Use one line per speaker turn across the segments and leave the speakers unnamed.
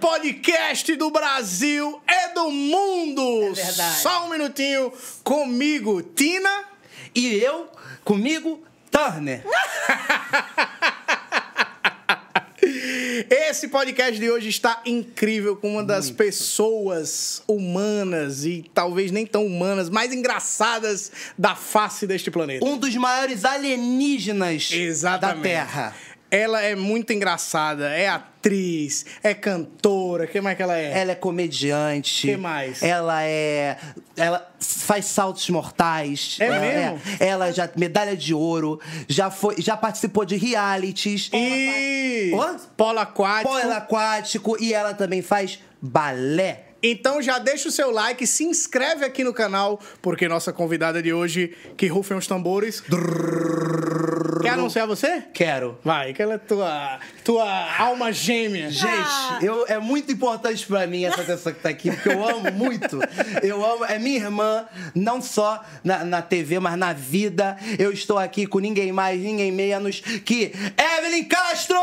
podcast do Brasil e do mundo.
É verdade.
Só um minutinho comigo, Tina.
E eu, comigo, Turner.
Esse podcast de hoje está incrível com uma das pessoas humanas e talvez nem tão humanas, mais engraçadas da face deste planeta.
Um dos maiores alienígenas da Terra.
Ela é muito engraçada, é atriz, é cantora, o que mais que ela é?
Ela é comediante.
Que mais?
Ela é. Ela faz saltos mortais.
É
Ela
mesmo?
Ela já. Medalha de ouro. Já, foi, já participou de realities.
E
é Hã?
polo aquático.
Polo aquático. E ela também faz balé.
Então já deixa o seu like, se inscreve aqui no canal, porque nossa convidada de hoje, que rufem os tambores. Quer anunciar você?
Quero.
Vai, que ela é tua, tua alma gêmea.
Gente, eu, é muito importante pra mim essa pessoa que tá aqui, porque eu amo muito. Eu amo, é minha irmã, não só na, na TV, mas na vida. Eu estou aqui com ninguém mais, ninguém menos que Evelyn Castro!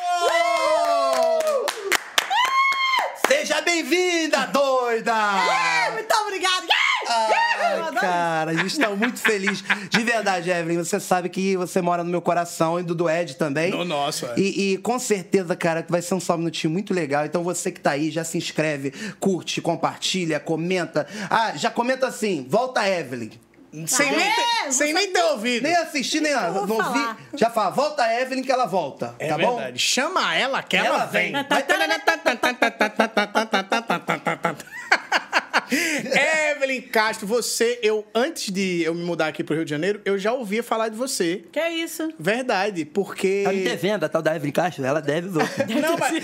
Seja bem-vinda, doida!
Ah, Muito obrigada! Ah, ah, eu
Ai,
adoro
cara, a gente está muito feliz. De verdade, Evelyn, você sabe que você mora no meu coração e do do Ed também.
No nosso, é.
E, e com certeza, cara, que vai ser um só minutinho muito legal. Então você que tá aí, já se inscreve, curte, compartilha, comenta. Ah, já comenta assim, volta Evelyn.
Sem, nem,
É,
ter,
vou
sem nem ter ouvido.
Nem assisti, nem nada.
vou
Não vi.
falar.
Já fala, volta Evelyn que ela volta.
É
tá
verdade. Chama ela que ela,
Ela
vem.
vem.
Tá
Evelyn Castro, você, eu antes de eu me mudar aqui pro Rio de Janeiro, eu já ouvia falar de você.
Que é isso?
Verdade, porque.
bom? Tá
Tá
devendo a tal da Evelyn Castro? Ela deve os outros.
Não, mas...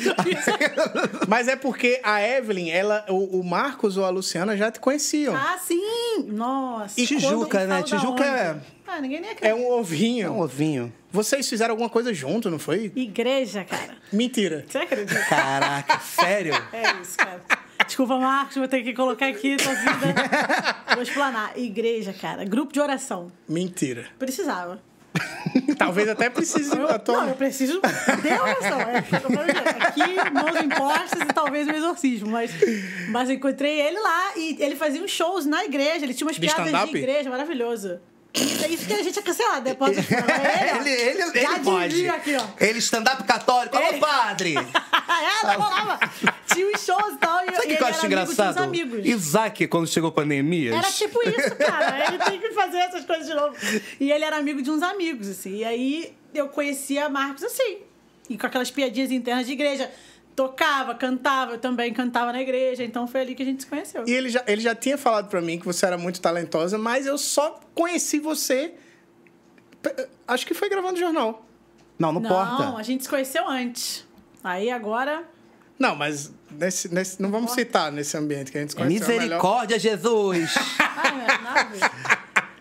mas é porque a Evelyn, ela, o, o Marcos ou a Luciana já te conheciam.
Ah, sim! Nossa!
E Tijuca,
quando-
né?
fala da
Tijuca
onde? Ah, ninguém nem
É
acredita.
um
É um
ovinho.
ovinho.
Vocês fizeram alguma coisa junto, não foi?
Igreja, cara.
Mentira.
Você acredita?
Caraca, sério?
É isso, cara. Desculpa, Marcos, vou ter que colocar aqui tua vida. Vou explanar. Igreja, cara. Grupo de oração.
Mentira.
Precisava.
Talvez até precise
Então Eu, não, eu
atualmente.
preciso de oração. É, aqui, mãos impostas e talvez um exorcismo. Mas, mas eu encontrei ele lá e ele fazia uns shows na igreja. Ele tinha umas
De
piadas
stand-up?
de igreja, maravilhoso. É isso que a gente é cancelado, depois do final. É
Ele, ele,
ó.
ele,
Já de
pode.
dia aqui, ó.
Ele stand-up católico. Alô,
Ele-
padre!
é, ela falava. Tinha uns shows e tal. E,
Sabe o
e
que,
ele
eu
era
acho
amigo de uns
engraçado?
amigos.
Isaac, quando chegou a pandemia.
Era tipo isso, cara. Ele tem que fazer essas coisas de novo. E ele era amigo de uns amigos, assim. E aí eu conhecia Marcos assim. E com aquelas piadinhas internas de igreja. Tocava, cantava, eu também cantava na igreja. Então foi ali que a gente se conheceu.
E ele já, ele já tinha falado pra mim que você era muito talentosa, mas eu só conheci você. pe- eh, Acho que foi gravando jornal.
Não, não,
Não, a
porta.
gente se conheceu antes. Aí agora.
Não, mas nesse, nesse, não vamos citar nesse ambiente que a gente se conheceu. é melhor.
Misericórdia, Jesus!
Ai, meu, Ah, é, nada a ver.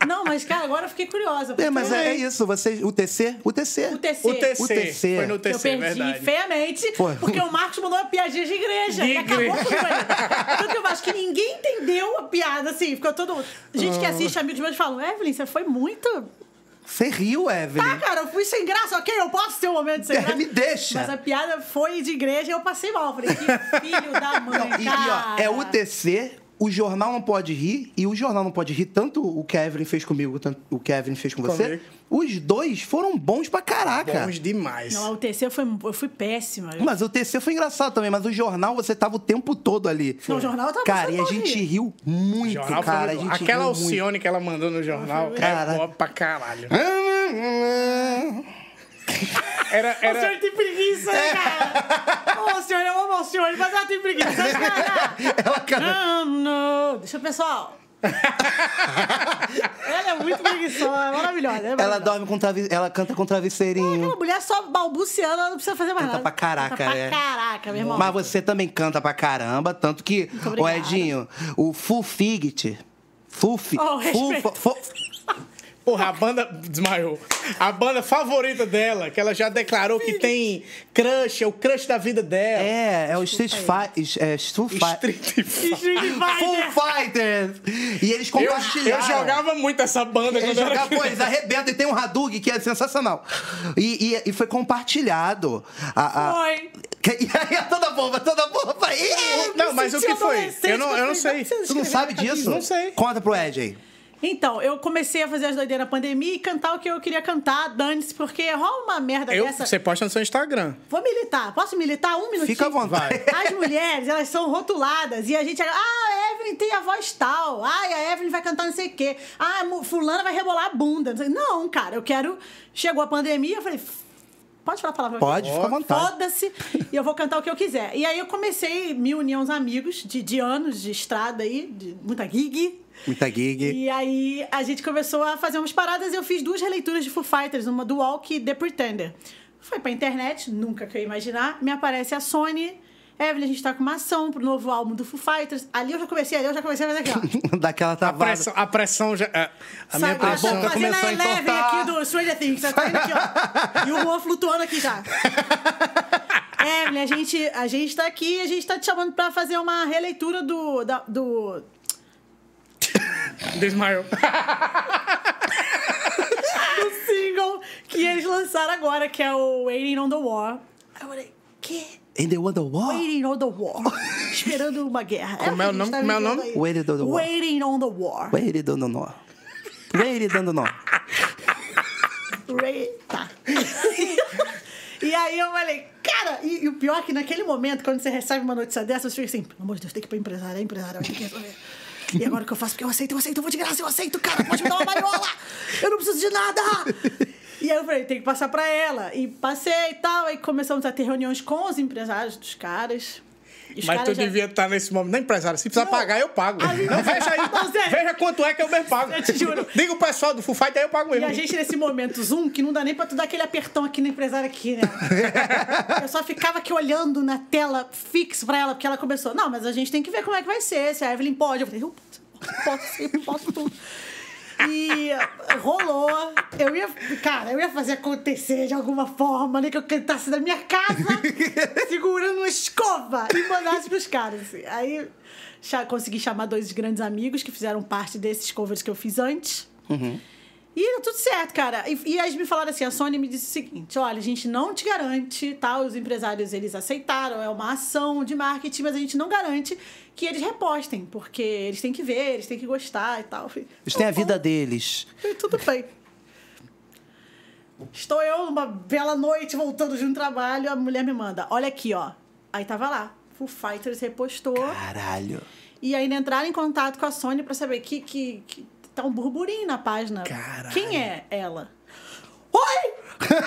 Não, mas cara, agora eu fiquei curiosa.
é, mas é, é
porque
isso, vocês. O TC? O TC.
O TC.
O TC.
O TC.
Foi no
que eu
TC,
perdi
é verdade.
feiamente,
Foi.
porque o Marcos mandou uma piadinha de igreja.
De
e acabou
igreja.
com ele. Tanto que eu acho que ninguém entendeu a piada, assim. Ficou todo. Gente
Ah.
que assiste, amigos meus falam: Evelyn, você foi muito.
Você riu,
Tá,
Evelyn.
cara, eu fui sem graça, ok? Eu posso ter um momento sem graça.
É, Me deixa.
Mas a piada foi de igreja e eu passei mal. Falei: que filho da mãe.
Não, e, e, ó,
cara.
é o TC. O jornal não pode rir, e o jornal não pode rir, tanto o que a Evelyn fez comigo, tanto o que a Evelyn fez com você.
Comigo.
Os dois foram bons pra caraca.
Bons demais.
Não, o TC foi, eu fui péssima.
Mas o TC foi engraçado também, mas o jornal você tava o tempo todo ali.
Não, o jornal eu tava
Cara,
passando
e a
mal de
gente
rir.
riu muito,
Jornal foi
cara.
muito-
a gente
Aquela
riu
Alcione que ela mandou no jornal é
Cara.
boa pra caralho.
muito.
Era,
O senhor
era,
tem preguiça, né,
É.
cara? Ô, senhor, eu amo o senhor, mas ela tem preguiça, cara.
Ela cara,
Não, não. Deixa, pessoal. ela é muito preguiçosa, é maravilhosa. é
ela
maravilhosa.
dorme com travi... ela canta com travesseirinho.
Aquela mulher só balbuciando, ela não precisa fazer mais
Canta
nada.
pra caraca,
Canta pra
é.
caraca, meu irmão.
Mas você também canta pra caramba, tanto que o
obrigada.
Edinho, o Full Figit, Fufi,
Oh,
Fufa-
respeito.
Fu-
Porra, a banda desmaiou. A banda favorita dela, que ela já declarou que tem crush, é o crush da vida dela.
É, é o Street Fighter. É, Street Fighter.
Street Fighter.
Street
Full
Fighter.
Fighters! E eles
Eu,
compartilharam.
eu jogava muito essa banda
Ele
quando eu era
joga, pô, eles arrebentam e tem um Hadug que é sensacional. E, e- e foi compartilhado. A, a-
Foi.
Que- E aí é toda bomba, toda bomba. Ih,
Não, mas o
senti
que foi?
adolescente,
Eu não, eu não sei.
precisa
tu não
escrever
sabe
na cabeça.
disso?
Não sei.
Conta pro Ed aí.
Então, eu comecei a fazer as doideiras na pandemia e cantar o que eu queria cantar, dane-se, porque rola uma merda
Eu,
dessa.
você posta no seu Instagram.
Vou militar. Posso militar um minutinho?
Fica à vontade.
As mulheres, elas são rotuladas. E a gente... Ah, a Evelyn tem a voz tal. Ah, a Evelyn vai cantar não sei o quê. Ah, mu- fulana vai rebolar a bunda. Não, sei- Não, cara, eu quero... Chegou a pandemia, eu falei... Pode falar a palavra?
Pode, fica à vontade.
Foda-se. E eu vou cantar o que eu quiser. E aí eu comecei a me unir aos amigos de, de anos de estrada aí, de muita gig.
Muita gig.
E aí a gente começou a fazer umas paradas e eu fiz duas releituras de Foo Fighters, uma do Walk e The Pretender. Foi pra internet, nunca que eu ia imaginar. Me aparece a Sony. Evelyn, a gente tá com uma ação pro novo álbum do Foo Fighters. Ali eu já comecei, ali eu já comecei a fazer aquela.
Daquela
A
travada.
pressão, a pressão já. é, A minha
Sabe, ela
pressão.
tá fazendo
começou
a
a
Eleven
entortar.
aqui do Stranger Things. Tá fazendo aqui, ó. E o humor flutuando aqui já. Evelyn, a gente, a gente tá aqui a gente tá te chamando pra fazer uma releitura do... da- do...
Desmaiou.
do single que eles lançaram agora, que é o Waiting on the War. Aí eu falei, que?
In the Wonder War?
Waiting on the War. Esperando uma guerra. tá
Como é o nome? Como é o nome?
Waiting on the War.
Waiting on the War.
Wait, dono nó. Wait, dono nó.
Ray- Tá. E aí eu falei, cara, e, e o pior é que naquele momento, quando você recebe uma notícia dessa, você fica assim, pelo amor de Deus, tem que ir pra empresária, é empresária, tem que resolver. E agora o que eu faço? Porque eu aceito, eu aceito, eu vou de graça, eu aceito, cara, pode me dar uma mariola, eu não preciso de nada. E aí eu falei, tem que passar pra ela. E passei e tal, aí começamos a ter reuniões com os empresários dos caras. E os
Mas
caras
tu
já-
devia estar nesse momento. Nem empresário, se precisar
Não.
pagar, eu pago.
Ali-
Não, veja aí.
Não, sério.
Veja quanto é que eu mesmo pago.
Eu te juro.
Diga o pessoal do Foo Fighter, eu pago
E
mesmo.
a gente nesse momento Zoom, que não dá nem pra tu dar aquele apertão aqui no empresário aqui, né? Eu só ficava aqui olhando na tela fixo pra ela, porque ela começou. Não, mas a gente tem que ver como é que vai ser, se a Evelyn pode. Eu falei, eu posso, posso, sim, posso tudo. E rolou. Eu ia. Cara, eu ia fazer acontecer de alguma forma, né? Que eu cantasse na minha casa, segurando uma escova e mandasse pros caras. assim. Aí cha- consegui chamar dois grandes amigos que fizeram parte desses covers que eu fiz antes.
Uhum.
E deu tudo certo, cara. E, e eles me falaram assim, a Sony me disse o seguinte, olha, a gente não te garante, tá? Os empresários, eles aceitaram, é uma ação de marketing, mas a gente não garante que eles repostem, porque eles têm que ver, eles têm que gostar e tal. Eu falei,
Eles têm a
"Tá bom."
vida deles.
E tudo bem. Estou eu numa bela noite voltando de um trabalho, a mulher me manda, olha aqui, ó. Aí tava lá, Foo Fighters repostou.
Caralho.
E ainda entraram em contato com a Sony pra saber que, que, que tá um burburinho na página.
Caralho.
Quem é ela? Oi!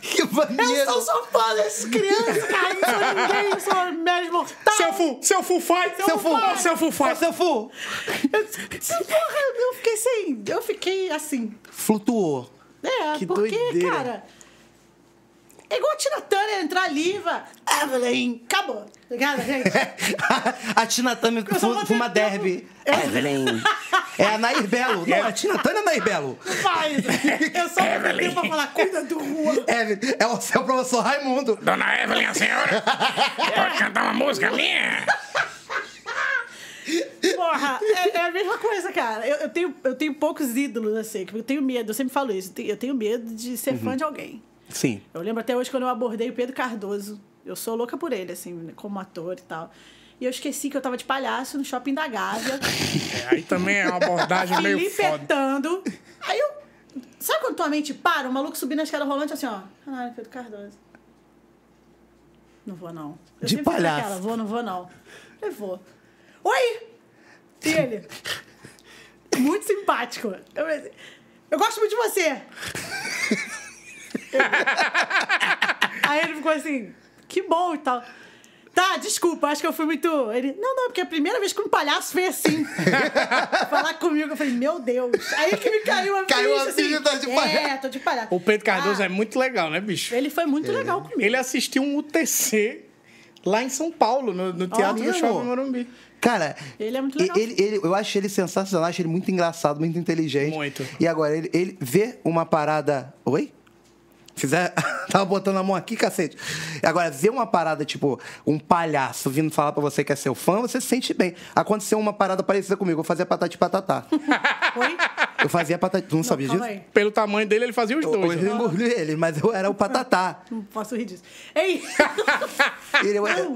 Que
Eu
maneiro.
sou só fã dessas crianças, cara! Eu não sou ninguém, eu sou mesmo mortal!
Seu Foo, seu Foo Fighter.
Seu Fu.
Ô, Seu Foo
Ô,
Fighter.
Seu Fu.
Porra, eu fiquei sem. Eu fiquei assim.
Flutuou.
É,
Que
porque,
doideira.
cara. É igual a Tina Turner entrar ali, e vai, Evelyn, acabou. Obrigada, gente.
a Tina Turner
Eu só vou
fu- fuma
tentar-
derby. Evelyn. É a Nair Belo. Não, a Tina Turner é a Nair Belo.
Vai, eu só tenho pra falar, cuida do rua.
Evelyn, é o seu professor Raimundo.
Dona Evelyn, a senhora pode cantar uma música minha?
Porra, é, é a mesma coisa, cara. Eu, eu tenho, eu tenho poucos ídolos, assim, que eu tenho medo, eu sempre falo isso, eu tenho- eu tenho medo de ser fã de alguém.
Sim.
Eu lembro até hoje quando eu abordei o Pedro Cardoso. Eu sou louca por ele, assim, né, como ator e tal. E eu esqueci que eu tava de palhaço no shopping da Gávea,
É, Aí também é uma abordagem
me
meio foda.
libertando. Aí eu. Sabe quando tua mente para? O maluco subindo na escada rolante assim, ó. Caralho, Pedro Cardoso. Não vou, não. Eu
De
sempre fico
palhaço.
naquela, Vou, não vou, não. Eu vou. Oi! E ele? Muito simpático. Eu, eu gosto muito de você. Eu- Aí ele ficou assim, que bom e tal. Tá, desculpa, acho que eu fui muito. Ele, não, não, porque é a primeira vez que um palhaço fez assim. Falar comigo, eu falei, meu Deus. Aí que me caiu a
Caiu a
ficha, assim,
ficha, tá de palhaço.
É, tô de palhaço.
O Pedro Cardoso
Ah,
é muito legal, né, bicho?
Ele foi muito legal comigo.
Ele assistiu um UTC lá em São Paulo, no, no Teatro do
mesmo?
Shopping Morumbi.
Cara,
Ele é muito legal.
Ele, ele- eu acho ele sensacional, acho ele muito engraçado, muito inteligente.
Muito.
E agora, ele, ele vê uma parada. Oi? Fizer... Tava botando a mão aqui, cacete. Agora, ver uma parada, tipo, um palhaço vindo falar pra você que é seu fã, você se sente bem. Aconteceu uma parada parecida comigo, eu fazia patati patatá.
Oi?
Eu fazia patati. Tu não, sabia
calma
disso?
aí.
Pelo tamanho dele, ele fazia os dois. né?
Hoje eu engoli ele, mas eu era o patatá.
Não posso rir disso. Ei!
Ele-
Não.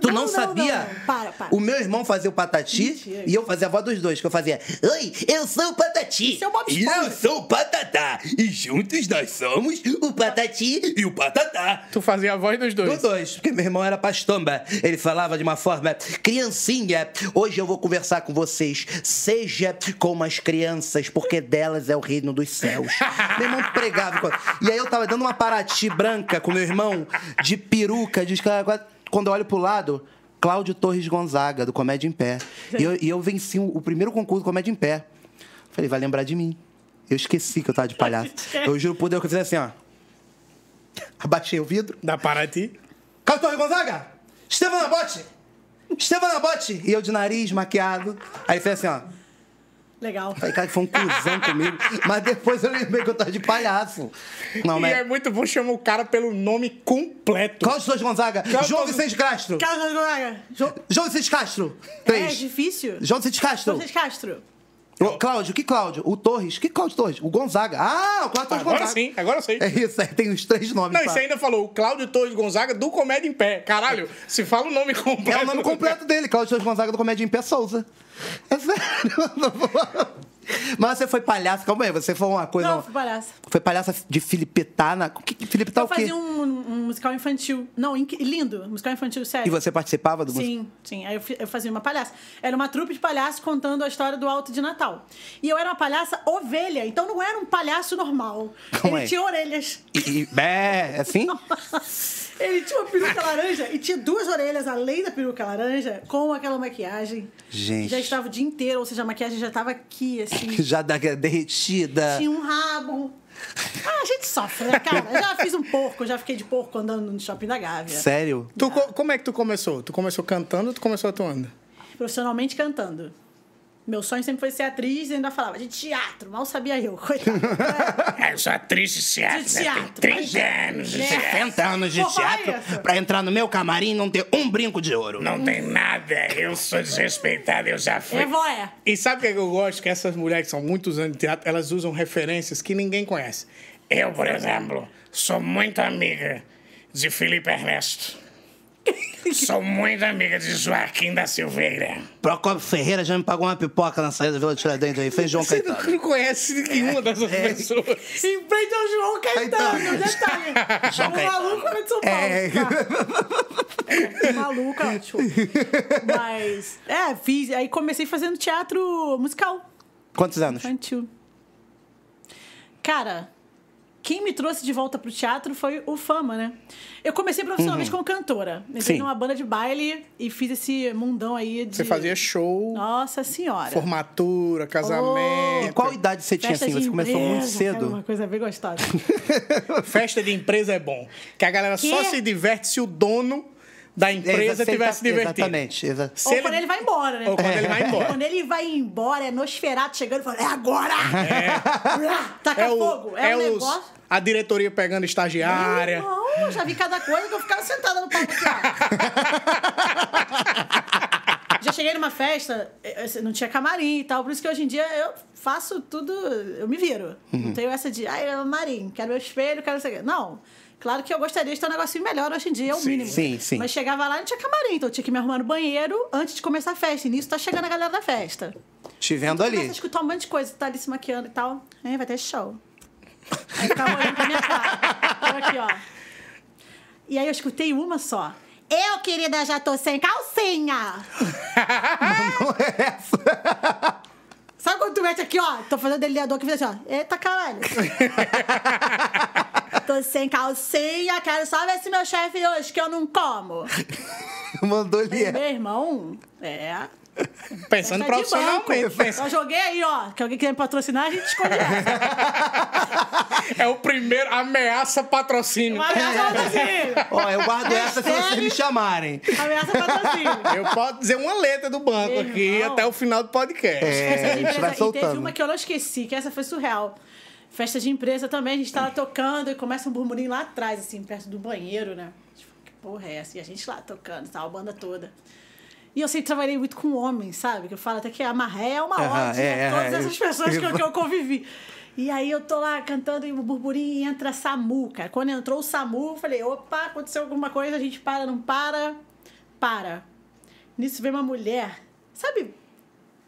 Tu
Não,
não,
não,
sabia?
não, não. Para, para.
O meu irmão fazia o patati
Mentira.
e eu fazia a voz dos dois, que eu fazia: Oi, eu sou o patati.
Isso é o Bob
e eu
Esponja.
sou o patatá. E juntos nós somos o patati e o patatá.
Tu fazia a voz dos
Dos
dois.
dois, porque meu irmão era pastomba. Ele falava de uma forma, criancinha, hoje eu vou conversar com vocês. Seja como as crianças, porque delas é o reino dos céus. meu irmão pregava. com- E aí eu tava dando uma parati branca com meu irmão, de peruca, de escala- Quando eu olho pro lado, Cláudio Torres Gonzaga, do Comédia em Pé. E eu, e eu venci o, o primeiro concurso do Comédia em Pé. Falei, vai lembrar de mim. Eu esqueci que eu tava de palhaço. Eu juro por Deus que eu fiz assim, ó. Abaixei o vidro.
Da Paraty.
Caio Torre Gonzaga! Estevão Nabote! Estevão Nabote! E eu de nariz, maquiado. Aí foi assim, ó.
Legal.
Falei, cara, que foi um cuzão comigo. Mas depois eu lembrei que eu tava de palhaço. Não,
E é
mas...
muito bom chamar o cara pelo nome completo.
Cláudio Torres Gonzaga!
Cláudio
João
Torres-
Vicente Castro!
Carlos Gonzaga. Jo-
João Vicente Castro!
É
Três.
difícil.
João Vicente Castro!
Vocês Castro.
Ô, Cláudio, que Cláudio? O Torres? Que Cláudio Torres? O Gonzaga. Ah, o Cláudio Torres
Agora
Gonzaga.
sim, agora eu sei.
É isso, aí tem os três nomes.
Não, é
tá?
e você ainda falou o Cláudio Torres Gonzaga do Comédia em Pé. Caralho, se fala É. o nome completo.
É o nome completo dele, Cláudio Souza Gonzaga do Comédia em Pé Souza. É sério. eu não vou- Mas você foi palhaço, calma aí, você foi uma coisa.
Não, fui palhaça.
Foi palhaça de Filipitar na. O que, que Filipitar É
Eu
o quê?
fazia um, um musical infantil. Não, inc- lindo. Musical infantil, sério.
E você participava do músico?
Sim, sim. Aí eu, fi- eu fazia uma palhaça. Era uma trupe de palhaços contando a história do Alto de Natal. E eu era uma palhaça ovelha, então não era um palhaço normal.
Como
Ele
é?
tinha orelhas.
E, e, é, assim?
Ele tinha uma peruca laranja e tinha duas orelhas além da peruca laranja com aquela maquiagem.
Gente.
Já estava o dia inteiro, ou seja, a maquiagem já estava aqui, assim.
Já da, derretida.
Tinha um rabo. Ah, a gente sofre, né, cara? Já fiz um porco, já fiquei de porco andando no shopping da Gávea.
Sério?
Tu co- como é que tu começou? Tu começou cantando ou tu começou atuando?
profissionalmente cantando. Meu sonho sempre foi ser atriz e ainda falava de teatro, mal sabia eu, coitado.
Ah, eu sou atriz de teatro.
De
né? Tem
teatro,
30
mas-
anos de
né?
teatro.
70 anos de
Pô, fala
teatro
isso.
pra entrar no meu camarim e não ter um brinco de ouro.
Não tem nada. Eu sou desrespeitado. Eu já fui.
É voé.
E sabe o que é que eu gosto? Que essas mulheres que são muitos anos de teatro, elas usam referências que ninguém conhece.
Eu, por exemplo, sou muito amiga de Felipe Ernesto. sou muito amiga de Joaquim da Silveira.
Procopio Ferreira já me pagou uma pipoca na saída da Vila Tiradentes aí. Fez João
Você
Caetano.
não não conhece nenhuma dessas pessoas.
Em frente ao João Caetano, detalhe.
João
o
Caetano.
maluco era de São Paulo.
É.
tá? Maluco, ótimo. Mas, é, fiz. Aí comecei fazendo teatro musical
Quantos anos?
infantil. Cara, quem me trouxe de volta pro teatro foi o Fama, né? Eu comecei profissionalmente como cantora. Entrei
Sim.
numa banda de baile e fiz esse mundão aí de.
Você fazia show,
Nossa senhora.
formatura,
E
casamento,
Oh, qual idade você tinha
Festa
assim?
de
Você começou
empresa,
muito
cara,
cedo.
uma coisa bem gostosa.
festa de empresa é bom. Que a galera só
Quê?
se diverte se o dono da empresa
Exa-
tivesse se divertindo.
Exatamente. exa-
Se
Ou quando ele vai embora, né?
Ou quando ele vai embora.
Quando ele vai embora, é Nosferatu chegando e falando, é agora! Lá, Taca
É o,
fogo! É,
é
um
os-
negócio...
a diretoria pegando estagiária.
Não, eu já vi cada coisa que eu ficava sentada no palco aqui, ó. Já cheguei numa festa, eh, eh, não tinha camarim e tal, por isso que hoje em dia eu faço tudo, eu me viro. Não
Uhum.
tenho essa de, ai, ah, camarim, quero meu espelho, quero não sei o quê. Não. Claro que eu gostaria de ter um negocinho melhor hoje em dia, é o mínimo.
sim, sim.
Mas chegava lá e não tinha camarim, então eu tinha que me arrumar no banheiro antes de começar a festa. E nisso tá chegando a galera da festa.
Te vendo
Começa a
ali.
escutar um monte de coisa, tá ali se maquiando e tal. Aí vai ter show. Aí ficava olhando pra minha cara. Eu aqui, ó. E aí eu escutei uma só. Eu, querida, já tô sem calcinha!
Não é essa.
Sabe quando tu mete aqui, ó? Tô fazendo delineador que fiz assim, ó. Eita, caralho! tô sem calcinha, quero só ver se meu chefe hoje, que eu não como.
Mandou ali.
Meu irmão, é.
tá
Pensando
Festa de banco.
profissionalmente. pensa-
Só joguei aí, ó. Que alguém quer me patrocinar, a gente escolhe essa.
É o primeiro ameaça patrocínio.
Uma ameaça patrocínio.
Ó, eu guardo essa se vocês me chamarem.
Ameaça patrocínio.
Eu posso dizer uma letra do banco
Meu
aqui
irmão.
até o final do podcast.
É, a gente vai
E teve
soltando.
uma que eu não esqueci, que essa foi surreal. Festa de empresa também, a gente tá lá tocando e começa um burburinho lá atrás, assim, perto do banheiro, né? Tipo, que porra é essa? E a gente lá tocando, tá, a banda toda. E eu sempre trabalhei muito com homens, sabe? Que eu falo até que a marré é uma
Aham,
ódio, né?
é,
Todas
é, eu-
essas pessoas que eu, que eu convivi. E aí eu tô lá cantando e o burburinho e entra SAMU, cara. Quando entrou o SAMU, eu falei, opa, aconteceu alguma coisa, a gente para, não para, para. Nisso vem uma mulher, sabe,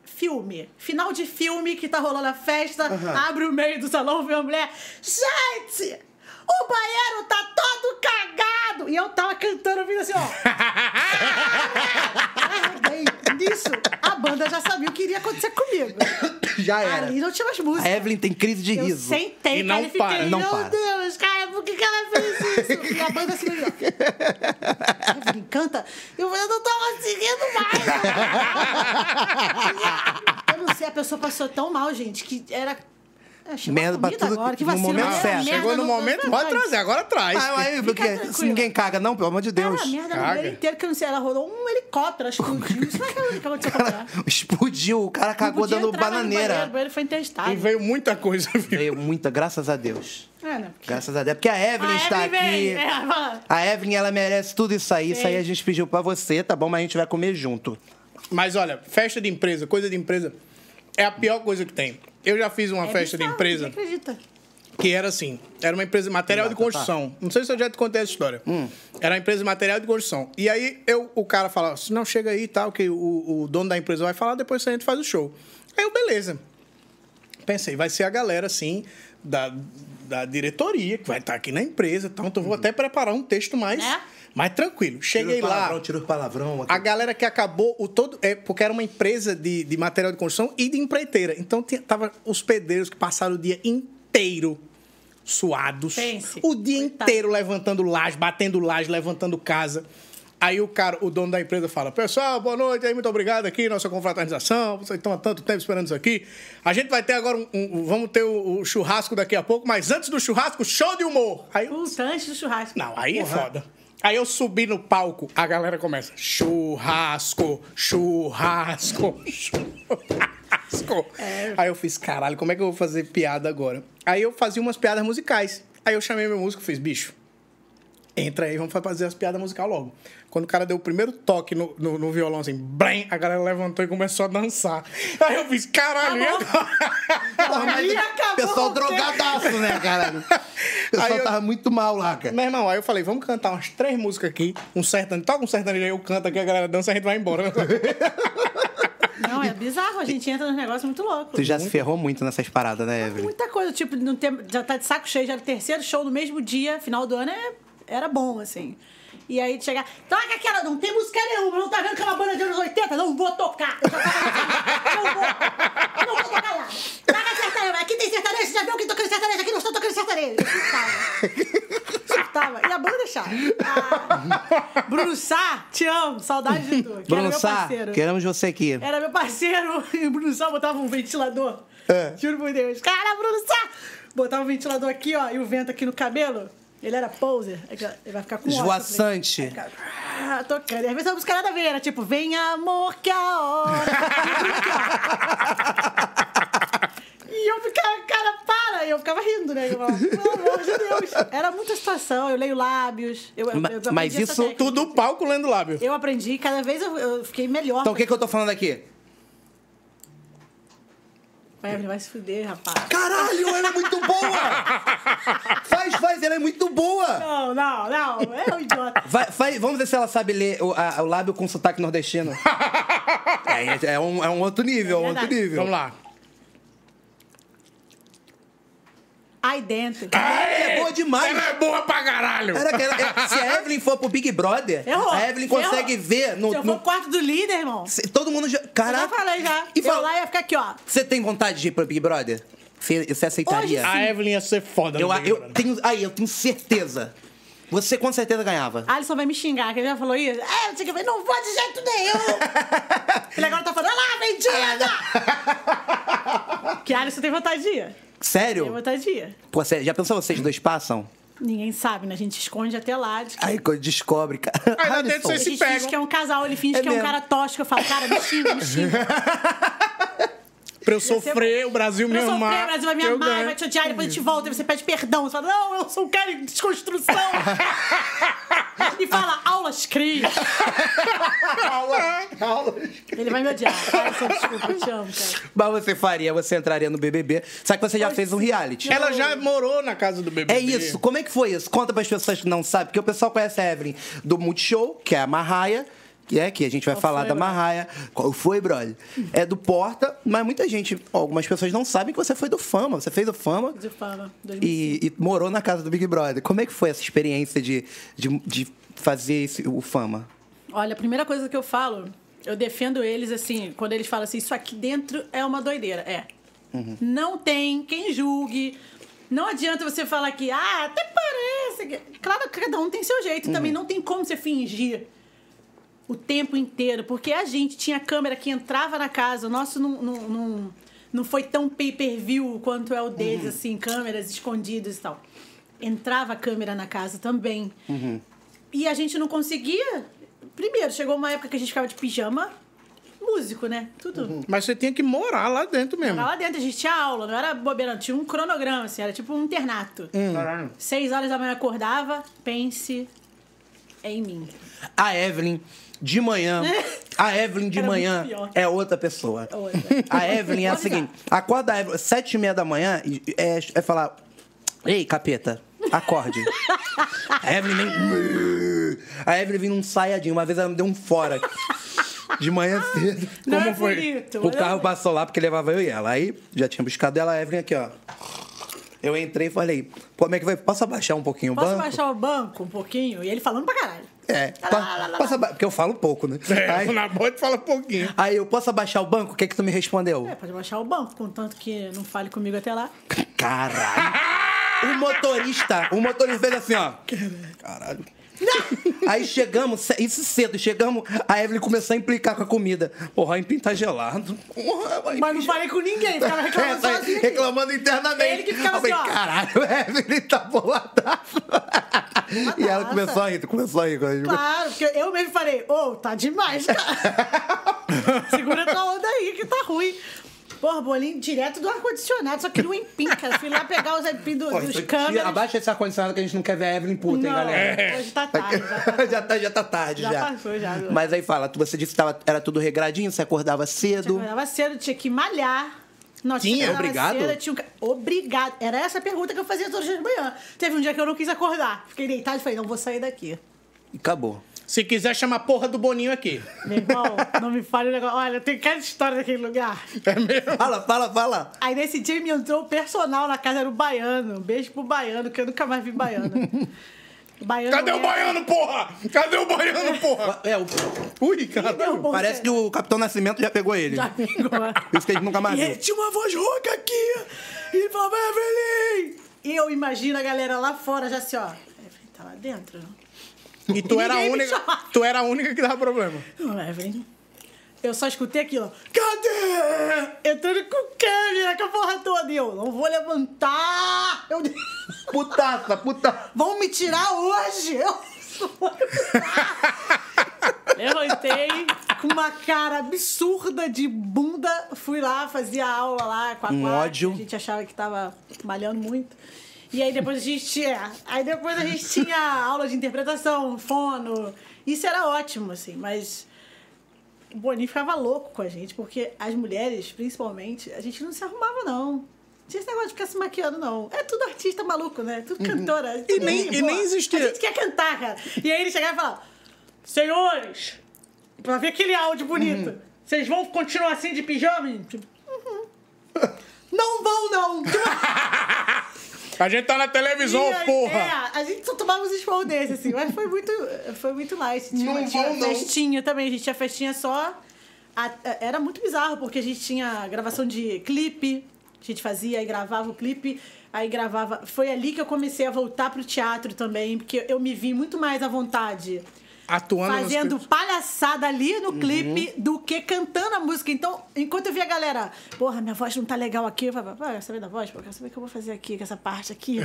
filme, final de filme que tá rolando a festa, abre o meio do salão, vem uma mulher, gente, o banheiro tá todo cagado! E eu tava cantando, vindo assim, ó. Arreguei. Nisso, a banda já sabia o que iria acontecer comigo.
Já era.
Ali não tinha mais
A
música.
Evelyn tem crise de
Eu
riso.
sentei,
E
cara,
não
e fiquei,
para,
não
meu
para.
Deus, cara, por que, que ela fez isso? E a banda assim, ó. Evelyn, canta. Eu falei, eu não tô conseguindo mais. eu não sei, a pessoa passou tão mal, gente, que era... Ah, chegou a
Merda pra
comida
tudo-
agora, que
no
vacilo.
momento
né?
certo.
Merda
Ah,
é
Chegou no momento, pode
Mas-
trazer, agora traz.
Ah, aí,
Fica
porque
tranquila.
se ninguém caga, não, pelo amor de Deus.
Cara, a merda no
Caga.
banheiro inteiro, que eu não sei, ela rolou um helicóptero, ela explodiu. Será é que ela- que aconteceu com ela? né?
Explodiu, o cara
Não
cagou
podia
dando
entrar mais no banheiro, O
bananeira.
banheiro foi intestado.
E veio muita coisa, viu?
Veio muita, graças a Deus.
É, né? Porque-
Graças a Deus. Porque a Evelyn
Ah,
está
Evelyn
aqui.
vem. É, fala.
A Evelyn, ela merece tudo isso aí. Isso aí a gente pediu pra você, tá bom? Mas a gente vai comer junto.
Mas olha, festa de empresa, coisa de empresa, é a pior coisa que tem. Eu já fiz uma
É
festa de
bizarro,
empresa
ninguém acredita.
que era assim, era uma empresa de material de
Tá, tá, tá.
construção. Não sei se eu já te contei essa história. Era uma empresa de material de construção. E aí eu, o cara falava assim, não, chega aí e tal, que o, o dono da empresa vai falar, depois a gente faz o show. Aí eu, beleza. Pensei, vai ser a galera, assim, da, da diretoria, que vai estar aqui na empresa e tal. Então eu vou até preparar um texto mais,
É.
mais tranquilo. Cheguei lá...
Tira o palavrão.
A galera que acabou o todo. É, porque era uma empresa de, de material de construção e de empreiteira. Então tinha, tava os pedreiros que passaram o dia inteiro suados.
Pense.
O dia
Coitado.
inteiro levantando laje, batendo laje, levantando casa. Aí o cara, o dono da empresa fala: Pessoal, boa noite, aí, muito obrigado aqui, nossa confraternização. Vocês estão há tanto tempo esperando isso aqui. A gente vai ter agora um. um- vamos ter o, o churrasco daqui a pouco, mas antes do churrasco, show de humor! Aí eu
Puta, antes do churrasco.
não, aí é foda. Aí eu subi no palco, a galera começa: churrasco, churrasco, churrasco. Aí eu fiz: caralho, como é que eu vou fazer piada agora? Aí eu fazia umas piadas musicais. Aí eu chamei meu músico e fiz: bicho, entra aí, vamos fazer as piadas musicais logo. Quando o cara deu o primeiro toque no, no, no violão, assim, blém, a galera levantou e começou a dançar. Aí eu fiz: caralho, e agora?
Aí acabou
Pessoal
o tempo.
drogadaço, né, caralho? O
Aí
pessoal
eu-
tava muito mal lá, cara.
Meu irmão, aí eu falei, vamos cantar umas três músicas aqui, um sertanejo, toca um sertanejo aí, eu canto aqui, a galera dança, a gente vai embora.
Não, é bizarro. A gente entra num negócio muito louco.
Tu já se ferrou muito nessas paradas, né, Evelyn?
Muita coisa, tipo, não tem, já tá de saco cheio, já era o terceiro show no mesmo dia, final do ano é, era bom, assim. E aí de chegar, toca aquela, não tem música nenhuma, não tá vendo que é uma banda de anos 80? Não vou tocar! Eu já tava assim, não vou, não vou tocar nada. Toca sertanejo, aqui tem sertanejo, já viu que tocando sertanejo, aqui não estou tocando sertanejo. Eu surtava. Surtava. E a banda deixava. Ah. Bruno Sá, te amo, saudade de tu. que era
Bruno
meu
Sá,
parceiro.
queremos você aqui.
Era um meu parceiro, e o Bruno Sá botava um ventilador. Juro por Deus. Cara, Bruno Sá! Botava um ventilador aqui, ó, e o vento aqui no cabelo. Ele era poser. aquela- Ele vai ficar com óculos, né?
Esvoaçante.
Ah, Tocando. E às vezes a música nada a ver, era tipo, vem amor que é a hora. E eu ficava, cara, para! E eu ficava rindo, né? Eu falava, pelo amor de Deus. Era muita situação, eu leio lábios. Eu, eu
Ma-
aprendi
mas
essa
isso
técnica.
Tudo palco lendo lábio.
Eu aprendi, cada vez eu, eu fiquei melhor.
Então o que que eu tô falando aqui?
Vai, Evelyn, vai se fuder, rapaz.
Caralho, ela é muito boa! Faz, faz, ela é muito boa!
Não, não, não. É um idiota.
Vai, faz, vamos ver se ela sabe ler o, a- o lábio com sotaque nordestino. É, é um, é um outro nível, é um outro
verdade.
nível.
Vamos lá.
Aí dentro.
Ela é boa demais!
Ela é boa pra caralho.
Cara, que ela- é- se a Evelyn for pro Big Brother,
Errou.
a Evelyn
Errou.
consegue ver no.
é Se eu for
no-
o quarto do líder, irmão.
se- todo mundo já. Caraca.
Eu já falei já.
E
eu
fala-
lá ia ficar aqui, ó.
Você tem vontade de ir pro Big Brother? Você, você aceitaria?
Hoje
A Evelyn ia ser foda. né,
eu,
no Big
eu
Brother.
tenho. Aí, eu tenho certeza. Você com certeza ganhava.
Alisson vai me xingar, que ele já falou isso. É, não sei o que. eu falei, Não vou de jeito nenhum. ele agora tá falando, olha lá, mentira! que Alisson tem vontade de ir. Eu vou
Sério?
estar dia.
Pô, sério, já pensou vocês dois passam?
Ninguém sabe, né? A gente esconde até lá. diz que-
Aí quando descobre, cara.
Aí lá dentro
Alisson,
vocês se
Ele finge
pegam.
que é um casal, ele finge
É
que é um
mesmo.
cara tóxico. Eu falo, cara, me xinga, me xinga. um-
Pra eu
ser-
sofrer, o Brasil me
é Eu sou
amar.
o Brasil vai me
eu
amar,
ganho.
vai te odiar, depois a gente volta, aí você pede perdão. Você fala, não, eu sou um cara em desconstrução. e fala, aulas criam. Ele vai me odiar. Ai, seu desculpa, eu te amo, cara.
Mas você faria, você entraria no BBB. Só que você já
Pois
fez um
é.
reality.
Ela já morou na casa do bebê.
É isso. Como é que foi isso? Conta para as pessoas que não sabem, porque o pessoal conhece a Evelyn do Multishow, que é a Marraia, que é que a gente vai falar
foi,
da
brother?
Marraia. Qual foi, brother? É do Porta, mas muita gente, algumas pessoas não sabem que você foi do Fama. Você fez o Fama
De fama.
e, e morou na casa do Big Brother. Como é que foi essa experiência de, de, de fazer esse- o Fama?
Olha, a primeira coisa que eu falo, eu defendo eles assim, quando eles falam assim, isso aqui dentro é uma doideira. É. Não tem quem julgue. Não adianta você falar que, ah, até parece. que-". Claro que cada um tem seu jeito. Também não tem como você fingir o tempo inteiro, porque a gente tinha câmera que entrava na casa, o nosso não, não, não, não foi tão pay-per-view quanto é o deles, assim, câmeras escondidas e tal. Entrava a câmera na casa também. E a gente não conseguia. Primeiro, chegou uma época que a gente ficava de pijama, músico, né? Tudo.
Mas você tinha que morar lá dentro mesmo.
Lá dentro a gente tinha aula, não era bobeira, não. tinha um cronograma, assim, era tipo um internato. Seis horas da manhã acordava, pense em mim.
A Evelyn de manhã, a Evelyn de
Era muito
manhã
pior.
é outra pessoa.
Outra.
A Evelyn é a
Vou avisar.
seguinte: acorda a Evelyn, sete e meia da manhã, e- e- é, é falar. Ei, capeta, acorde. a Evelyn vem. A Evelyn vem num saiadinho. Uma vez ela me deu um fora. De manhã cedo.
Não
Como
é
foi?
bonito.
O carro passou lá porque levava eu e ela. Aí já tinha buscado ela, a Evelyn aqui, ó. Eu entrei e falei, "Pô, como é que vai? Posso abaixar um pouquinho o
Posso
banco?
baixar o banco um pouquinho? E ele falando pra caralho.
É,
Lá,
pa-
lá, lá, lá.
posso aba- porque eu falo pouco, né?
É,
Aí-
na boa tu
um
fala pouquinho.
Aí eu posso abaixar o banco? O que é que tu me respondeu?
É, pode baixar o banco, contanto que não fale comigo até lá.
Caralho. O motorista, o motorista fez assim, ó. Caralho. Aí chegamos, ce- isso cedo, chegamos, a Evelyn começou a implicar com a comida. Porra, o empim tá gelado. Porra, o aipim
Mas não falei com ninguém, ficava reclamando
Essa aí,
sozinho. aqui.
É, reclamando internamente.
Ele que ficava
Eu falei,
assim, ó.
Caralho, a Evelyn tá boladaço. E ela
Boladaça.
começou a rir, começou a rir.
Claro, porque eu mesmo falei, ô, tá demais, cara. Segura tua onda aí, que tá ruim. Porra, bolinho direto do ar-condicionado, só queria um empim, cara. Fui lá pegar os empim do,
Pô,
dos
isso aqui,
câmeras.
Abaixa esse ar-condicionado que a gente não quer ver a Evelyn puta, hein,
não,
galera. É.
hoje tá tarde. já tá
já, tá, já tá tarde, já.
Já passou, já.
Mas aí fala, tu- você disse que tava, era tudo regradinho, você acordava
Tinha que
cedo.
acordava cedo, tinha que malhar. Nós
Tinha? Obrigado?
Cedo, tinha um... ca- Obrigado. Era essa a pergunta que eu fazia todos os dias de manhã. Teve um dia que eu não quis acordar. Fiquei deitado e falei, não vou sair daqui.
E acabou.
Se quiser chamar a porra do Boninho aqui.
Meu irmão, não me fale o negócio. Olha, tem cada história daquele lugar.
Fala, fala, fala.
Aí nesse dia me entrou o personal na casa, era o baiano. Um beijo pro baiano, que eu nunca mais vi baiano. baiano
Cadê o
é-
baiano, porra? Cadê o baiano, porra?
É, o-
Ui, cara.
Derrubou o
parece que o Capitão Nascimento já pegou ele.
Já pegou.
Por isso que a gente nunca mais
E
viu.
ele tinha uma voz rouca aqui. E ele falava, Evelyn! E eu imagino a galera lá fora, já assim, ó. Evelyn tá lá dentro.
E tu era a
Ninguém me
única.
chamava.
Tu era a única que dava problema.
Não, Evelyn. Eu só escutei aquilo. ó, Cadê? Entrando com câmera, com a porra toda. E eu, não vou levantar. Eu...
Putaça, puta.
Vão me tirar hoje. Eu não vou levantar. Levantei com uma cara absurda de bunda. Fui lá, fazia aula lá com a
Um
Quack,
ódio.
A gente achava que tava malhando muito. E aí depois a gente tinha... Aí depois a gente tinha aula de interpretação, fono. Isso era ótimo, assim, mas... O Boninho ficava louco com a gente, porque as mulheres, principalmente, a gente não se arrumava, não. Não tinha esse negócio de ficar se maquiando, não. É tudo artista maluco, né? Tudo cantora. tudo
nem-
gente
Uhum. e
boa.
nem existia-
A gente quer cantar, cara. E aí ele chegava e falava: Senhores, pra ver aquele áudio bonito,
Uhum.
vocês vão continuar assim de pijama? E, tipo, "Uhum." Não vão, não!
A gente tá na televisão,
E aí, É,
porra.
a gente só tomava uns esporros desse, assim, mas foi muito, foi muito light. Tinha,
Não
tinha
vão, não.
festinha também, a gente tinha festinha só. a- a- era muito bizarro, porque a gente tinha gravação de clipe, a gente fazia e gravava o clipe, aí gravava. Foi ali que eu comecei a voltar pro teatro também, porque eu me vi muito mais à vontade
Atuando nos
fazendo
clipes.
palhaçada ali
Uhum.
no clipe do que cantando a música. Então, enquanto eu via a galera, porra, minha voz não tá legal aqui, eu falava, "Ah, quer saber da voz? Pô, quer saber o que eu vou fazer aqui com essa parte aqui?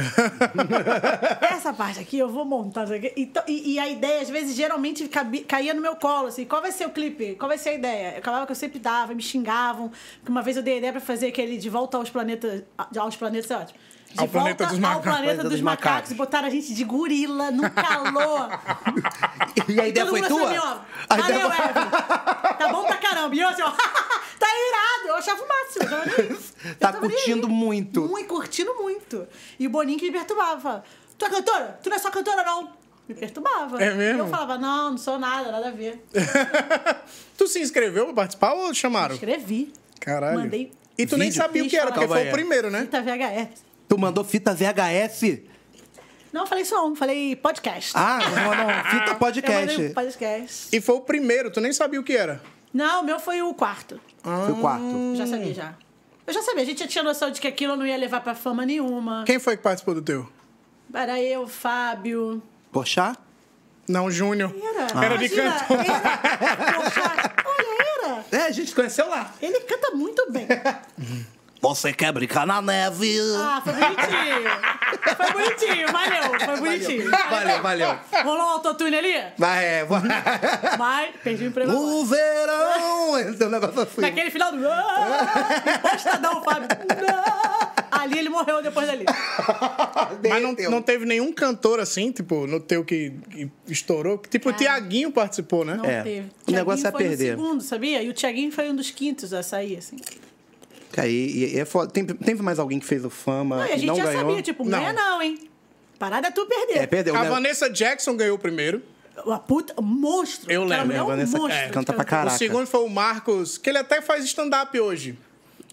essa parte aqui eu vou montar. isso aqui." Então, e, e a ideia, às vezes, geralmente cabi- caía no meu colo, assim, qual vai ser o clipe? Qual vai ser a ideia? Eu acabava que eu sempre dava, me xingavam. porque Uma vez eu dei a ideia pra fazer aquele De Volta aos Planetas, aos planetas é ótimo. De
Ao Planeta dos
ao
Macacos.
planeta
Planeta
dos
dos
macacos.
Macacos.
E botaram a gente de gorila, no calor.
E a ideia
Todo
foi
mundo
tua?
assim, ó,
A
Valeu,
ideia foi-
Evelyn. Tá bom pra caramba. E eu assim, ó, tá irado. Eu achava o máximo. Eu tava nem aí. Eu
Tá
tava nem
curtindo
aí.
muito.
Muito, curtindo muito. E o Boninho que me perturbava. falava, Tu é cantora? Tu não é só cantora, não. Me perturbava.
É mesmo?
Eu falava, não, não sou nada, nada a ver.
Tu se inscreveu pra participar ou chamaram?
Escrevi.
Caralho.
Mandei.
E tu nem
Vídeo.
sabia o que
Fiz
era, porque
falar.
foi o primeiro, né?
Fita VHS.
Tu mandou fita VHS?
Não, eu falei só um, falei podcast.
Ah, você mandou uma fita
Eu mandei um
podcast.
podcast.
E foi o primeiro, tu nem sabia o que era.
Não, o meu foi o quarto.
Foi o quarto.
Eu já sabia já. Eu já sabia, a gente já tinha noção de que aquilo não ia levar pra fama nenhuma.
Quem foi que participou do teu?
Era eu, Fábio.
Poxa?
Não, Júnior.
Ah.
Era.
Era de
Imagina,
cantor.
Era. Poxa, olha, era.
É, a gente conheceu lá.
Ele canta muito bem.
Você quer brincar na neve?
Ah, foi bonitinho. Foi bonitinho, valeu. Foi bonitinho.
Valeu, valeu.
Rolou um autotune ali?
Mas é, vai.
Vai, perdi o emprego. agora.
O verão! Esse é um negócio assim.
Naquele final do. Ah, Postadão, Fábio. Ah, Ali ele morreu depois dali.
Mas não, não teve nenhum cantor assim, tipo, no teu que, que estourou. Tipo, o Tiaguinho participou, né?
Não
É,
teve.
o negócio
Thiaguinho
é
foi no
perder.
segundo, sabia? E o Tiaguinho foi um dos quintos a sair, assim.
Cara, e, e é foda. Tem- teve mais alguém que fez o fama
Não, e a
e
gente
não
já
ganhou?
sabia, tipo,
Não.
ganha não, hein? Parada é tu perder.
É, perdeu.
A
né?
Vanessa Jackson ganhou o privanero
A puta, um monstro.
Eu
Aquela
lembro,
mulher é
a
um
Vanessa
monstro.
é, canta pra
O
Caraca.
segundo foi o Marcos, que ele até faz stand-up hoje.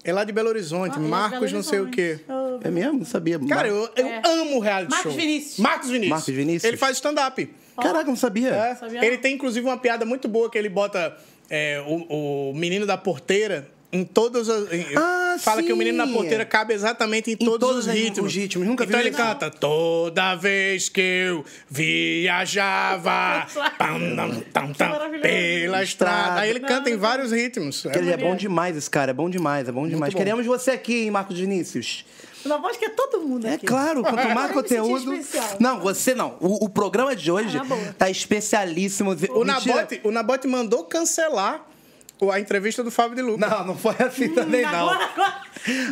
É lá de Belo Horizonte.
Ah, é,
Marcos, não sei o quê.
Belo Horizonte.
É mesmo? Não sabia.
Cara, eu, eu
É.
amo reality
Marcos
show.
Vinícius.
Marcos Vinícius.
Marcos Vinícius.
Ele faz stand-up.
Caraca, não sabia.
É.
Sabia
Ele
não.
tem, inclusive, uma piada muito boa que ele bota é, o, o menino da porteira em todas as. em-
Ah,
fala que o
sim.
menino da porteira cabe exatamente em,
todos
todos os
as-
ritmos.
os ritmos. Nunca vi
então ele
isso.
canta. Toda vez que eu viajava
Ah,
pam, tam,
Então,
tam, tam,
maravilhoso.
pela estrada. Aí ele canta em vários ritmos. É
Cara, ele é bom demais, esse cara. É bom demais, é bom demais.
bom.
Queremos você aqui, hein, Marcos Vinícius.
Na voz que é todo mundo
É
aqui.
claro, quanto mais
Eu me senti
conteúdo.
especial.
Não, você não. O, o programa de hoje
Ah, na boa.
tá especialíssimo.
O
Mentira.
Nabote, o Nabote mandou cancelar o- a entrevista do Fábio de Lucas.
Não, não foi assim também, não.
Agora, agora.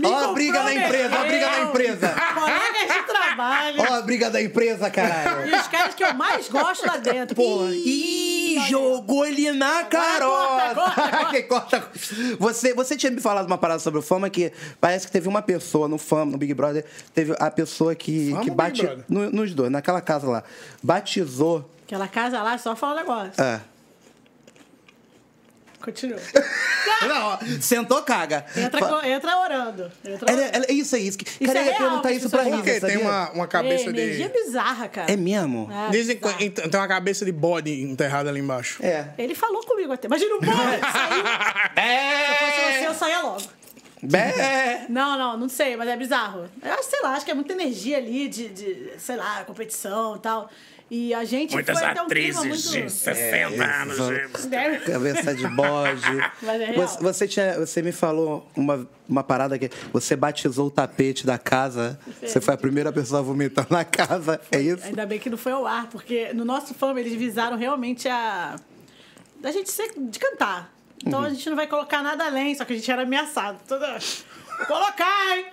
me
Ó a briga da empresa, ó a briga da
comprometeu.
empresa.
Colegas de trabalho.
Ó a briga da empresa, caralho.
E os caras que eu mais gosto lá dentro.
Porra.
Ih,
Ih, jogou ele na
corta,
carota.
corta,
Quem corta- Você, você tinha me falado uma parada sobre o Fama que parece que teve uma pessoa no Fama, no Big Brother, teve a pessoa que,
Fama
que
ou Big
bate
Brother?
no- nos dois, naquela casa lá, batizou.
Aquela casa lá, só fala um negócio.
É.
Continua.
Não, ó, sentou caga.
Entra,
Fa-
co- entra orando. Entra
Ela- ela- isso é isso. que- Cara,
é
eu ia
real,
perguntar isso pra
professor.
Rita,
Por
Porque
sabia?
tem uma, uma
é,
cabeça
energia
de.
bizarra, cara.
É mesmo?
Ah,
Dizem que
bizarro.
então, tem uma cabeça de bode enterrada ali embaixo.
É.
Ele falou comigo até. Imagina o bode saiu. Se eu fosse você, eu saía logo.
É. Bé.
Não, não, não sei, mas é bizarro. Eu acho, sei lá, acho que é muita energia ali de, de, sei lá, competição e tal. E a gente
Muitas
foi até um clima
atrizes
muito...
de 60 anos.
isso.
Deve-
Cabeça de bode.
Mas é real.
você, você tinha, você me falou uma, uma parada que você batizou o tapete da casa. Você foi a primeira pessoa a vomitar na casa. É isso?
Ainda bem que não foi ao ar, porque no nosso fama eles visaram realmente a. da gente ser. de cantar. Então
Uhum.
a gente não vai colocar nada além, só que a gente era ameaçado. Toda... Colocar, hein?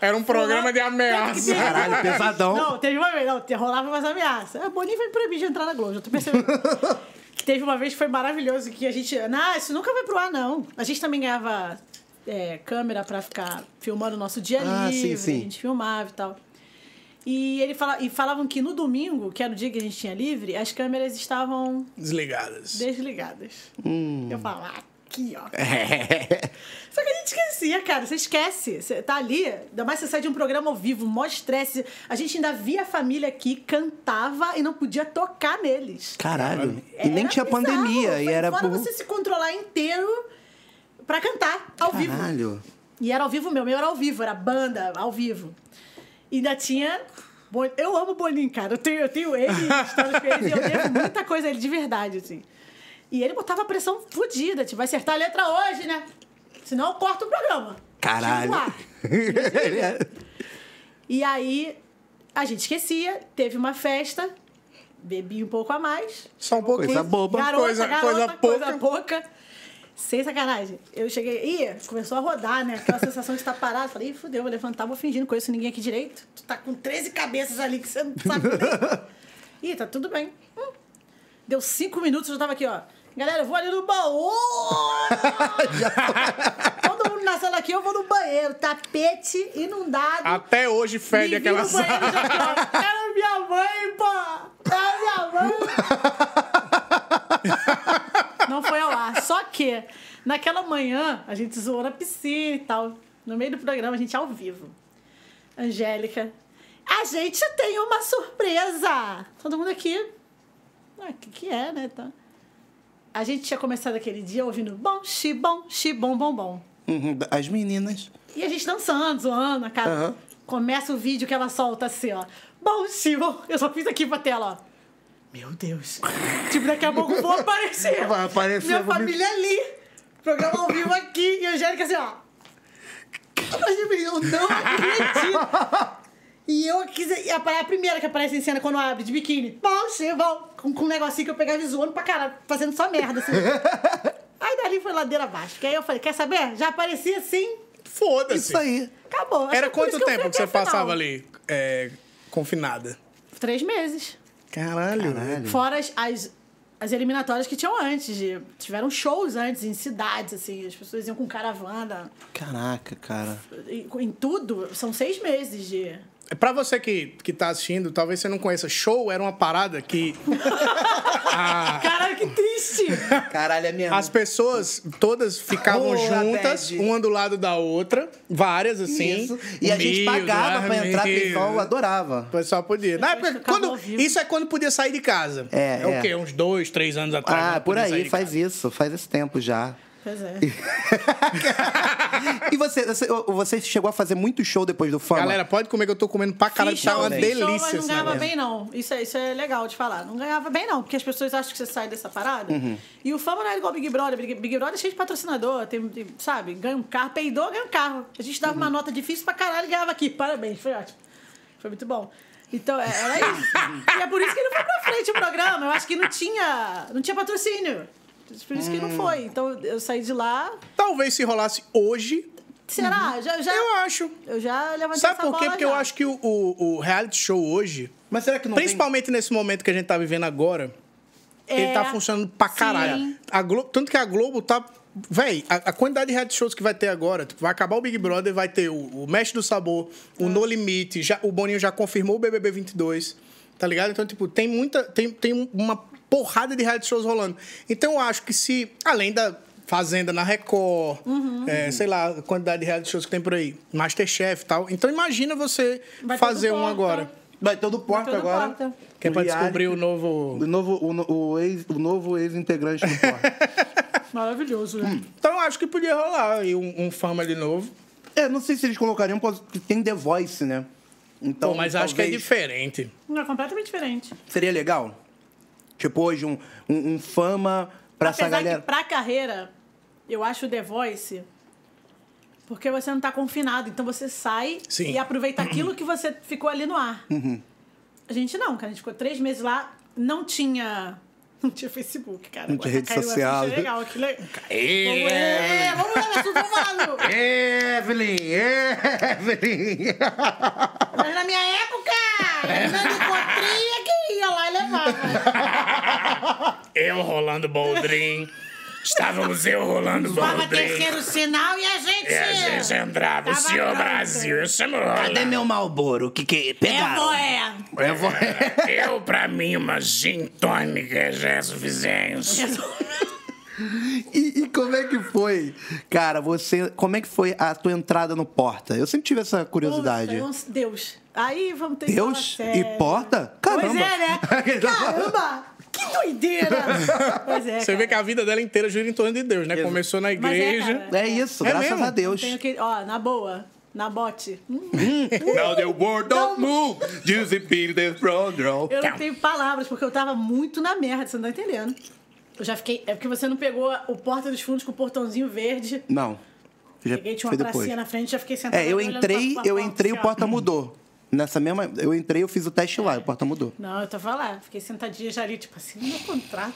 Era um programa de ameaça.
Caralho, pesadão.
Não, teve uma vez, não, te- rolava umas ameaças. A Boninho vai proibir de entrar na Globo, já tô percebendo. que teve uma vez que foi maravilhoso, que a gente. Ah, isso nunca vai pro ar, não. A gente também ganhava é, câmera pra ficar filmando o nosso dia
Ah, sim,
livre,
sim.
a gente filmava e tal. E, ele fala, e falavam que no domingo, que era o dia que a gente tinha livre, as câmeras estavam
Desligadas.
desligadas.
Hum.
Eu falava, "Ah, aqui, ó. Só que a gente esquecia, cara. Você esquece. Você tá ali, ainda mais você sai de um programa ao vivo, mó estresse. A gente ainda via a família aqui, cantava e não podia tocar neles.
Caralho. E nem
Era
tinha
bizarro.
pandemia. E
Foi
era
fora
por.
você se controlar inteiro pra cantar ao vivo.
Caralho.
E era ao vivo meu, meu era ao vivo, era banda, ao vivo. E ainda tinha Bo- Eu amo o Boninho, cara. Eu tenho, eu tenho ele, histórias com ele, e eu devo muita coisa a ele de verdade, assim. E ele botava pressão fodida, tipo, vai acertar a letra hoje, né? Senão eu corto o programa.
Caralho.
Tira do ar. E aí, a gente esquecia, teve uma festa, bebi um pouco a mais.
Só um pouquinho.
Coisa boba.
Garota,
coisa,
garota,
coisa pouca.
pouca. Sem sacanagem. Eu cheguei. Ih, começou a rodar, né? Aquela sensação de estar parado. Falei, "Ih, fudeu, vou levantar, vou fingir, não conheço ninguém aqui direito. Tu tá com 13 cabeças ali que você não sabe. nem." Ih, tá tudo bem. Hum. Deu cinco minutos, eu já tava aqui, ó. Galera, eu vou ali no baú! Todo mundo na sala aqui, eu vou no banheiro. Tapete inundado.
Até hoje fede
Me vi
aquela
no banheiro
sala.
e já falava, Era minha mãe, pô! Era minha mãe! Não foi ao ar. Só que, naquela manhã, a gente zoou na piscina e tal. No meio do programa, a gente ao vivo. Angélica, a gente tem uma surpresa! Todo mundo aqui. Ah, o que, que é, né? Tá. A gente tinha começado aquele dia ouvindo bom, xibom, xibom, bom, bom.
Uhum, As meninas.
E a gente dançando, zoando, a cara.
Aham.
Começa o vídeo que ela solta assim, ó. Bom, Simon, eu só fiz aqui pra tela, ó. Meu Deus. tipo, daqui a pouco vou aparecer.
Vai aparecer,
Minha
eu vou me-
família ali. Programa ao vivo aqui. E a Angélica assim, ó. tipo, Eu não acredito. E eu quis. e A a primeira que aparece em cena quando abre de biquíni. Bom, Simon. Com, com um negocinho que eu pegava e zoando pra caralho, fazendo só merda. Assim. aí dali foi ladeira abaixo. Porque aí eu falei, quer saber? Já apareci assim.
Foda-se.
Isso aí.
Acabou. Acho
Era
que é por
quanto
isso eu um.
tempo
fui
que você
até a final.
passava ali é, confinada?
Três meses.
Caralho.
Fora as, as, as eliminatórias que tinham antes. de- tiveram shows antes em cidades, assim. As pessoas iam com caravana.
Caraca, cara.
Em, em tudo, são seis meses de...
É, Pra você que, que tá assistindo, talvez você não conheça. Show era uma parada que Ah.
Caralho, que triste!
Caralho, é mesmo.
as pessoas todas ficavam
Ô,
juntas,
Abed.
uma do lado da outra, várias assim.
Isso. E a gente
Humilde, né?
pagava pra entrar,
humilde.
pessoal eu adorava.
O pessoal podia. Na
Depois
época,
que acabou
quando-
ao vivo.
isso é quando podia sair de casa.
É,
o
é.
quê? Uns dois, três anos atrás.
Ah,
quando
por
podia sair
aí,
de
faz
casa.
isso, faz esse tempo já.
Pois é.
E você, você, você chegou a fazer muito show depois do Fama?
Galera, pode comer que eu tô comendo pra caralho.
Fiz
Tá uma
show, fiz show, mas
delícia
não
esse
ganhava
negócio.
bem, não. Isso é, isso é legal de falar. Não ganhava bem, não, porque as pessoas acham que você sai dessa parada.
Uhum.
E o Fama não era igual Big Brother. Big, Big Brother é cheio de patrocinador, tem, tem- sabe? Ganha um carro, peidou, ganha um carro. A gente dava
Uhum.
uma nota difícil pra caralho e ganhava aqui. Parabéns, foi ótimo. Foi muito bom. Então, é- era isso. e é por isso que não foi pra frente o programa. Eu acho que não tinha, não tinha patrocínio. Por isso que não
Hum.
foi. Então, eu saí de lá.
Talvez se rolasse hoje,
Será? Já, já,
Uhum. eu acho.
eu já levantei
Sabe
essa
por quê?
bola
Porque
já.
eu acho que o, o- o reality show hoje,
mas será que não
principalmente nesse momento que a gente tá vivendo agora, ele
É.
tá funcionando pra caralho.
Sim.
A Globo, tanto que a Globo tá. Véi, a, a quantidade de reality shows que vai ter agora, tipo, vai acabar o Big Brother, vai ter o, o Mestre do Sabor,
É.
o No Limite, já, o Boninho já confirmou o BBB 22, tá ligado? Então, tipo, tem muita. Tem, tem uma porrada de reality shows rolando. Então, eu acho que se. Além da Fazenda na Record,
Uhum.
é, sei lá, a quantidade de reality shows que tem por aí, Masterchef e tal. Então, imagina você
Vai ter tá?
fazer
do
um
Porta.
agora.
tem? Vai todo porta
Vai todo
agora.
Porta.
Que é
O
pra
Um reality-
descobrir o novo.
O novo, o, no- o ex, o novo ex-integrante do porta.
Maravilhoso, né?
Então eu acho que podia rolar aí um, um fama de novo.
é, não sei se eles colocariam, porque tem The Voice, né? Então,
Pô, mas acho que é
talvez
diferente.
Não, é completamente diferente.
Seria legal? Tipo, hoje, um, um, um fama pra essa
Apesar
galera.
que pra carreira, eu acho o The Voice. Porque você não tá confinado, então você sai
Sim.
e aproveita aquilo que você ficou ali no ar.
Uhum.
A gente não, cara. A gente ficou três meses lá, não tinha. Não tinha Facebook, cara.
Não
Agora
tinha rede
caiu a
social.
ficha Legal, que legal.
Evelyn.
É, vamos lá, meu assunto, vamos lá, meu.
Evelyn! Evelyn!
Mas na minha época, Hernando Cotrinha que ia lá e levava.
Eu rolando boldrin. Estávamos eu rolando
Dava
boldrin.
terceiro sinal e a gente. é
E a gente entrava. O
Tava
senhor
pronto.
Brasil, eu chamo
Cadê
rola.
É meu Malboro? Que que
É,
pegaram?
boé.
Eu vou...
Eu, pra mim, uma gin tônica já é suficiente.
e, e como é que foi? Cara, você... Como é que foi a tua entrada no Porta? Eu sempre tive essa curiosidade.
Nossa, é Deus. Aí vamos ter que
Deus
falar
e
sério.
Porta? Caramba!
Pois é, né?
tá
Caramba! Que doideira! Pois é.
Você vê que a vida dela inteira gira em torno de Deus, né? Começou na
Mas é,
igreja.
cara.
É isso,
É
graças
mesmo?
a Deus.
Tenho que... Ó, na boa. Na bote. Hum,
Now the world don't move. Juicy Peter from drone.
eu não tenho palavras, porque eu tava muito na merda, você não tá entendendo. Eu já fiquei. É porque você não pegou o porta dos fundos com o portãozinho verde.
Não. Já
Peguei, tinha
foi
uma
depois.
pracinha na frente, já fiquei sentada.
É, eu
olhando
entrei,
pra- pra
eu entrei, o
assim, ó.
porta mudou. Nessa mesma. Eu entrei, eu fiz o teste lá, o porta mudou.
Não, eu tava lá. Fiquei sentadinha já ali, tipo assim, meu contrato.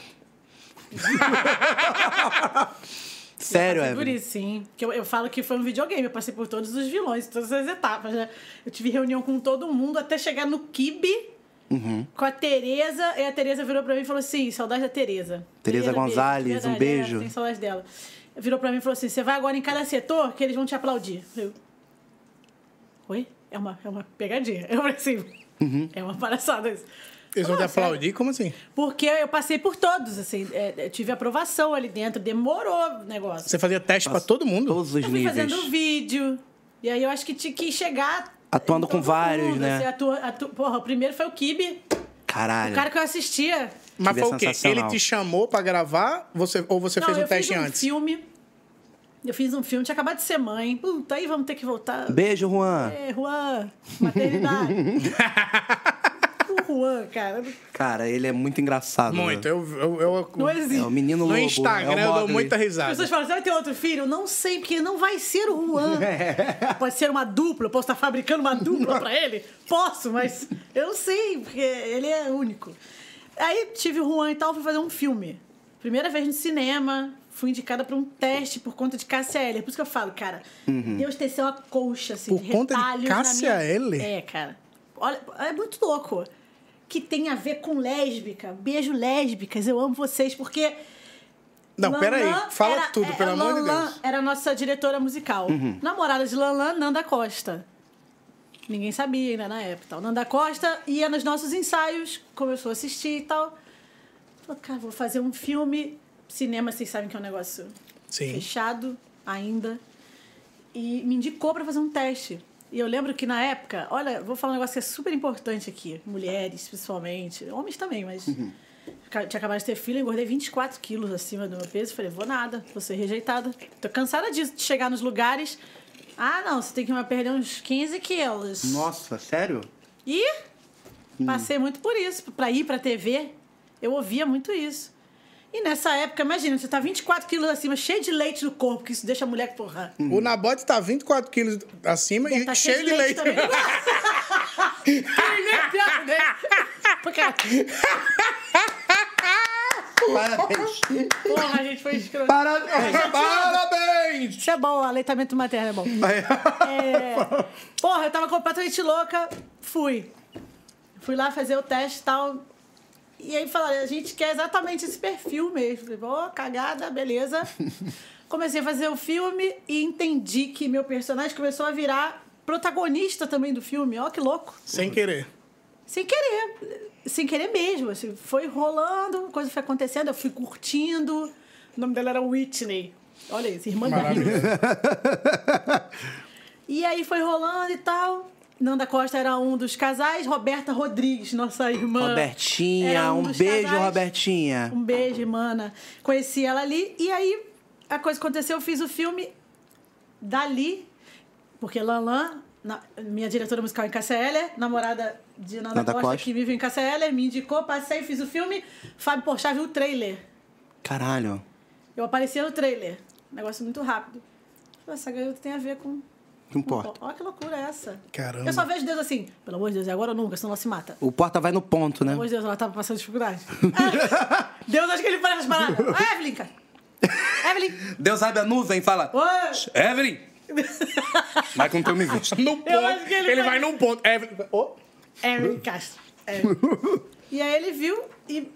Sério,
Eu passei Por
Evelyn?
tá isso, sim. Porque eu, eu falo que foi um videogame. Eu passei por todos os vilões, todas as etapas. Né? Eu tive reunião com todo mundo até chegar no Kibe.
Uhum.
Com a Tereza, e a Tereza virou pra mim e falou assim: saudade da Tereza.
Tereza Gonzalez, um beijo.
Tem saudade dela. Virou pra mim e falou assim: você vai agora em cada setor que eles vão te aplaudir. Eu, Oi? É uma, é uma pegadinha. Eu falei assim:
Uhum.
é uma palhaçada isso.
Eles vão te
Não, sério.
aplaudir? Como assim?
Porque eu passei por todos, assim, é, é, tive aprovação ali dentro, demorou o negócio.
Você fazia teste pra todo mundo?
Todos os
Eu fui
níveis.
fazendo um vídeo. E aí eu acho que tinha que chegar.
Atuando
em
com
todo
vários,
mundo,
né? É.
assim, atua- atu- Porra, o primeiro foi o Kibe,
Caralho.
o cara que eu assistia.
Mas
Que
foi o quê?
sensacional.
Ele te chamou pra gravar você, ou você
Não,
fez um
eu
teste
fiz um
antes?
filme. Eu fiz um filme, tinha acabado de ser mãe. Puta, aí vamos ter que voltar.
Beijo, Juan.
É, Juan, maternidade. o Juan, cara.
Cara, ele é muito engraçado. né?
Muito. Eu, eu, eu-
Não existe.
É o menino
no
lobo.
Instagram
é o
eu dou
Mogli.
muita
As
risada.
pessoas falam, você vai ter outro filho? Eu não sei, porque não vai ser o Juan. Pode ser uma dupla, eu posso estar fabricando uma dupla pra ele? Posso, mas eu não sei, porque ele é único. Aí tive o Juan e tal, fui fazer um filme. Primeira vez no cinema, fui indicada pra um teste por conta de Cássia Eller. Por isso que eu falo, cara, Deus teceu a colcha, assim,
Uhum. Por
de
conta de
retalhos
Cássia
na minha...
Eller?
É, cara. Olha, é muito louco. Que tem a ver com lésbica. Beijo, lésbicas. Eu amo vocês, porque...
Não,
Lanlan
peraí. Fala
era-
tudo,
é,
pelo
a
amor de
Lanlan
Deus. Uhum.
Era a nossa diretora musical. Namorada de Lanlan, Nanda Costa. Ninguém sabia ainda na época. e Tal. Nanda Costa ia nos nossos ensaios, começou a assistir e tal. Falou, cara, vou fazer um filme. Cinema, vocês sabem que é um negócio
Sim.
fechado ainda. E me indicou pra fazer um teste. E eu lembro que na época, olha, vou falar um negócio que é super importante aqui. Mulheres, principalmente. Homens também, mas. Ca- Tinha acabado de ter filho, engordei 24 quilos acima do meu peso. Falei, vou nada, vou ser rejeitada. Tô cansada disso, de chegar nos lugares. Ah, não, você tem que perder uns 15 quilos.
Nossa, sério?
E passei muito por isso. Pra ir pra TV, eu ouvia muito isso. E nessa época, imagina, você tá 24 quilos acima, cheio de leite no corpo, que isso deixa a mulher porra.
O Nabote tá 24 quilos acima e
Tá
cheio de leite.
também. Primeiro piada dele. né? Porque,
Parabéns.
Porra, a gente foi escroto.
Parabéns.
Parabéns!
Isso é bom, aleitamento materno é bom. É, Porra, eu tava completamente louca, fui. Fui lá fazer o teste e tal. E aí falaram, a gente quer exatamente esse perfil mesmo. Falei, ó, cagada, beleza. Comecei a fazer o filme e entendi que meu personagem começou a virar protagonista também do filme. Ó, que louco.
Sem querer.
Sem querer, sem querer mesmo. Assim, foi rolando, coisa foi acontecendo, eu fui curtindo. O nome dela era Whitney. Olha isso, irmã da
Maravilhoso.
E aí foi rolando e tal. Nanda Costa era um dos casais, Roberta Rodrigues, nossa irmã.
Robertinha,
era
um
dos
beijo,
casais.
Robertinha.
Um beijo, mana. Conheci ela ali. E aí a coisa aconteceu, eu fiz o filme dali, porque Lanlan, na- minha diretora musical em Cássia Eller, namorada de Nanda,
Nanda
Costa,
Costa.
que vive em Cássia Eller, me indicou, passei, fiz o filme. Fábio Porchat viu o trailer.
Caralho.
Eu aparecia no trailer. Negócio muito rápido. Falei, Essa garota tem a ver com.
Não importa.
Olha que loucura é essa.
Caramba.
Eu só vejo Deus assim, pelo amor de Deus, é agora ou nunca, senão ela se mata.
O porta vai no ponto, né?
Pelo amor de Deus, ela tava passando dificuldade. Deus, acho que ele faz as palavras. Ah, Evelyn, cara. Evelyn.
Deus abre a nuvem e fala:
Oi.
Evelyn! Vai com teu me visto.
Num ponto,
Eu acho que
ele,
ele
vai
vai-
num ponto. É, oh,
Evelyn Castro. Evelyn. e aí ele viu e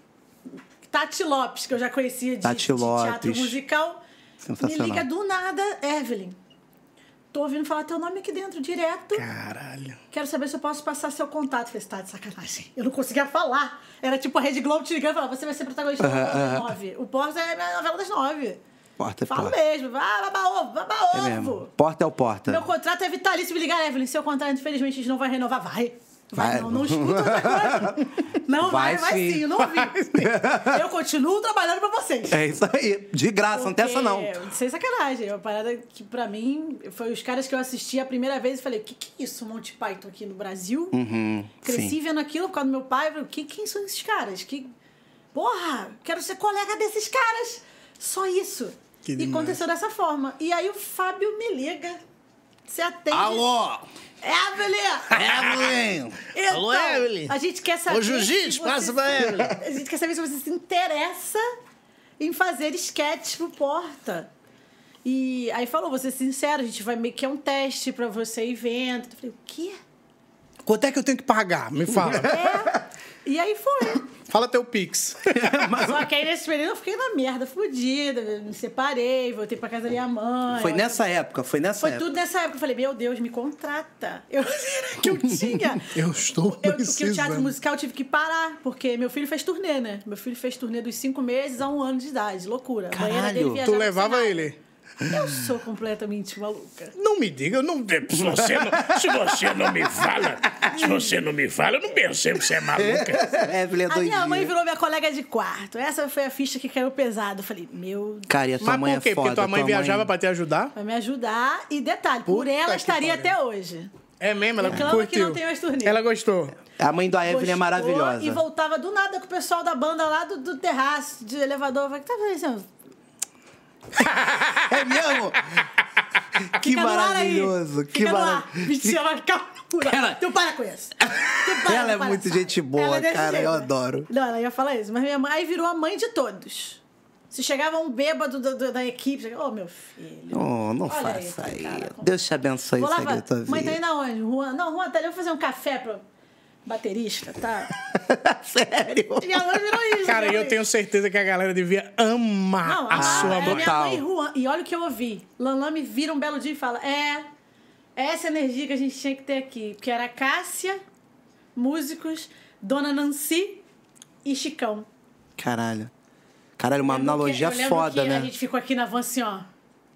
Tati Lopes, que eu já conhecia de,
Tati
de teatro
Lopes.
musical, me
Sensacional.
liga do nada, Evelyn. Tô ouvindo falar teu nome aqui dentro, direto.
caralho.
Quero saber se eu posso passar seu contato. Falei, você tá de sacanagem. Eu não conseguia falar. Era tipo a Rede Globo te ligando e falando, você vai ser protagonista da novela das nove. O Porta é a novela das nove.
Porta é
Falo
porta.
mesmo. Ah, baba ovo, baba
É
ovo.
mesmo. Porta é o porta.
Meu contrato é vitalício. Me ligar, Evelyn. Seu contrato, infelizmente, a gente não vai renovar. Vai. Vai,
Vai.
não, não escuta outra coisa. Não
Vai
vai, vai
sim.
sim, eu não vi. Eu continuo trabalhando pra vocês.
É isso aí. De graça, não tem essa não.
Porque, Sem sacanagem. É uma parada que, pra mim, foi os caras que eu assisti a primeira vez e falei: o que, que é isso, Monty Python aqui no Brasil? Cresci
Uhum, sim.
vendo aquilo por causa do meu pai. Falei, que, quem são esses caras? Que... Porra, quero ser colega desses caras. Só isso.
Que
e
demais.
aconteceu dessa forma. E aí o Fábio me liga. Você atende. É,
Alô!
Evelyn!
É,
Evelyn!
Então,
Alô, Evelyn!
A gente quer saber.
Ô, Jiu-Jitsu,
se você
passa pra
se-
Evelyn.
A gente quer saber se você se interessa em fazer sketch pro Porta. E aí falou, vou ser sincero, a gente vai meio que é um teste pra você ir vendo. Eu falei, o quê?
Quanto é que eu tenho que pagar? Me fala.
É. E aí foi.
fala teu Pix.
Só que aí nesse período eu fiquei na merda, fodida, me separei, voltei pra casa da minha mãe.
Foi
Eu-
nessa época, foi nessa
Foi
época.
tudo nessa época. Eu falei, meu Deus, me contrata. Eu será que eu tinha.
Eu estou
Eu, porque o teatro
precisando.
musical eu tive que parar, porque meu filho fez turnê, né? Meu filho fez turnê dos cinco meses a um ano de idade. Loucura. A banheira
Caralho. Tu
dele
Tu
viajava no
levava
cenário.
ele.
Eu sou completamente maluca.
É
Não me diga, eu não.
Se você, não, se você não me fala, se você não me fala, eu não percebo que você é maluca.
Evelyn é
A minha mãe
doidinha.
virou minha colega de quarto. Essa foi a ficha que caiu pesado. Eu falei, meu
Cara, e a tua
Mas
mãe
por quê?
é foda.
Porque tua mãe viajava pra te ajudar?
vai me ajudar. E detalhe, por
Puta
ela
que
estaria
pariu.
até hoje.
É mesmo, ela
Reclama que
curtiu.
não tem mais turnê.
Ela gostou.
A mãe da Evelyn é
Gostou
maravilhosa.
E voltava do nada com o pessoal da banda lá do, do terraço, de elevador. Eu falei, o que tá fazendo?
É mesmo? que
Fica no ar aí.
maravilhoso. Que
Fica no ar.
maravilhoso.
Mentira, vai ficar pura.
Cara-
Tu para com isso. Tu para,
Ela
tu
é
para,
muito
para.
gente boa,
Ela é desse
cara, eu
né?
adoro.
Não, ela ia falar isso. Mas minha mãe aí virou a mãe de todos. Se chegava um bêbado do- do- da equipe, chegava, ô, meu filho.
Oh, não é
Olha
faça
aí,
aí.
cara, como-
Deus te abençoe,
Vou lá,
segue a tua
Mãe, tá
vida.
indo aonde? Juan? Não, Juan, tá ali, eu vou fazer um café pro baterista, tá?
Sério?
Minha mãe virou isso.
Cara,
minha
e eu
mãe.
tenho certeza que a galera devia amar
Não,
a sua
é
mãe.
minha
total.
mãe e Juan. E olha o que eu ouvi. Lanlan me vira um belo dia e fala: É, é essa energia que a gente tinha que ter aqui. Porque era Cássia, músicos, Dona Nancy e Chicão.
Caralho. Caralho, uma
Lembro que- eu
analogia
lembro
foda,
que
né?
A gente ficou aqui na van assim, ó.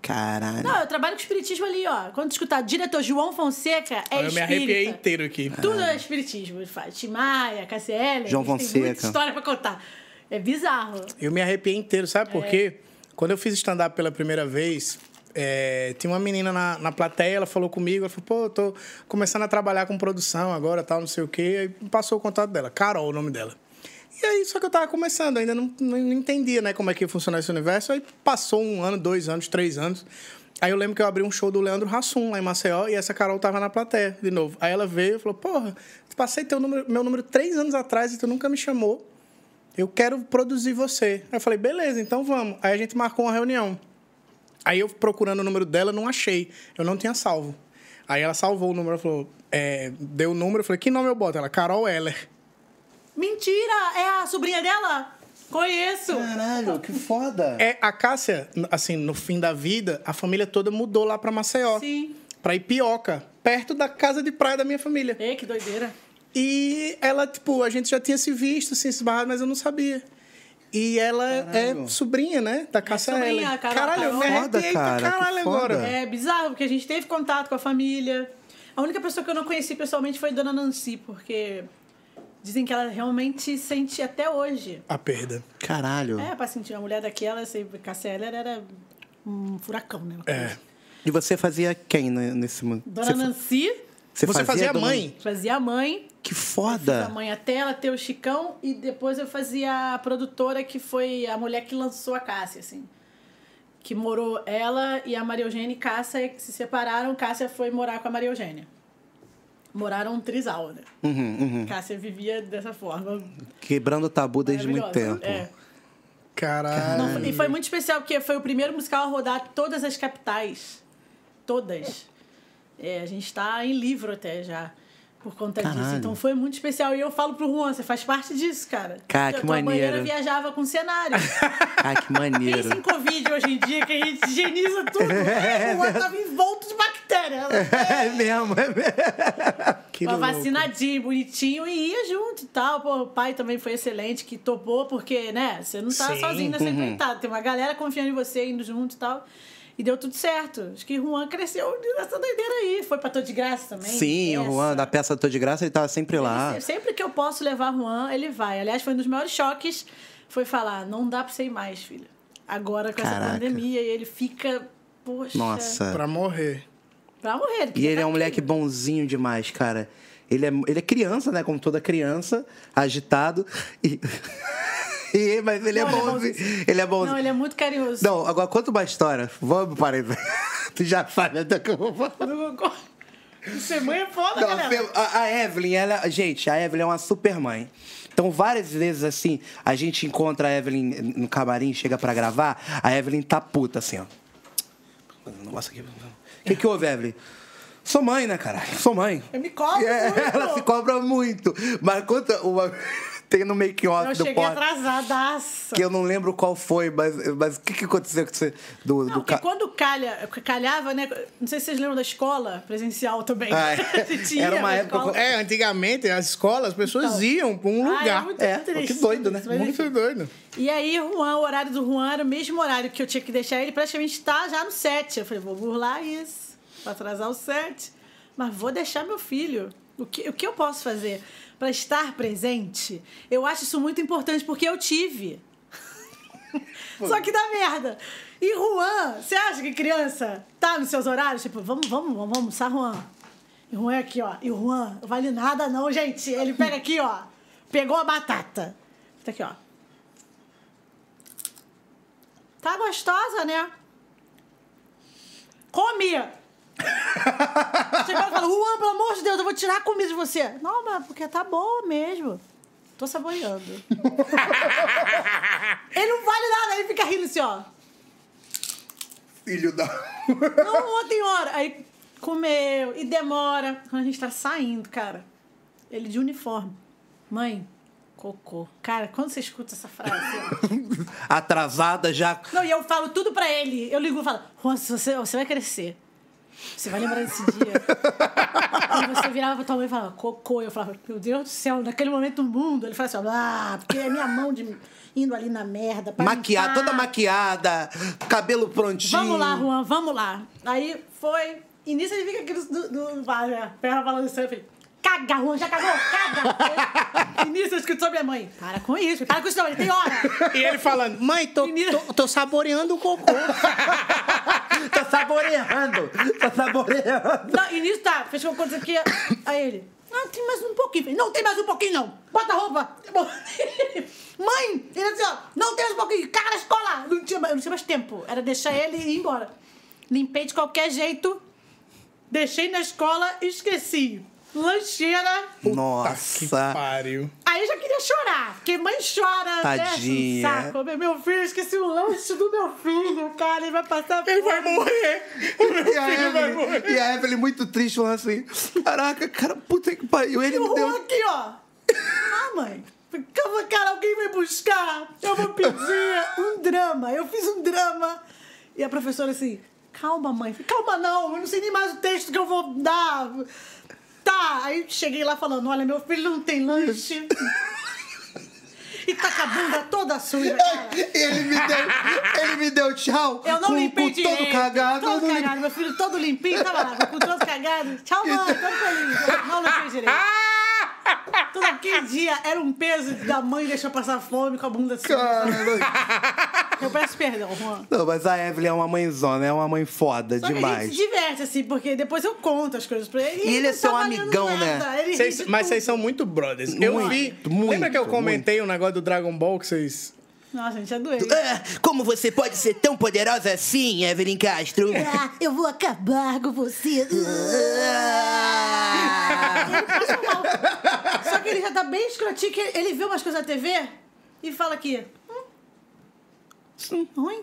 Caralho.
Não, eu trabalho com espiritismo ali, ó. Quando tu escutar diretor João Fonseca, é
eu me arrepiei
espírita.
inteiro aqui.
Tudo é espiritismo. Ele fala Tim Maia, KCL.
João
Tem muita
Fonseca.
história pra contar. É bizarro.
Eu me arrepiei inteiro, sabe por quê? Quando eu fiz stand-up pela primeira vez, é, tinha uma menina na, na plateia, ela falou comigo, ela falou, pô, eu tô começando a trabalhar com produção agora, tal, não sei o quê. Aí passou o contato dela, Carol, o nome dela. E aí, só que eu tava começando, ainda não, não, não entendia, né, como é que ia funcionar esse universo. Aí passou um ano, dois anos, três anos. Aí eu lembro que eu abri um show do Leandro Hassum lá em Maceió e essa Carol tava na plateia de novo. Aí ela veio e falou, porra, passei teu número, meu número três anos atrás e tu nunca me chamou. Eu quero produzir você. Aí eu falei, beleza, então vamos. Aí a gente marcou uma reunião. Aí eu procurando o número dela, não achei. Eu não tinha salvo. Aí ela salvou o número, ela falou, é, deu o número, eu falei, que nome eu boto? Ela, Carol Heller.
Mentira! É a sobrinha dela? Conheço!
Caralho, que foda.
É, a Cássia, n- assim, no fim da vida, a família toda mudou lá pra
É,
Maceió.
Sim.
Pra Ipioca, perto da casa de praia da minha família.
Ei, que doideira.
E ela, tipo, a gente já tinha se visto, assim, se barrado, mas eu não sabia. E ela
Caralho.
é sobrinha, né? Da Cássia
sobrinha,
Eller.
Carol,
Caralho, eu
Carol.
me
Foda,
arrepiei pra
cara, que
caralho
foda.
agora.
É bizarro, porque a gente teve contato com a família. A única pessoa que eu não conheci pessoalmente foi Dona Nancy, porque dizem que ela realmente sente até hoje.
A perda.
Caralho.
É, pra sentir uma mulher daquela, assim, Cassia Eller era um furacão, né?
É.
E você fazia quem ne- nesse mundo?
Dona
você, fa-
Nancy
Você fazia a
Dona-
mãe.
fazia a mãe,
Que
a
foda.
mãe até ela ter o Chicão, e depois eu fazia a produtora que foi a mulher que lançou a Cássia, assim. Que morou ela e a Maria Eugênia e Cássia que se separaram. Cássia foi morar com a Maria Eugênia. Moraram um trisal, né?
Uhum,
Cássia vivia dessa forma.
Quebrando o tabu desde muito
maravilhosa.
tempo.
É.
Caralho.
É.
Não, e foi muito especial, porque foi o primeiro musical a rodar todas as capitais. Todas. É, a gente está em livro até já, por conta disso.
Caralho.
Então foi muito especial. E eu falo pro Juan, você faz parte disso, cara.
Cara, que
Tua banheira
maneiro.
viajava com cenário.
Ai, que maneiro.
Pensa em Covid hoje em dia, que a gente higieniza tudo. o Juan tava envolto de bactéria.
É mesmo, é mesmo.
Que
Uma
louco.
vacinadinho, bonitinho, e ia junto e tal. Pô, o pai também foi excelente, que topou, porque, né, você não tá
Sim.
Uhum.
sozinho nessa empreitada. Tem uma galera confiando em você, indo junto e tal. E deu tudo certo. Acho que Juan cresceu nessa doideira aí. Foi pra Tô de Graça também.
Sim, o
Essa.
Juan, da peça Tô de Graça, ele tava sempre lá.
Se- Sempre que eu posso levar Juan, ele vai. Aliás, foi um dos maiores choques. Foi falar, não dá pra você ir mais, filho. Agora com
Caraca.
essa pandemia. E ele fica, poxa.
Nossa.
Pra morrer.
Pra morrer.
E
queria
ele é
estar
um moleque
aqui.
bonzinho demais, cara. Ele é, ele é criança, né? Como toda criança, agitado. E... e- mas ele é
Não, ele é
bonzinho.
bonzinho.
Ele é bonzinho.
Não, ele é muito carinhoso.
Não, agora conta uma história. Vamos, parei. tu já sabe até que eu vou falar.
Não concordo. Ser mãe é foda,
Não,
galera.
pelo- a, a Evelyn, ela. Gente, a Evelyn é uma super mãe. Então, várias vezes, assim, a gente encontra a Evelyn no camarim, chega pra gravar, a Evelyn tá puta, assim, ó. Um negócio aqui. O que, que houve, Evelyn? Sou mãe, né, cara? Sou mãe.
Eu me cobro
É,
muito.
Ela se cobra muito. Mas conta uma. Tem no
Eu
make-off do
cheguei
pó.
atrasadaça.
Que eu não lembro qual foi, mas, mas o que, que aconteceu com você? Do,
Não,
do
porque
ca-
quando calha, calhava, né? Não sei se vocês lembram da escola presencial também.
Ah,
A gente ia
era uma
pra
época
escola.
É, antigamente, as escolas, as pessoas
Então.
iam pra um
Ah,
lugar.
é muito
É,
triste
que doido, né?
isso, mas
muito doido.
E aí, Juan, o horário do Juan era o mesmo horário que eu tinha que deixar ele, praticamente tá já no set. Eu falei, vou burlar isso, vou atrasar o set, mas vou deixar meu filho. O que, o que eu posso fazer para estar presente? Eu acho isso muito importante, porque eu tive. Só que dá merda. E Juan, você acha que criança tá nos seus horários? Tipo, vamos, vamos, vamos almoçar, Juan. E Juan é aqui, ó. E o Juan, vale nada não, gente. Ele pega aqui, ó. Pegou a batata. Tá aqui, ó. Tá gostosa, né? Come! Chegou e falou, Juan, pelo amor de Deus, eu vou tirar a comida de você. Não, mas porque tá boa mesmo. Tô saboreando. ele não vale nada, ele fica rindo assim, ó.
Filho da.
Não, ontem hora. Aí comeu e demora. Quando a gente tá saindo, cara, ele de uniforme. Mãe, cocô. Cara, quando você escuta essa frase, assim, ó.
Atrasada já.
Não, e eu falo tudo pra ele. Eu ligo e falo, Juan, se você, você vai crescer. Você vai lembrar desse dia. Aí você virava pra tua mãe e falava, cocô. Eu falava, meu Deus do céu, naquele momento do mundo. Ele fala assim, ah, porque é minha mão de indo ali na merda. pra
Maquiada,
limpar.
toda maquiada, cabelo prontinho.
Vamos lá, Juan, vamos lá. Aí foi. E nisso ele fica aqui no, no, no bar, né? Perna balançando. Eu falei, caga, Juan, já cagou, caga. e nisso eu escuto sobre minha mãe. Para com isso, para com isso, não, ele tem hora.
E ele falando, mãe, tô,
Menina.
tô, tô saboreando o cocô.
Tá saboreando. Tá saboreando.
Não, e nisso tá, fechou uma coisa aqui. Aí ele, ah, tem mais um pouquinho. Falei, não tem mais um pouquinho, não. Bota a roupa. Mãe, ele assim, ó, não tem mais um pouquinho. Cara, na escola. Não tinha, mais- eu não tinha mais tempo. Era deixar ele e ir embora. Limpei de qualquer jeito. Deixei na escola e esqueci. Lancheira.
Tá, Que
Nossa.
pariu.
Aí eu já queria chorar, porque mãe chora,
Tadinha.
né? Um saco. Meu filho, esqueci o lanche do meu filho, cara. Ele vai passar
Ele vai morrer. O meu
E a,
filho vai morrer.
Evelyn, e a Evelyn muito triste, falando assim: Caraca, cara, puta que pariu. Ele
E
me
o Juan
deu.
aqui, ó. Ah, mãe. Calma, cara, alguém vai buscar. Eu vou pedir um drama. Eu fiz um drama. E a professora assim, calma, mãe. Eu falei, Calma, não. Eu não sei nem mais o texto que eu vou dar. Tá. Aí cheguei lá falando, olha, meu filho não tem lanche. E tá com a bunda toda suja,
É
cara.
Ele me deu, ele me deu tchau.
Eu não
com,
limpei
com
direito.
todo cagado. eu
Todo
não limpei.
cagado. Meu filho todo limpinho, tava lá, com todo cagado. Tchau, mãe. Todo feliz. Eu Não limpei direito. Todo aquele dia era um peso da mãe deixar passar fome com a bunda suja.
Cara,
Eu peço perdão, Juan.
não, mas a Evelyn é uma mãezona, é uma mãe foda
Só que a
demais.
gente se diverte, assim, porque depois eu conto as coisas pra ele.
E ele é
não
seu
tá valendo
amigão, né?
nada. Ele ri
Vocês-
de
mas
tudo.
vocês são muito brothers. eu
Muito,
vi.
muito,
lembra que eu comentei um negócio do Dragon Ball que vocês.
Nossa, gente, é doente.
Ah, como você pode ser tão poderosa assim, Evelyn Castro?
Ah, eu vou acabar com você.
Ah.
Ele passa mal. Só que ele já tá bem escrotinho, que ele vê umas coisas na TV e fala aqui. Hum, hum, ruim.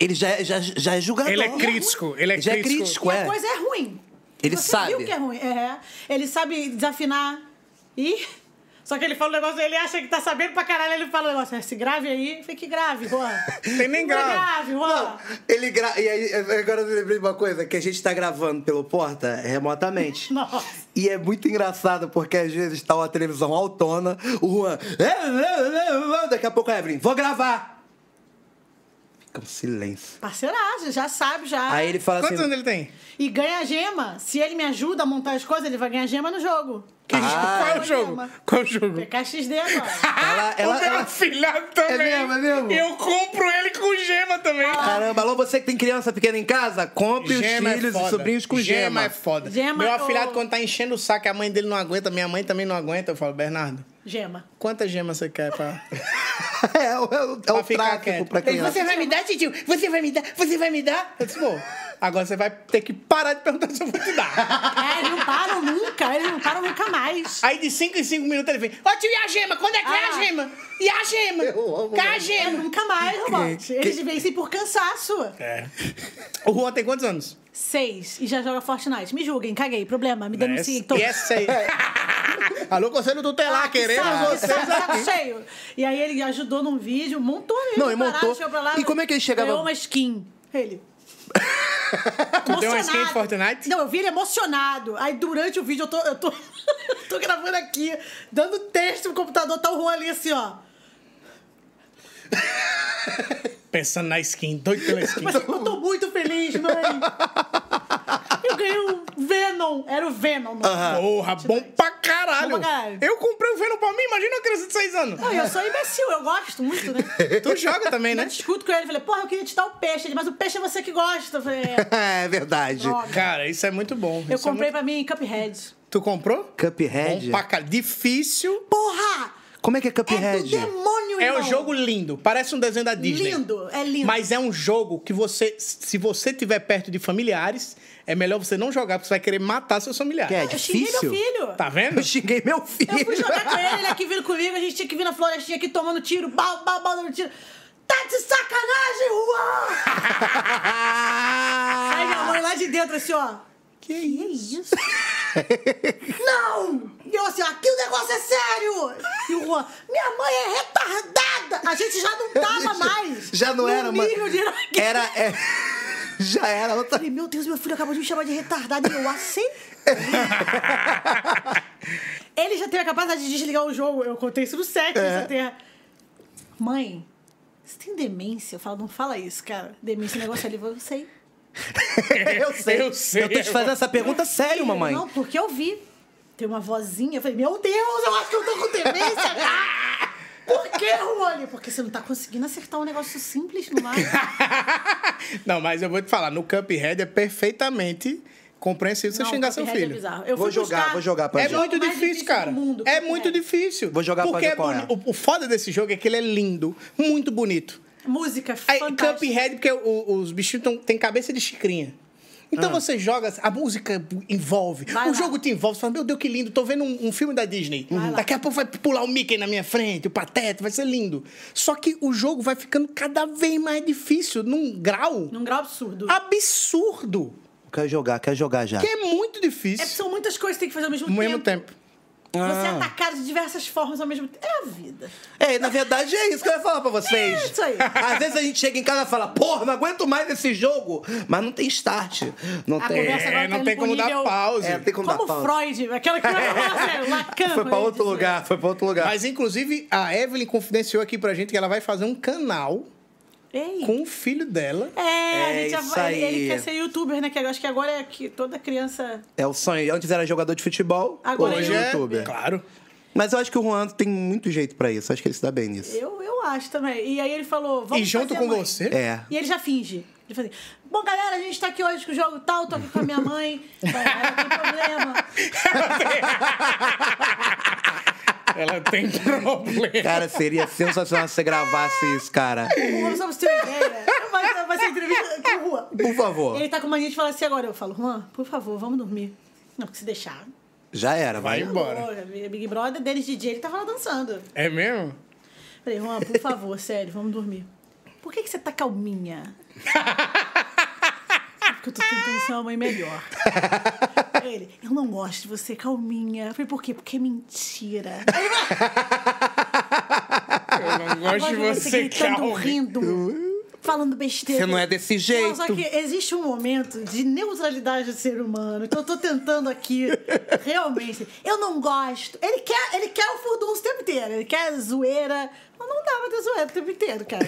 Ele já, já, já é julgador.
Ele é crítico. Ele é
Já é
crítico.
crítico.
E
Ué.
a coisa é ruim.
Ele
Você
sabe.
viu que é ruim. É. Ele sabe desafinar. E... Só que ele fala um negócio, ele acha que tá sabendo pra caralho. Ele fala um negócio, esse grave aí. Falei, que grave, Juan.
Tem nem
Não é
grave.
grave, Juan.
Não, ele gra... E aí, agora eu lembrei de uma coisa, que a gente tá gravando pelo Porta remotamente.
Nossa.
E é muito engraçado, porque às vezes tá uma televisão autona, o Juan... Daqui a pouco a Evelyn, vou gravar! Fica um silêncio.
Parceiraço, já sabe, já.
Aí ele fala
Quantos
assim.
anos ele tem?
E ganha gema. Se ele me ajuda a montar as coisas, ele vai ganhar gema no jogo.
Ah,
Que jogo? Qual é o
Problema.
jogo? Qual é o jogo? Ah,
PKXD agora.
Ela,
o
ela,
meu
ela-
afilhado também.
mesmo, é mesmo?
Eu compro ele com gema também.
Caramba, alô, você que tem criança pequena em casa, compre
Gema
os filhos
é
e
foda.
sobrinhos com gema.
é foda.
Gema
meu
ou-
afilhado, quando tá enchendo o saco, a mãe dele não aguenta, minha mãe também não aguenta. Eu falo, Bernardo,
Gema.
quantas gemas você quer pra.
É, é, o- é o
pra ficar
tráfico
quieto.
pra
Ele,
criança.
Você vai me dar, titio? Você vai me dar? Você vai me dar? Eu disse, pô, agora você vai ter que parar de perguntar se eu vou te dar.
É, eles não param nunca, eles não param nunca mais.
Aí de 5 em 5 minutos ele vem, ô tio, e a gema? Quando é que é a
Ah.
gema? E a gema?
Eu amo,
Cá a
né?
gema?
Nunca mais, Robote. Eles vencem por cansaço.
É. O Juan tem quantos anos?
Seis. E já joga Fortnite. Me julguem, caguei. Problema, me denunciem.
E essa aí. Ah, Alô, conselho
Tá
tutelar, queremos
Saco,
vocês
saco, saco
aqui.
cheio. E aí ele ajudou num vídeo, montou ele.
Não, e
parado,
montou.
chegou pra lá,
E como é que ele chegava-
Ganhou uma skin. Ele.
Tu deu uma skin de
Emocionado.
Fortnite?
Não, eu vi ele emocionado. Aí durante o vídeo eu tô, eu tô, eu tô gravando aqui, dando texto pro computador, tá o Juan ali assim, ó.
Pensando na skin, doido pela skin.
Tá
Mas eu tô muito feliz, mãe. Eu ganhei um Venom. Era o Venom. mano.
Porra, bom pra caralho.
Bom pra caralho.
Eu comprei o Venom pra mim, imagina uma criança de 6 anos.
Não, eu sou imbecil, eu gosto muito, né?
Tu joga também, né?
Eu discuto com ele, falei, porra, eu queria te dar o peixe. Ele, mas o peixe é você que gosta. Eu falei, é,
É verdade.
droga.
Cara, isso é muito bom.
Eu
Isso é
comprei
muito-
pra mim Cuphead.
Tu comprou?
Cuphead?
Bom pra caralho. Difícil.
Porra!
Como é que é
É do
Cuphead?
demônio,
É
irmão.
um jogo lindo. Parece um desenho da Disney.
Lindo, é lindo.
Mas é um jogo que você, se você tiver perto de familiares, é melhor você não jogar, porque você vai querer matar seus familiares.
Que é
Eu xinguei meu
difícil?
filho.
Tá vendo?
Eu xinguei meu filho.
Eu fui jogar com ele, ele aqui vindo comigo, a gente tinha que vir na florestinha aqui tomando tiro, bal, bal, bal, dando tiro. Tá de sacanagem, Juan! Aí minha mãe lá de dentro, assim, ó. Que isso? Não! E eu assim, ó, aqui o negócio é sério! E o Juan, minha mãe é retardada! A gente já não tava mais!
Já não
no
era, mano.
nível de hierarquia.
Era. é, Já era outra.
Falei, meu Deus, meu filho acabou de me chamar de retardado e eu aceitei. Ele já teve a capacidade de desligar o jogo. Eu contei isso no set. ele já tem a- Mãe, você tem demência? Eu falo, não fala isso, cara. Demência é um negócio ali, eu sei.
Eu sei.
Eu sei.
Eu tô te fazendo essa pergunta sério, mamãe.
Não, porque eu vi. Tem uma vozinha. Eu falei, meu Deus, eu acho que eu tô com demência. Ah! Por que, Rony? Porque você não tá conseguindo acertar um negócio simples no ar.
Não, mas eu vou te falar, no Cuphead é perfeitamente compreensível você
Não,
xingar seu
Cuphead é
filho.
bizarro. Eu
Vou
fui
jogar,
buscar-
vou jogar pra
É
gente.
jogo
muito
mais
difícil, cara.
do mundo,
é
Cuphead.
muito difícil.
Vou jogar pra
Porque
ver
é
qual é.
boni- o, o foda desse jogo é que ele é lindo, muito bonito.
Música, é
Aí,
fantástica.
Cuphead, porque o- os bichinhos tão, têm cabeça de xicrinha. Então
Ah.
você joga, a música envolve,
Vai
o
lá.
jogo te envolve. Você fala, meu Deus, que lindo, tô vendo um, um filme da Disney.
lá.
Daqui a pouco vai pular o Mickey na minha frente, o Pateta, vai ser lindo. Só que o jogo vai ficando cada vez mais difícil, num grau
Num grau absurdo.
Ah,
absurdo.
Quer jogar, quer jogar já.
Que é muito
É,
difícil.
são muitas coisas que tem que fazer ao mesmo
Ao mesmo
tempo.
tempo.
Você é
Ah.
atacado de diversas formas ao mesmo tempo. É a vida.
É, na verdade é isso que eu ia falar pra vocês.
É isso aí.
Às vezes a gente chega em casa e fala, porra, não aguento mais esse jogo. Mas não tem start. Não
A
tem.
conversa agora
É, não
tá
tem
indo
como
pro
dar
nível-
pause.
É, tem como,
Como
dar pausa.
Freud, aquela que é, Lacan.
Foi pra
eu ia
outro
dizer.
lugar, foi pra outro lugar.
Mas, inclusive, a Evelyn confidenciou aqui pra gente que ela vai fazer um canal
Ei.
com o filho dela.
É, a
É
gente já-
isso aí.
ele, ele quer ser youtuber, né? Que eu acho que agora é que toda criança.
É o sonho. Antes era jogador de futebol,
Agora
hoje
é
é youtuber.
Claro.
Mas eu acho que o Juan tem muito jeito pra isso. Acho que ele se dá bem nisso.
Eu, eu acho também. E aí ele falou. Vamos
e junto
fazer,
com
mãe.
você.
É.
E ele já finge. Ele fala assim, bom, galera, a gente tá aqui hoje com o jogo tal, tô aqui com a minha mãe. Ela tem problema.
Ela tem problema.
Cara, seria sensacional se você gravasse isso, cara.
Rua, só pra você ter uma ideia. Vai, vai ser entrevista com o Rua.
Por favor.
Ele tá com mania de falar assim agora. Eu falo, Juan, por favor, vamos dormir. Não, porque se deixar. Tá
Já era,
Vai
vai.
embora.
Pô, é Big Brother, deles DJ, ele tava lá dançando.
É mesmo?
Falei, Juan, por favor, sério, vamos dormir. Por que, que você tá calminha? "Ah, Porque eu tô tentando ser uma mãe melhor. Ele, eu não gosto de você, calminha. Eu falei, por quê? Porque é mentira.
Eu não gosto de você,
gritando,
calma.
rindo. falando besteira.
Você não é desse
Não, só
jeito.
que existe um momento de neutralidade do ser humano. Então eu tô tentando aqui, realmente. Eu não gosto. Ele quer, ele quer o furdunço o tempo inteiro. Ele quer zoeira. Mas não dá pra ter zoeira o tempo inteiro, cara.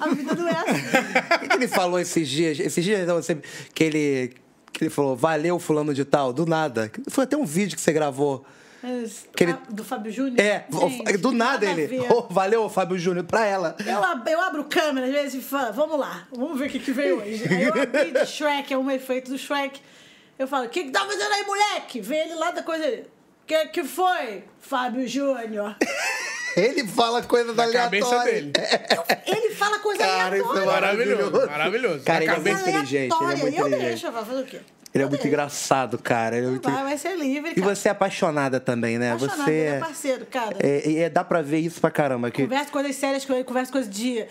A vida não é assim.
O que, que ele falou esses dias? Esses dias não, você, que ele. Que ele falou, valeu, fulano de tal, do nada. Foi até um vídeo que você gravou.
Mas,
Que ele-
ah, Do Fábio Júnior?
É, o-
Gente,
do nada
a
ele. Oh,
ver.
"Ô, valeu, Fábio Júnior, pra ela.
Eu, ab- eu abro câmera às vezes e falo, vamos lá, vamos ver o que, que veio hoje. Aí eu abri de Shrek, é um efeito do Shrek. Eu falo, o que, que tá fazendo aí, moleque? Vê ele lá da coisa dele. Que que foi, Fábio Júnior?
Ele fala coisa da aleatória.
cabeça dele.
Ele fala coisa
Cara, isso é
aleatória.
Maravilhoso, maravilhoso.
Cara, ele é
Acabei-
muito inteligente. Ele é
Aleatória.
muito
eu
inteligente.
deixo, eu falo, fazer o quê?
Ele é
Eu
muito
deixo.
engraçado, cara. Ele é muito-
Vai, vai ser livre,
E
cara.
você é apaixonada também, né?
Apaixonado,
você
ele é parceiro, cara.
É, é- dá pra ver isso pra caramba. Que...
Converso coisas sérias com ele, converso coisas de...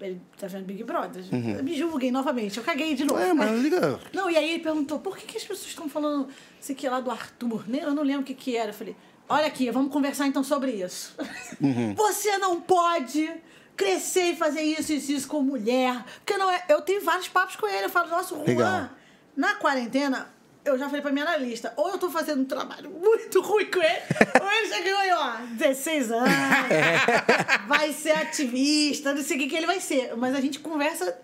Ele tá vendo Big Brother. Eu me julguem novamente, eu caguei de novo.
Uhum. É, mas não liga.
Não, e aí ele perguntou, por que, que as pessoas estão falando isso aqui lá do Arthur? né? Eu não lembro o que, que era. Eu falei, olha aqui, vamos conversar então sobre isso. Você não pode crescer e fazer isso e isso, isso com mulher. Porque não é... Eu tenho vários papos com ele. Eu falo, nossa, o Juan,
Legal.
na quarentena, eu já falei pra minha analista, ou eu tô fazendo um trabalho muito ruim com ele, ou ele já ganhou aí, ó, 16 anos, vai ser ativista, não sei o que, que ele vai ser. Mas a gente conversa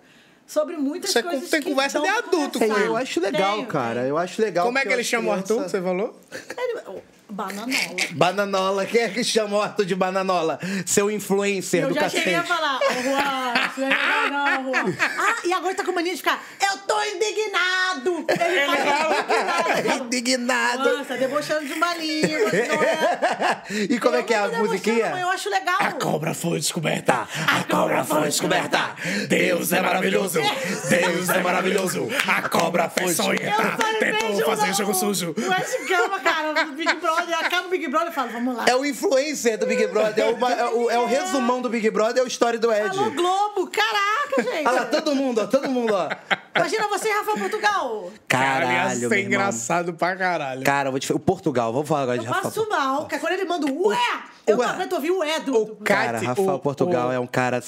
sobre muitas
Você
coisas
tem
que
conversa
dão
de
pra
adulto
É,
conversar.
com ele.
eu acho legal,
Tenho,
cara.
tenho.
Eu acho legal.
Como é que
porque
ele
as
chama o Arthur,
crianças-
você falou?
Ele- oh, Bananola.
Bananola. Quem é que chama o Arthur de Bananola? Seu influencer
Eu
do
já
cacete.
cheguei a falar, ô Juan, isso não é legal não, Juan. Ah, e agora tá com mania de ficar, eu tô indignado. Ele fala indignado.
É Indignado.
Nossa, debochando de uma língua, que não é.
E como é
Eu
que é
não
a
tô debochando,
musiquinha?
Eu acho legal.
A cobra foi
Tá.
descoberta, a cobra foi descoberta. Deus é maravilhoso, Deus é maravilhoso. A cobra foi
é?
Eu
sonhenta,
só
tentou
vejo
fazer
o-
jogo sujo.
O Ed Gama, cara, do Big Brother. Acaba o Big Brother e fala, vamos lá.
É o influencer do Big Brother. É, uma- é o, é o resumão do Big Brother, é a história do Ed.
Alô, Globo, caraca, gente.
Olha lá, todo mundo, ó, todo mundo, ó.
Imagina você, Rafa Portugal.
Cara,
Caralho,
ia ser
meu irmão.
engraçado pra caralho.
Cara, eu vou te falar. O Portugal, vamos falar agora
Eu
de Rafa.
passo mal, cara. Quando ele manda o ué, eu
Ué.
não aguento ouvir o ué do...
O
do-
Cara,
Cate,
Rafael
o-
Portugal
o-
é um cara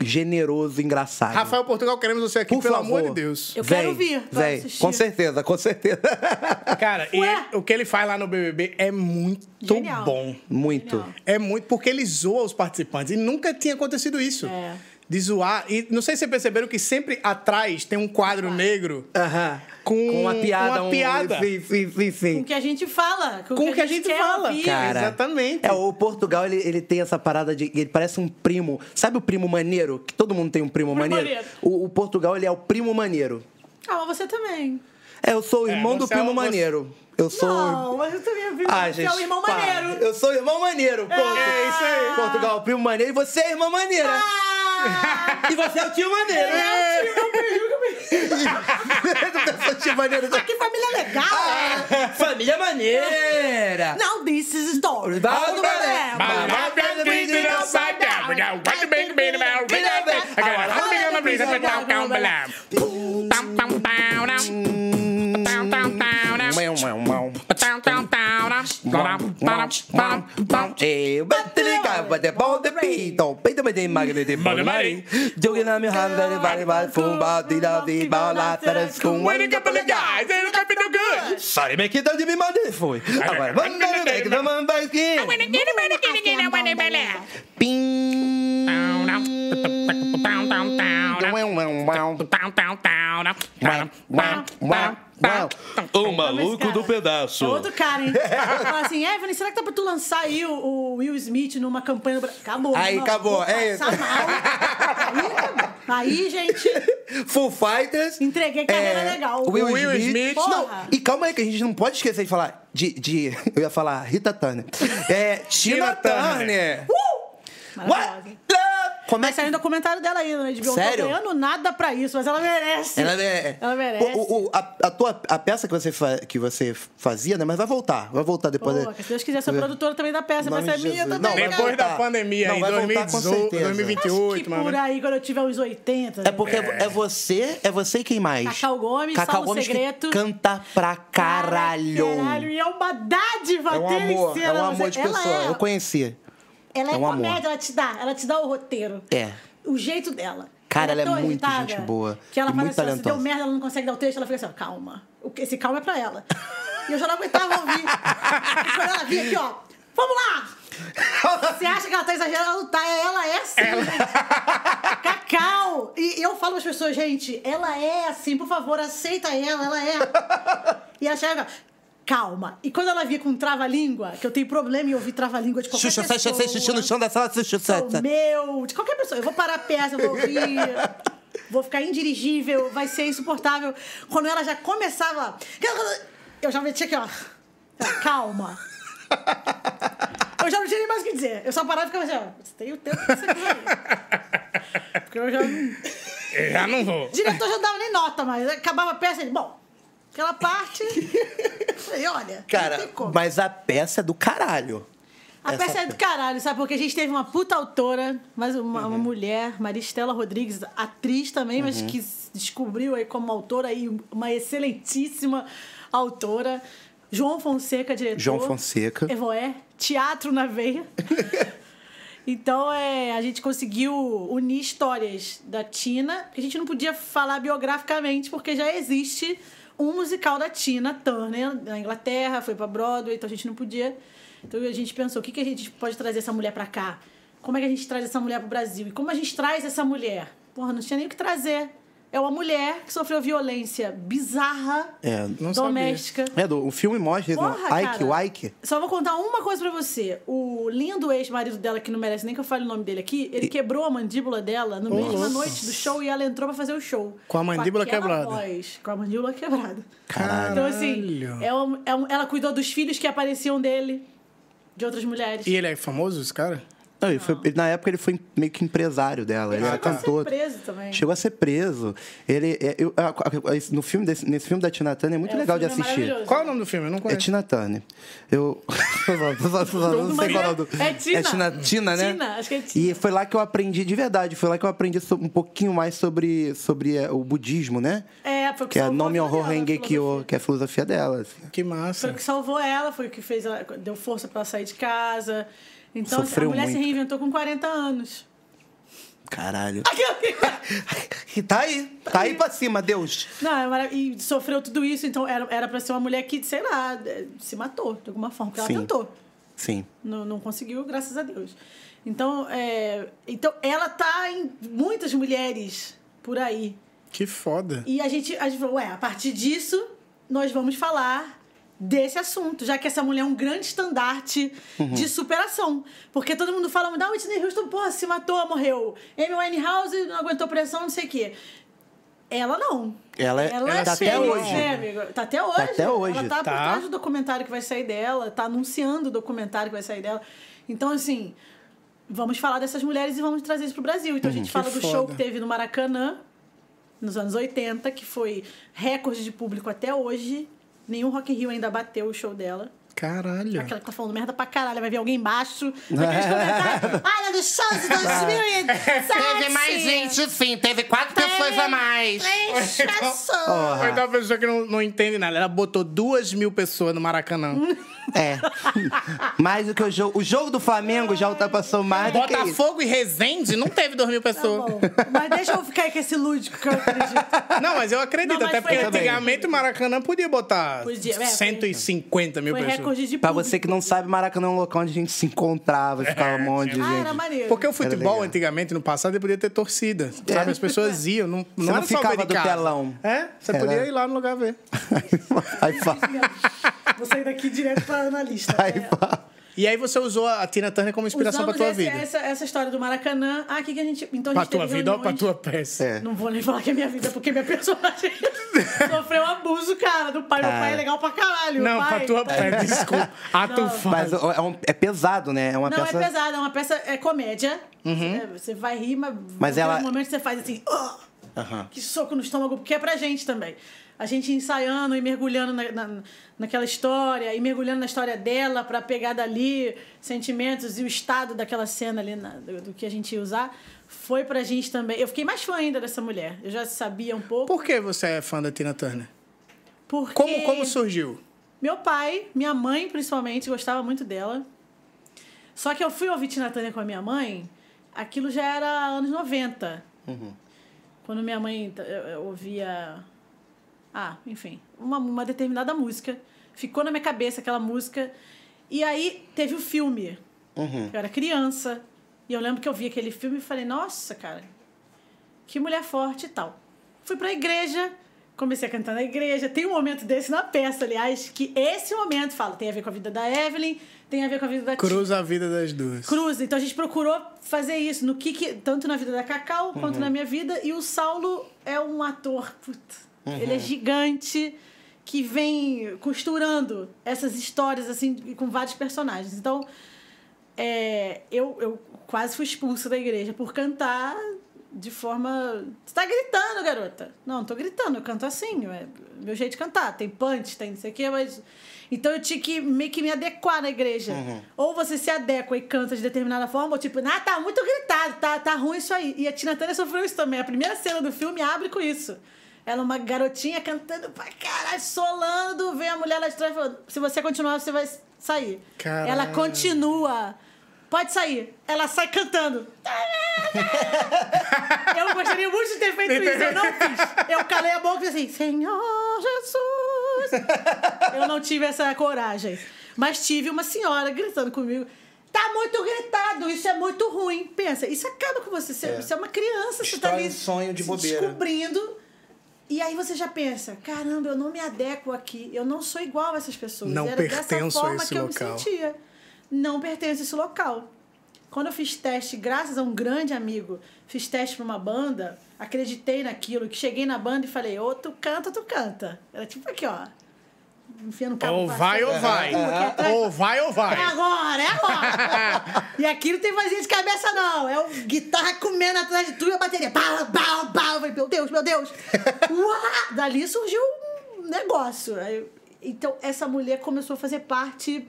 generoso, engraçado.
Rafael Portugal, queremos você aqui,
Por
pelo
favor.
amor de Deus.
Eu quero
Vem,
ouvir pra
vem.
assistir.
Com certeza, com certeza.
Cara, e
Ué?
ele- o que ele faz lá no BBB é muito
Genial.
bom.
Muito.
Genial.
É muito, porque ele zoa os participantes. E nunca tinha acontecido isso.
É.
De zoar. E não sei se vocês perceberam que sempre atrás tem um quadro negro
Aham.
com,
Com uma piada.
Uma
um-
piada.
Sim, sim, sim, sim.
Com o que a gente fala. Com,
Com o que a gente
quer
fala.
ouvir.
Cara,
Exatamente.
É, o Portugal, ele, ele tem essa parada de. Ele parece um primo. Sabe o primo maneiro? Que todo mundo tem um primo,
Primo
maneiro.
maneiro.
O, o Portugal, ele é o primo maneiro.
Ah, mas você também.
É, eu sou o
É,
irmão do
você é
primo
o- você-
maneiro. Eu sou.
Não, mas eu também vi
Ah,
você
gente.
é o irmão
para.
maneiro.
Eu sou o irmão maneiro. Pronto.
É isso aí.
Portugal, primo maneiro. E você é a irmã maneira.
Ah!
E você é o tio maneiro.
É, eu te- eu te- eu te-
Eu sou tio maneiro.
Que família é legal!
Família maneira.
Não, this is story.
Vai,
Todo mundo
vai.
é.
Vai. Eu bati ligar, bati bom de pito, peito me tem magno de bolari. Joguei na minha hand, very, very, very, fumba, dila, di, bala, teres, com ele que pela gás. Sorry, me que deu de me mandar, foi. Agora, manda, me que não manda aqui. Pim. O maluco do
É
pedaço.
outro cara, hein? Fala assim, Evelyn, será que dá pra tu lançar aí o, o Will Smith numa campanha... do Bra-" Acabou. né,
Aí,
irmão.
acabou,
Vou
é
passar
isso.
mal. Aí, acabou. Aí, gente,
Full Fighters. É,
entreguei carreira legal.
Will,
Will
Smith.
Smith.
Não,
Porra.
e calma aí, que a gente não pode esquecer de falar de. de eu ia falar Rita Turner. É, Tina
Tina Turner.
Turner. Uh! What?
Maravilhosa.
the- Como é
Vai sair
que.
um documentário dela aí, né? De Bill.
Sério?
Não tô ganhando nada pra isso, mas ela merece.
Ela, é,
Ela merece.
O- o- a, a tua a peça que você, fa- que você fazia, né? Mas vai voltar. Vai voltar depois.
Pô,
da-
se Deus quiser, sou produtora também da peça, vai
Nome
ser
de
minha
Jesus.
também, né,
Não, vai
cara.
Depois da
voltar.
pandemia,
Não,
em
vai voltar com
2018,
certeza.
Acho
2028,
que
mano.
por aí, quando eu tiver uns 80.
É porque é você, é você e quem mais?
Cacau Gomes, Saulo
Gomes que
Segreto.
canta pra caralho.
Caralho, e é uma dádiva
É um
ter em
amor, é
cena,
um
você-
amor de
ela
pessoa.
É,
Eu conheci.
ela é,
é um amor.
comédia, ela te dá. Ela te dá o roteiro.
É.
O jeito dela.
Cara, ela é
tão
muito
agitada
gente boa.
Que ela
e
fala
muito
assim, ó, se deu
talentosa.
merda, ela não consegue dar o texto, ela fica assim, ó, calma. O- Esse calma é pra ela. E eu já não aguentava ouvir. E Quando ela vinha aqui, ó, vamos lá! Você acha que ela tá exagerando? Ela não tá, ela é assim. Cacau! E eu falo às pessoas, gente, ela é assim, por favor, aceita ela, ela é. E ela chega, calma. E quando ela vinha com trava-língua, que eu tenho problema em ouvir trava-língua de qualquer
Xuxa, sai, sai,
pessoa.
sai, xixi no chão da sala, xuxa, sai,
Sou
sai.
meu, de qualquer pessoa. Eu vou parar a peça, eu vou ouvir. vou ficar indirigível, vai ser insuportável. Quando ela já começava. Eu já metia aqui, ó. Tá, Calma. Eu já não tinha nem mais o que dizer. Eu só parava e ficava assim, ó. Você tem o tempo que você quiser. Porque eu já. não-
Eu já não vou.
O diretor já não dava nem nota, mas acabava a peça, ele, bom, aquela parte. Eu Falei, olha. não
Cara,
tem como.
mas a peça é do caralho.
A
Essa
peça é do caralho, sabe? Porque a gente teve uma puta autora, mas uma,
Uhum.
uma mulher, Maristela Rodrigues, atriz também, mas que se descobriu aí como autora e uma excelentíssima autora. João Fonseca, diretor.
João Fonseca.
Evoé, teatro na veia. Então, é, a gente conseguiu unir histórias da Tina, porque a gente não podia falar biograficamente, porque já existe um musical da Tina Turner na Inglaterra, foi pra Broadway, então a gente não podia. Então a gente pensou, o que, que a gente pode trazer essa mulher pra cá? Como é que a gente traz essa mulher pro Brasil? E como a gente traz essa mulher? Porra, não tinha nem o que trazer. É uma mulher que sofreu violência bizarra,
É,
não sabia.
doméstica.
É, do, o filme mostra isso, né?
Porra,
Ike,
cara.
o Ike.
Só vou contar uma coisa pra você. O lindo ex-marido dela, que não merece nem que eu fale o nome dele aqui, ele quebrou a mandíbula dela no mesmo mesma noite do show e ela entrou pra fazer o show.
Com a mandíbula
aquela
quebrada.
voz, com a mandíbula quebrada.
Caralho.
Então, assim, é um- é um- ela cuidou dos filhos que apareciam dele, de outras mulheres.
E ele é famoso, esse cara?
Não, ele foi- ele- na época ele foi meio que empresário dela. Ele,
Ele
era
chegou a ser
cantor.
preso também.
Chegou a ser preso. Ele, é, eu- a- a- a- no filme desse- nesse filme da Tina Turner é muito
É, o
legal de
filme é
assistir.
maravilhoso.
Qual é o nome do filme? Eu não
É
conheço.
Tina Turner. Eu. eu não sei qual é o nome.
É Tina.
É Tina, Tina, né?
Tina, acho que é Tina.
E foi lá que eu aprendi de verdade. Foi lá que eu aprendi so- um pouquinho mais sobre, sobre é, o budismo, né?
É, foi o que
Que é
salvou
Nome
a vida
Horror
dela, assim,
Rengekyo,
filosofia.
que é a filosofia dela. assim.
Que
Foi o
massa.
que salvou ela, foi o que fez ela, deu força pra ela sair de casa. Então, assim, a
Sofreu
mulher se
muito.
reinventou com 40 anos.
Caralho.
Aquela-
E tá aí. Tá aí pra cima, Deus.
Não, é mara- e sofreu tudo isso, então era, era pra ser uma mulher que, sei lá, eh, se matou de alguma forma, porque
Sim.
ela tentou.
Sim.
Não, não conseguiu, graças a Deus. Então, é, então, ela tá em muitas mulheres por aí.
Que foda.
E a gente, a gente falou, ué, a partir disso, nós vamos falar desse assunto, já que essa mulher é um grande estandarte
Uhum.
de superação. Porque todo mundo fala, ah, Whitney Houston, porra, se matou, morreu. Amy Winehouse não aguentou pressão, não sei o quê. Ela não.
Ela é- ela tá
fez,
até hoje.
né, amigo? Tá até hoje.
até hoje.
Ela tá, por
Tá.
trás do documentário que vai sair dela, tá anunciando o documentário que vai sair dela. Então, assim, vamos falar dessas mulheres e vamos trazer isso pro Brasil. Então a gente fala do
Uhum, foda.
show que teve no Maracanã, nos anos 80, que foi recorde de público até hoje. Nenhum Rock in Rio ainda bateu o show dela.
Caralho.
Aquela que tá falando merda pra caralho, vai ver alguém embaixo. Naqueles comentários. Olha, do show de 2007.
sim. Teve quatro
Teve Três pessoas.
Foi aquela pessoa que não, não entende nada. Ela botou duas mil pessoas no Maracanã.
É. mais do que o jogo. O jogo do Flamengo já ultrapassou mais do que isso.
Botafogo e Resende não teve dois mil
Tá
pessoas.
bom. Mas deixa eu ficar com esse lúdico que eu acredito.
Não, mas eu acredito,
Não, mas
até
foi-
porque antigamente o Maracanã podia botar
Podia, é, foi-
150 mil
Foi
pessoas.
recorde de público.
Pra você que não sabe, Maracanã é um local onde a gente se encontrava, ficava um monte de gente.
Ah, era maneiro.
Porque o
Era legal. É.
futebol, antigamente, no passado, ele podia ter torcida. Sabe? As pessoas iam. Não, não,
não
era só
ficava
ver de
do
casa.
telão.
É? Você
Era-
podia ir lá no lugar ver.
Aí fala.
Vou sair daqui direto pra analista. É,
Aí fala.
E aí você usou a Tina Turner como inspiração pra
Usamos
tua
esse-
vida.
Essa, essa história do Maracanã. Ah, aqui que a gente. Então a
Pra
gente teve
tua vida ou pra
reuniões.
tua peça.
É.
Não vou nem falar que é minha vida, porque minha personagem sofreu abuso, cara, do pai. Meu pai é legal pra caralho. meu
Não,
pai,
pra tua
tá-
peça, desculpa. Ah, tu
Não.
faz.
Mas ó, é, um- é pesado, né? É uma
Não,
peça.
é pesado, é uma peça, é comédia. É, você vai rir, mas,
Mas
em
ela-
alguns momentos você faz assim, "Ah!" que soco no estômago, porque é pra gente também. A gente ensaiando e mergulhando na, na- naquela história, e mergulhando na história dela pra pegar dali sentimentos e o estado daquela cena ali, na- do, do que a gente ia usar, foi pra gente também. Eu fiquei mais fã ainda dessa mulher, eu já sabia um pouco.
Por que você é fã da Tina Turner?
Porque...
Como, como surgiu?
Meu pai, minha mãe principalmente, gostava muito dela. Só que eu fui ouvir Tina Turner com a minha mãe, aquilo já era anos 90. Quando minha mãe t- eu- eu ouvia. Ah, enfim, uma, uma determinada música. Ficou na minha cabeça aquela música. E aí teve o filme. Eu era criança. E eu lembro que eu vi aquele filme e falei, nossa, cara, que mulher forte e tal. Fui pra igreja, comecei a cantar na igreja. Tem um momento desse na peça, aliás, que esse momento, fala, tem a ver com a vida da Evelyn, tem a ver com a vida da Ti-
Cruza a vida das duas.
Cruza. Então a gente procurou fazer isso no que, que- tanto na vida da Cacau quanto na minha vida. E o Saulo é um ator, puta. Ele é gigante que vem costurando essas histórias assim com vários personagens. Então é, eu, eu quase fui expulsa da igreja por cantar de forma. Você tá gritando, garota? Não, não tô gritando, eu canto assim, é meu jeito de cantar. Tem punch, tem não sei o quê, mas. Então eu tinha que meio que me adequar na igreja. Ou você se adequa e canta de determinada forma, ou tipo, ah, tá muito gritado, tá, tá ruim isso aí. E a Tina Turner sofreu isso também. A primeira cena do filme abre com isso. Ela é uma garotinha cantando pra caralho, solando, vem a mulher lá de trás e falando: se você continuar, você vai sair.
Caralho.
Ela continua. Pode sair. Ela sai cantando. Eu gostaria muito de ter feito isso, eu não fiz. Eu calei a boca e disse assim, Senhor Jesus. Eu não tive essa coragem. Mas tive uma senhora gritando comigo. Tá muito gritado, isso é muito ruim. Pensa, isso acaba com você. Você é, você é uma criança, você tá
Destrói
ali
um sonho de
se
bobeira.
descobrindo. E aí você já pensa, caramba, eu não me adequo aqui, eu não sou igual a essas pessoas.
Não
Era dessa
pertenço a
forma
esse
que eu
local.
me sentia. Não pertenço a esse local. Quando eu fiz teste, graças a um grande amigo, fiz teste pra uma banda, acreditei naquilo, que cheguei na banda e falei, ô, tu canta, tu canta. Era tipo aqui, ó. Enfiando o cabo
Ou
pra
vai
cima,
ou vai.
um aqui atrás,
Ou vai ou vai.
é agora, é agora. e aqui não tem vazio de cabeça, não. É o guitarra comendo atrás de tudo e a bateria. Bau, bau, bau. Eu falei, Meu Deus, meu Deus. Uá! Dali surgiu um negócio. Aí eu- Então, essa mulher começou a fazer parte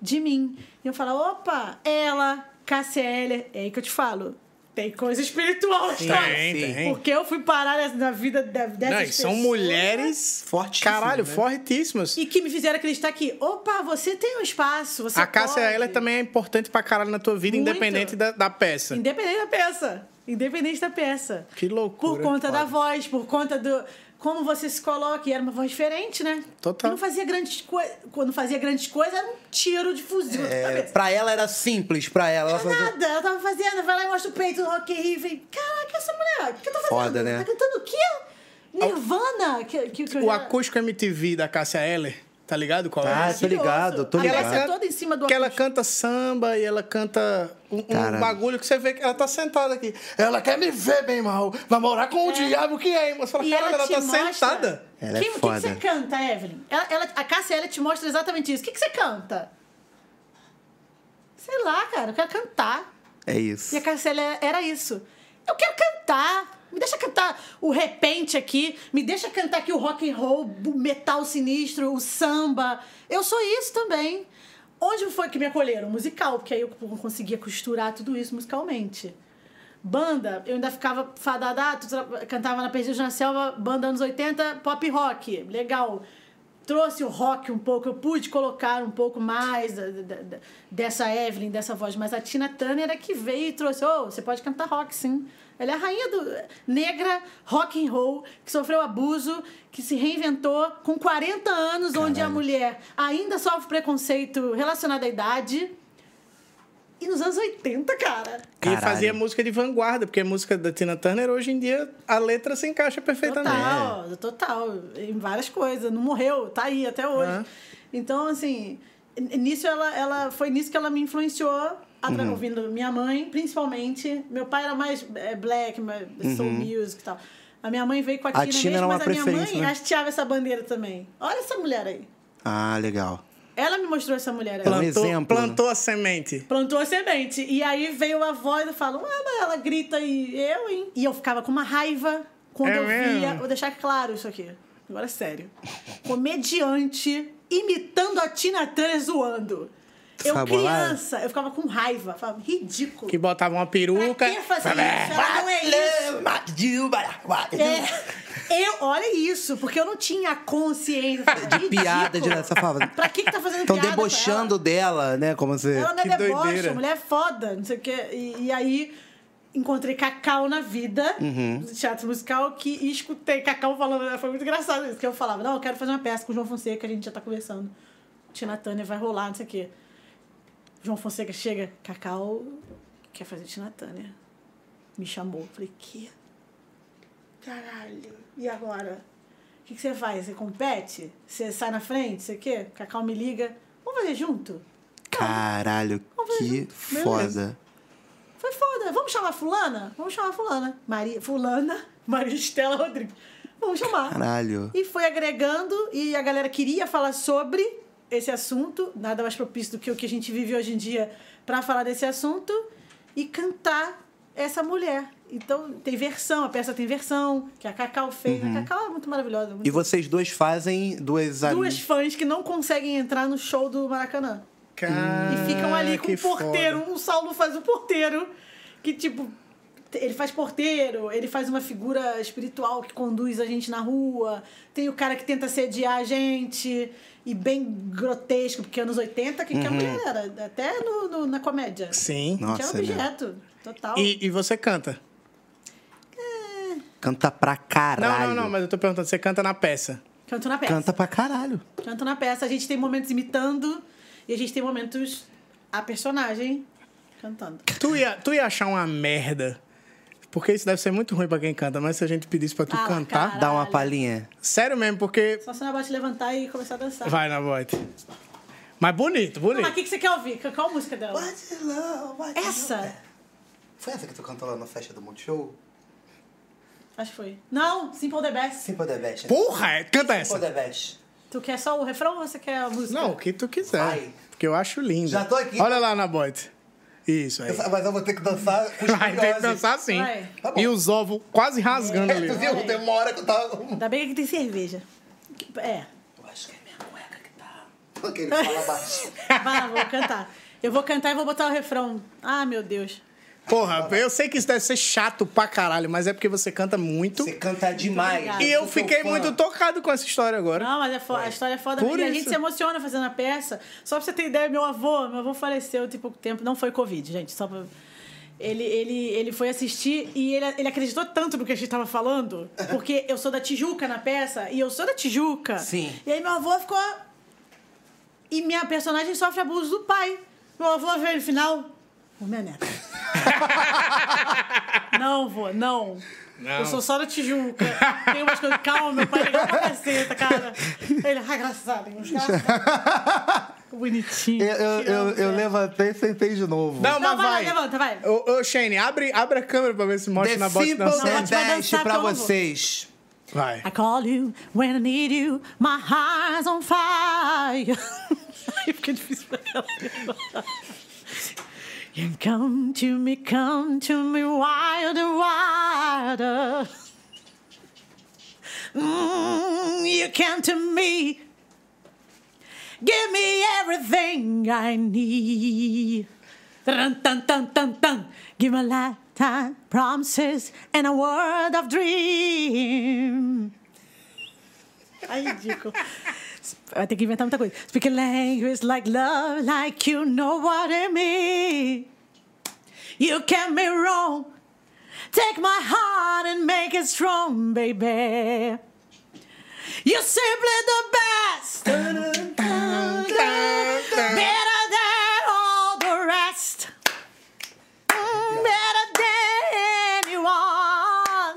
de mim. E eu falo, opa, ela, KCL. É aí que eu te falo. Tem coisa espiritual na história.
Tem,
Sim.
tem.
Porque eu fui parar nessa- na vida de- dessas
Não, e
pessoas.
são mulheres
Fortíssimas,
Caralho,
né?
fortíssimas.
E que me fizeram acreditar que, opa, você tem um espaço, você
a Cássia
pode.
ela também é importante pra caralho na tua vida,
Muito.
independente da, da peça.
Independente da peça. Independente da peça.
Que loucura,
Por conta
cara.
da voz, por conta do. Como você se coloca, e era uma voz diferente, né?
Total.
E não fazia grandes coisas. Quando fazia grandes coisas, era um tiro de fuzil na
É,
cabeça.
pra ela era simples, pra ela. Ela fazia...
É Nada, ela tava fazendo, vai lá e mostra o peito do Rock in Rio. e vem, Caraca, essa mulher, o que eu tô fazendo?
Foda, né?
Tá cantando o quê? Nirvana? Que, que, que eu
O
já-
acústico é MTV da Cássia Eller, tá ligado? Qual
Ah,
é?
tô ligado, tô
A
Que ela
peça é
ligado.
canta-
toda em cima do
Que ela
acústico.
canta samba e ela canta um, um
Cara.
bagulho que você vê que ela tá sentada aqui. Ela quer me ver bem mal, namorar com o diabo que é, hein? Você fala,
E
caralho, ela,
te
tá
mostra-
sentada.
Ela é
Quem- o que,
foda.
que você canta, Evelyn? Ela, ela- a Cássia ela te mostra exatamente isso. O que, que você canta? Sei lá, cara, eu quero cantar.
É isso.
E a Cássia ela era isso. Eu quero cantar. Me deixa cantar o repente aqui. Me deixa cantar aqui o rock and roll, o metal sinistro, o samba. Eu sou isso também. Onde foi que me acolheram? Musical, porque aí eu conseguia costurar tudo isso musicalmente. Banda, eu ainda ficava fadada, ah, tu tra- cantava na Perdidos na Selva, banda anos 80, pop rock, legal. Trouxe o rock um pouco, eu pude colocar um pouco mais da- da- da- dessa Evelyn, dessa voz, mas a Tina Turner é que veio e trouxe, oh, você pode cantar rock, sim. Ela é a rainha do negra rock and roll, que sofreu abuso, que se reinventou com 40 anos, onde a mulher ainda sofre preconceito relacionado à idade. E nos anos 80, cara.
E
Caralho.
fazia música de vanguarda, porque a música da Tina Turner, hoje em dia, a letra se encaixa perfeitamente.
Total, total. Em várias coisas. Não morreu, tá aí até hoje.
Aham.
Então, assim, n- nisso ela, ela. Foi nisso que ela me influenciou, atra-
Uhum.
ouvindo minha mãe, principalmente. Meu pai era mais é, black, mais soul music e tal. A minha mãe veio com a
Uhum. A
Tina,
Tina
mesmo,
era uma
mas a minha mãe
preferência, né?
hasteava essa bandeira também. Olha essa mulher aí.
Ah, legal.
Ela me mostrou essa mulher aí.
um
Plantou,
exemplo,
plantou a semente.
Plantou a semente. E aí veio a voz e falou, ah, mas ela grita e eu, hein? E eu ficava com uma raiva quando
É
eu via.
mesmo?
Vou deixar claro isso aqui. Agora é sério. Comediante imitando a Tina Turner zoando. Eu
Ficava bolada?
criança, eu ficava com raiva. Falava, ridículo.
Que botava uma peruca.
Pra é que fazer isso? Ela não é isso. É, eu, olha isso, porque eu não tinha a consciência.
De piada de essa palavra.
Pra que que tá fazendo
Estão
piada com ela?
debochando dela, né? Como você.
Ela não é
Que
deboche,
doideira.
a mulher é foda, não sei o quê. E, e aí encontrei Cacau na vida,
Uhum.
do teatro musical, que e escutei Cacau falando. né? Foi muito engraçado isso, que eu falava, não, eu quero fazer uma peça com o João Fonseca, a gente já tá conversando. Tina Tânia vai rolar, não sei o quê. João Fonseca chega, Cacau quer fazer Tina Tânia. Me chamou. Falei, que? Caralho, e agora? O que, que você faz? Você compete? Você sai na frente? Você quer? Cacau me liga. Vamos fazer junto?
Caralho,
Vamos fazer
que
junto.
foda.
Foi foda. né? Vamos chamar fulana? Vamos chamar fulana. Maria, fulana, Maria Estela Rodrigues. Vamos chamar.
Caralho.
E foi agregando e a galera queria falar sobre esse assunto, nada mais propício do que o que a gente vive hoje em dia para falar desse assunto e cantar essa mulher. Então tem versão, a peça tem versão, que a Cacau fez. A Cacau é muito maravilhosa. muito
Uhum. E vocês dois fazem duas
duas
amigas.
fãs que não conseguem entrar no show do Maracanã.
Cara,
E ficam
Ah,
ali com
que
o porteiro.
foda.
O Saulo faz o porteiro, que tipo. Ele faz porteiro, ele faz uma figura espiritual que conduz a gente na rua. Tem o cara que tenta sediar a gente. E bem grotesco, porque anos 80, que, que a mulher era? Até no, no- na comédia.
Sim.
Uhum. Nossa.
Tinha
né?
objeto, total.
E, e você canta?
Canta pra
Não,
caralho.
não, não, mas eu tô perguntando, você canta na peça.
Canto na peça.
Canta pra caralho.
Tanto na peça, a gente tem momentos imitando e a gente tem momentos a personagem cantando.
Tu ia, tu ia achar uma merda. Porque isso deve ser muito ruim pra quem canta, mas se a gente pedisse pra tu
Ah,
cantar.
cara.
tá? Dá uma
Caralho.
palhinha.
Sério mesmo, porque.
Só se não te levantar e começar a dançar.
Vai na bote. Mas bonito, bonito.
Mas o que, que você quer ouvir? Qual a música dela? Essa?
Foi essa que tu cantou lá na festa do Multishow?
Acho que foi. Não, Simple the Best.
Simple the Best.
Porra, é- canta essa.
the Best.
Tu quer só o refrão ou você quer a música?
Não, o que tu quiser.
Vai.
Porque eu acho lindo.
Já tô aqui.
Olha lá na bote. Isso aí.
Mas eu vou ter que dançar com os
Vai ter que dançar assim.
Vai.
Tá bom.
E os ovos quase rasgando ali.
É, viu? Tem uma hora que eu tava...
Ainda bem que tem cerveja. É.
Eu acho que é minha cueca que tá... Porque ele fala baixinho.
Vai, vou cantar. Eu vou cantar e vou botar o refrão. Ah, meu Deus.
Porra, eu sei que isso deve ser chato pra caralho, mas é porque você canta muito.
Você canta demais.
Obrigada.
E eu fiquei muito tocado com essa história agora.
Não, mas é fo- a história é foda.
Por
mesmo. E a
isso.
gente se emociona fazendo a peça. Só pra você ter ideia, meu avô, meu avô faleceu tem pouco tempo. Não foi Covid, gente. Só pra... ele, ele, ele foi assistir e ele, ele acreditou tanto no que a gente tava falando. Porque eu sou da Tijuca na peça e eu sou da Tijuca.
Sim.
E aí meu avô ficou... E minha personagem sofre abuso do pai. Meu avô veio no final... O meu neto. Não, vô, não. Eu sou só da Tijuca. Tem umas coisas. Calma, meu pai é legal pra caceta, cara. Ele, ah, engraçado, hein? Os caras- Bonitinho.
Eu, eu, eu, eu levantei e sentei de novo.
Não, mas
Não, vai
vai.
lá, levanta, vai.
Ô, ô, Shane, abre, abre a câmera pra ver se mostra
The
na bote
Simple
dançando.
Não,
The
a gente vai
Best
dançar
pra
como?
vocês.
Vai.
I call you when I need you, my heart's on fire. Aí fica difícil pra ela. You come to me, come to me wilder, wilder. Mm, you come to me, give me everything I need. Dun, dun, dun, dun, dun. Give me lifetime promises and a world of dream. Ai, ridículo. Vai ter que inventar muita coisa. Speak a language like love, like you know what I mean. You can be wrong. Take my heart and make it strong, baby. You're simply the best. Better than all the rest. Mm, Better than anyone.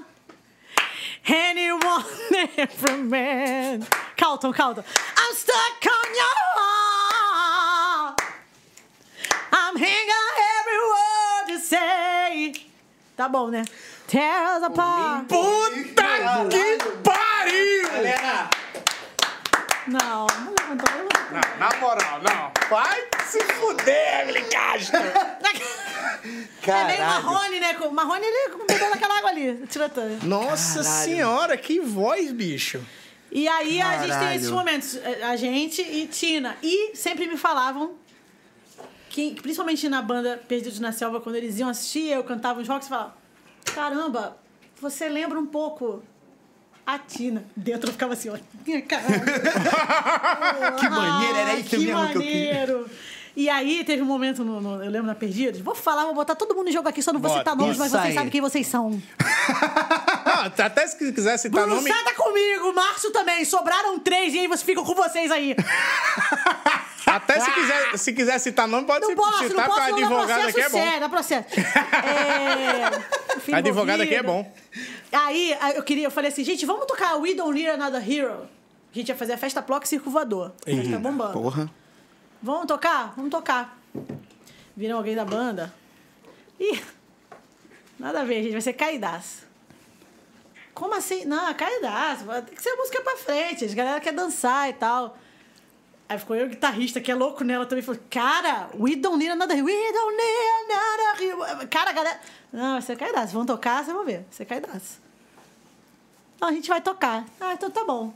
Anyone, every man. Calton, Calton. I'm stuck on your heart. I'm hanging on every word you say. Tá bom, né? Tear us apart.
Puta que pariu!
Galera,
Não, não levantou. não levantou.
Não, na moral, não. Vai se fuder, Evelyn Castro.
É meio
caralho.
marrone, né? O Marrone, ele bebeu naquela água ali, tiratando.
Nossa
Caralho.
senhora, que voz, bicho.
E aí a gente tem
Caralho.
esses momentos, a gente e Tina. E sempre me falavam, que, principalmente na banda Perdidos na Selva, quando eles iam assistir, eu cantava uns rocks e falava: caramba, você lembra um pouco a Tina. Dentro eu ficava assim, ó, minha caralho.
Que maneiro, era isso
Ah, que
mesmo que eu queria.
maneiro. E aí teve um momento, no, no- eu lembro na Perdidos, vou falar, vou botar todo mundo no jogo aqui, só não vou
Bota.
citar nomes,
Isso
mas vocês
aí.
sabem quem vocês são.
Ah, tá- até se quiser citar
Bruno
nome.
Santa comigo, Márcio também, sobraram três e aí vocês ficam com vocês aí.
Até se quiser, se quiser citar nome, pode
Não
se-
posso, não
citar,
posso,
porque a
não dá
advogada
processo
aqui é bom.
sério, dá processo. É, fui
A advogada aqui é
envolvida.
bom.
Aí a- eu queria, eu falei assim, gente, vamos tocar We Don't Need Another Hero. A gente ia fazer a festa Ploc Circo Voador. Festa bombando.
Porra.
Vamos tocar? Vamos tocar. Viram alguém da banda? Ih, nada a ver, gente. Vai ser caidaço. Como assim? Não, caidaço. Tem que ser a música pra frente. A galera quer dançar e tal. Aí ficou eu, guitarrista, que é louco nela também. Falou, cara, we don't need another hero. We don't need another hero. Cara, a galera... Não, vai ser caidaço. Vamos tocar, vocês vão ver. Vai ser caidaço. Não, a gente vai tocar. Ah, então tá bom.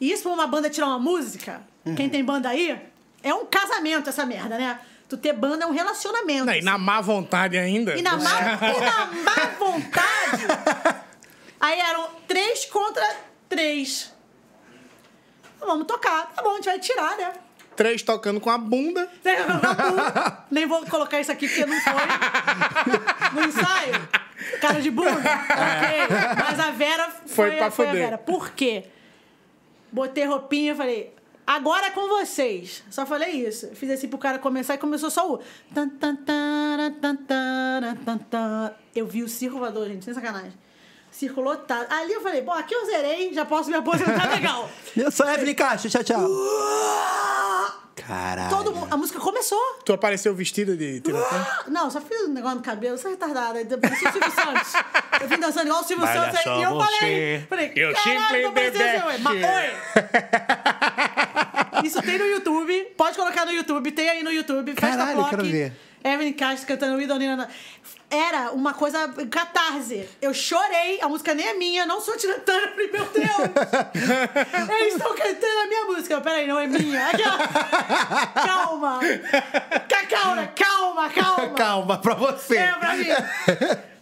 E isso pra uma banda tirar uma música, quem
Uhum.
tem banda aí, é um casamento essa merda, né? Tu ter banda é um relacionamento.
Não, e na má vontade ainda. Né?
E na má, e na má vontade. Aí eram três contra três. Vamos tocar. Tá bom, a gente vai tirar, né?
Três tocando com a bunda.
Nem vou colocar isso aqui porque não foi. No ensaio, cara de bunda. Ok. Mas a Vera foi,
Foi pra
foi a
fuder.
Vera. Por quê? Botei roupinha e falei, agora é com vocês. Só falei isso. Fiz assim pro cara começar e começou só o. tan, tan, tara, tan, tara, tan, tan. Eu vi o circo voador, gente, sem sacanagem. Circo lotado. Ali eu falei, bom, aqui eu zerei, já posso me aposentar legal.
Eu sou Evelyn Caixa, tchau, tchau. Caralho.
Todo mundo, a música começou.
Tu apareceu vestida de tirotão?
Não, só fiz um negócio no cabelo, sou retardada. Eu Parecia o Silvio Santos. Eu vim dançando igual o Silvio
Olha
Santos.
só
aí, e eu falei,
você.
falei,
Eu
caralho,
sempre
não parecia o Silvio. Mas,
bebeche.
oi! Isso tem no YouTube, pode colocar no YouTube, tem aí no YouTube. Festa
Caralho,
Block,
quero ver.
Evelyn Castro cantando Idonina. Era uma coisa catarse. Eu chorei, a música nem é minha, não sou tirotana, falei, meu Deus! Eles estão cantando a minha música. Eu, Peraí, não é minha. Aquela- Calma! Cacau, calma, calma!
Calma, pra você.
É, pra mim.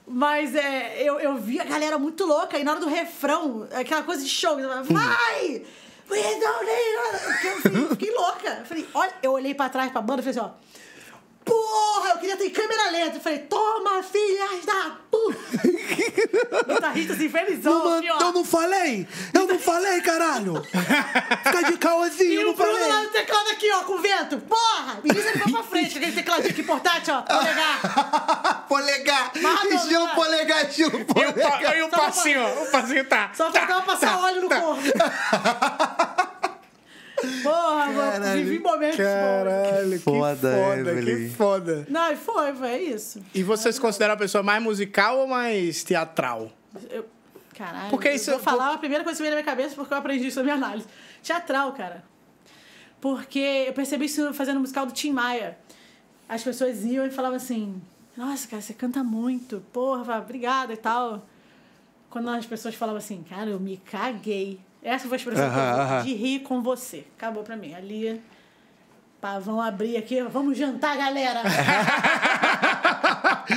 Mas é, eu, eu vi a galera muito louca e na hora do refrão, aquela coisa de show, eu falava, vai! We don't need another-" Eu fiquei, fiquei louca. Eu falei, olha, eu olhei pra trás pra banda e falei assim, ó. Porra, eu queria ter câmera lenta. Eu falei, toma, filhas da puta! Guitarrista assim, felizão,
Não, mano,
assim, ó.
eu não falei! Eu não falei, caralho! Fica de
E
caôzinho, eu
o
não
Bruno lá no
falei!
teclado aqui, ó, com vento. Porra! Menina, ele foi pra frente, com aquele tecladinho aqui portátil, ó, polegar.
polegar!
Mano,
estilo
cara.
polegar, estilo
E o, pa-
polegar!
e o passinho, ó. O passinho tá.
Só faltava passar óleo no corpo. Porra, mano, vivi momentos bons.
Caralho, que
Foda,
foda,
Evelyn.
que foda.
Não, e foi, foi é isso.
E você se considera a pessoa mais musical ou mais teatral?
Eu, caralho,
Porque
eu
isso-
vou
é
falar a primeira coisa que veio na minha cabeça porque eu aprendi isso na minha análise. Teatral, cara. Porque eu percebi isso fazendo o musical do Tim Maia. As pessoas iam e falavam assim, nossa, cara, você canta muito, porra, eu falava, obrigada e tal. Quando as pessoas falavam assim, cara, eu me caguei. Essa foi a expressão que eu
Aham,
usei,
aham.
de rir com você. Acabou pra mim. Ali, pá, vamos abrir aqui, vamos jantar, galera.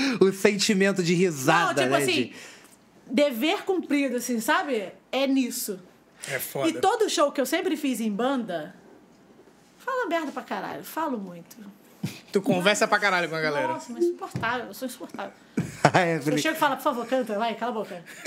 Então,
o sentimento de risada,
Não, tipo
né?
assim,
de-
dever cumprido, assim, sabe? É nisso.
É foda.
E todo show que eu sempre fiz em banda, fala merda pra caralho, falo muito.
Tu conversa pra caralho com a galera.
Nossa, mas insuportável, eu sou insuportável.
A
Eu
Evelyn.
chego e falo, por favor, canta, vai, cala a boca.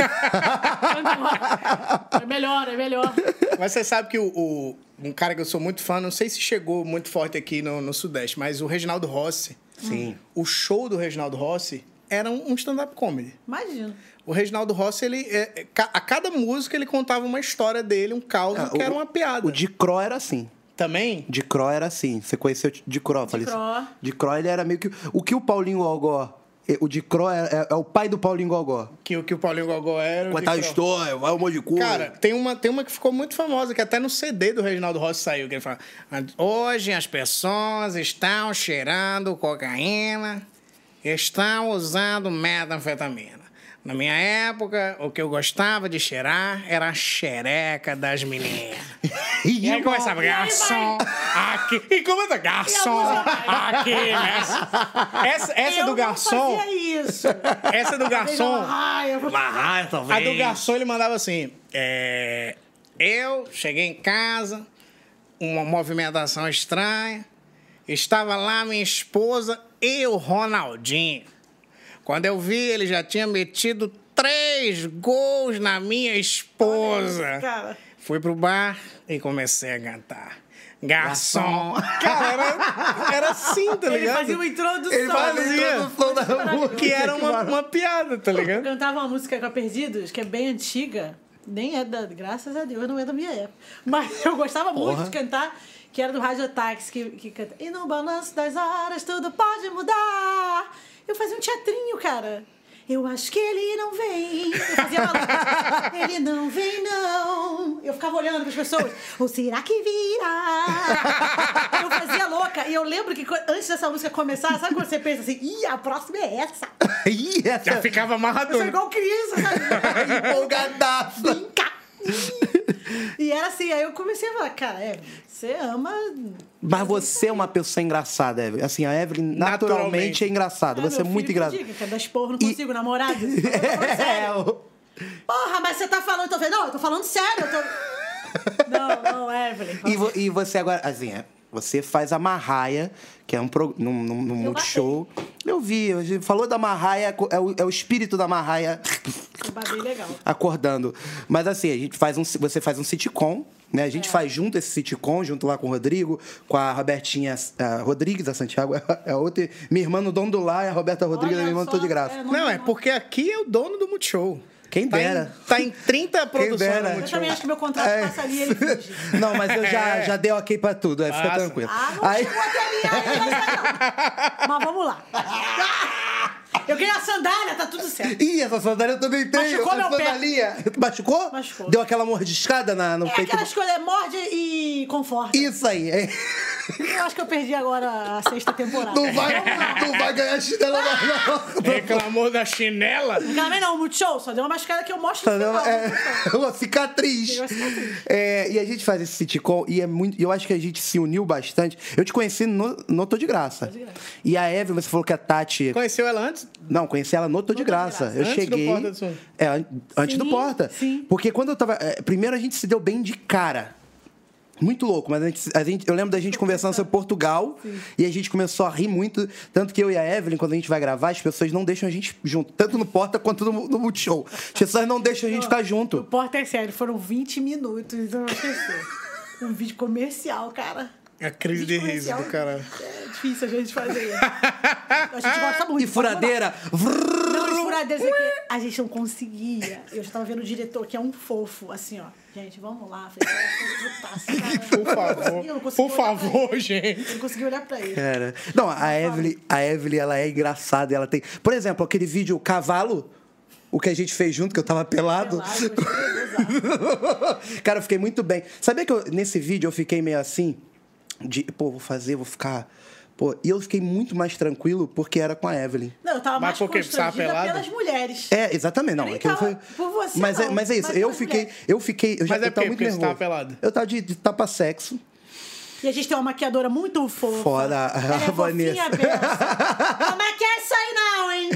canta logo. É melhor, é melhor.
Mas você sabe que o, o- um cara que eu sou muito fã, não sei se chegou muito forte aqui no, no Sudeste, mas o Reginaldo Rossi,
Sim.
o show do Reginaldo Rossi era um um stand-up comedy.
Imagina.
O Reginaldo Rossi, ele, é, é, ca- a cada música ele contava uma história dele, um caos, que era uma piada.
Ah, O de Cro era assim.
Também?
De Cro era assim. Você conheceu o de Cro? eu Falei
Cro.
assim. De Cro, ele era meio que. O que o Paulinho Gogó. O de Cro é, é- é o pai do Paulinho Gogó.
Que, o- que o Paulinho Gogó era. o que
Contar a
pro-
história, vai um monte de coisa.
Cara, tem uma, tem uma que ficou muito famosa, que até no CD do Reginaldo Rossi saiu, que ele fala: Hoje as pessoas estão cheirando cocaína, estão usando metanfetamina. Na minha época, o que eu gostava de cheirar era a xereca das meninas. E aí começava,
E aí vai.
garçom, aqui. E começa, garçom,
música vai.
aqui, nessa. Essa, essa
eu
do garçom,
Não fazia isso. um
essa do garçom.
Ai, eu vou...
Marraia,
A do garçom ele mandava assim: é, Eu cheguei em casa, uma movimentação estranha,
Estava lá minha esposa e o Ronaldinho. Quando eu vi, ele já tinha metido três gols na minha esposa.
Cara.
Fui pro bar e comecei a cantar. Garçom!
Cara, era, era assim, tá
Ele
ligado?
fazia uma introdução. né?
Ele fazia.
Todo som da música.
Que era uma, uma piada, tá
Eu
ligado?
cantava uma música com a Perdidos, que é bem antiga. Nem é da. Graças a Deus, não é da minha época. Mas eu gostava muito de cantar, que era do Rádio Táxi, que, que canta. E no balanço das horas tudo pode mudar. Eu fazia um teatrinho, cara. Eu acho que ele não vem. Eu fazia uma luz. Ele não vem, não. Eu ficava olhando para as pessoas. Ou será que virá? Eu fazia louca. E eu lembro que co- antes dessa música começar, sabe quando você pensa assim? Ih, a próxima é essa.
Ih,
Já
essa
ficava
Eu sou
amarradona.
é igual né? criança, sabe?
empolgadaça.
Vem cá. E era assim, aí eu comecei a falar, cara, é, você ama. né,
Mas você é uma pessoa engraçada, Evelyn. Assim, a Evelyn naturalmente
Naturalmente.
é engraçada. Você é muito engraçada.
Diga, cara, das porra, não consigo, namorado. Eu tô falando
É,
sério.
o-
Porra, mas você tá falando, eu tô vendo, não, eu tô falando sério, eu tô. Não, não, é, Evelyn.
e, vo- e você agora, assim, é, você faz a Marraia, que é um pro, num, num, num multishow. Eu vi, a gente falou da Marraia, é o, é o espírito da Marraia
Eu babei é um legal.
acordando. Mas assim, a gente faz um, você faz um sitcom, né? A gente faz junto esse sitcom, junto lá com o Rodrigo, com a Robertinha eh, Rodrigues, a Santiago, é a outra. Minha irmã no Dom do Lar, e a Roberta Rodrigues,
Olha
é minha irmã
só,
tô de graça.
é,
Não, é porque aqui é o dono do Multishow.
Quem
Tá em-
dera.
Tá em 30 produções
dera.
do
Eu
Multishow.
também acho que meu contrato
É.
passa ali, ele finge.
Não, mas eu já, já dei ok pra tudo, é, fica
Passa.
tranquilo.
Ah, não
Aí,
chegou até a minha ainda, não. Mas vamos lá. Ah! Eu queria a sandália, tá tudo certo.
Ih, essa sandália eu também tenho.
Machucou
essa
meu pé.
sandalinha. Machucou?
Machucou.
Deu aquela mordiscada na, no
É
peito.
aquelas coisas, é morde e conforta.
Isso aí. é.
Eu acho que eu perdi agora a sexta temporada.
Não vai, não vai ganhar chinela mais, não.
Reclamou da chinela?
Também não, Multishow, só deu uma machucada que eu mostro no
Não,
final.
é
Multishow.
uma cicatriz.
Tem uma cicatriz.
É, e a gente faz esse sitcom e é muito. Eu acho que a gente se uniu bastante. Eu te conheci no, no Tô de Graça. E a Evelyn, você falou que a Tati.
Conheceu ela antes?
Não, conheci ela no Tô de Graça. Eu
Antes do
cheguei.
Porta do Som.
É, an- antes do
Sim,
Porta.
sim.
Porque quando eu tava. é, Primeiro a gente se deu bem de cara. Muito louco, mas a gente, a gente- eu lembro da gente conversando sobre Portugal e a gente começou a rir muito. Tanto que eu e a Evelyn, quando a gente vai gravar, as pessoas não deixam a gente junto, tanto no Porta quanto no, no Multishow. As pessoas não deixam a gente ficar
O
junto.
Porta é sério, foram 20 minutos, então não esqueceu. Um vídeo comercial, cara.
A crise de
Vídeo
riso
comercial.
do caralho.
É difícil a gente fazer. A gente gosta muito. tá
E furadeira. vrrr,
Não, e furadeira, sei o quê. a gente não conseguia. Eu já tava vendo o diretor, que é um fofo, assim, ó. Gente, vamos lá. Falei, cara, eu tô putaço,
Por
cara. Eu não consegui, eu não
favor. Por
consegui olhar pra ele.
favor, gente.
Eu não consegui olhar pra ele.
Cara. Não, a Evelyn, a Evelyn, ela é engraçada. Ela tem. Por exemplo, aquele vídeo o Cavalo, o que a gente fez junto, que eu tava pelado.
Pelado, eu achei bizarro.
Cara, eu fiquei muito bem. Sabia que eu- nesse vídeo eu fiquei meio assim? De, pô, vou fazer, vou ficar. Pô, e eu fiquei muito mais tranquilo porque era com a Evelyn.
Não, eu tava
Mas
mais
por quê? Precisava
constrangida
pelada?
pelas mulheres.
É, exatamente, não.
Eu nem
aquilo
tava
foi...
por você,
mas, É,
não,
mas é isso,
mas
eu
pelas
fiquei,
mulheres.
eu fiquei. Eu já
Mas é
eu
porque-
tava muito
porque você
nervoso.
tava pelado?
Eu tava de, de tapa-sexo.
E a gente tem uma maquiadora muito fofa.
Fora a-
Ela
a
é
Vanessa.
fofinha, Bessa. Como é que é isso aí não, hein?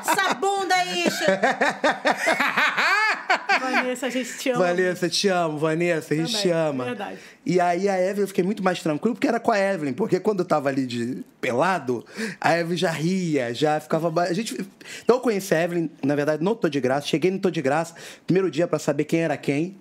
Essa bunda aí, che- Vanessa, a gente te ama.
Vanessa, te amo, Vanessa, a gente
Também,
te ama.
verdade.
E aí a Evelyn, eu fiquei muito mais tranquilo porque era com a Evelyn, porque quando eu tava ali de pelado, a Evelyn já ria, já ficava. ba- A gente... Então eu conheci a Evelyn, na verdade, no Tô de Graça, cheguei no Tô de Graça, primeiro dia pra saber quem era quem.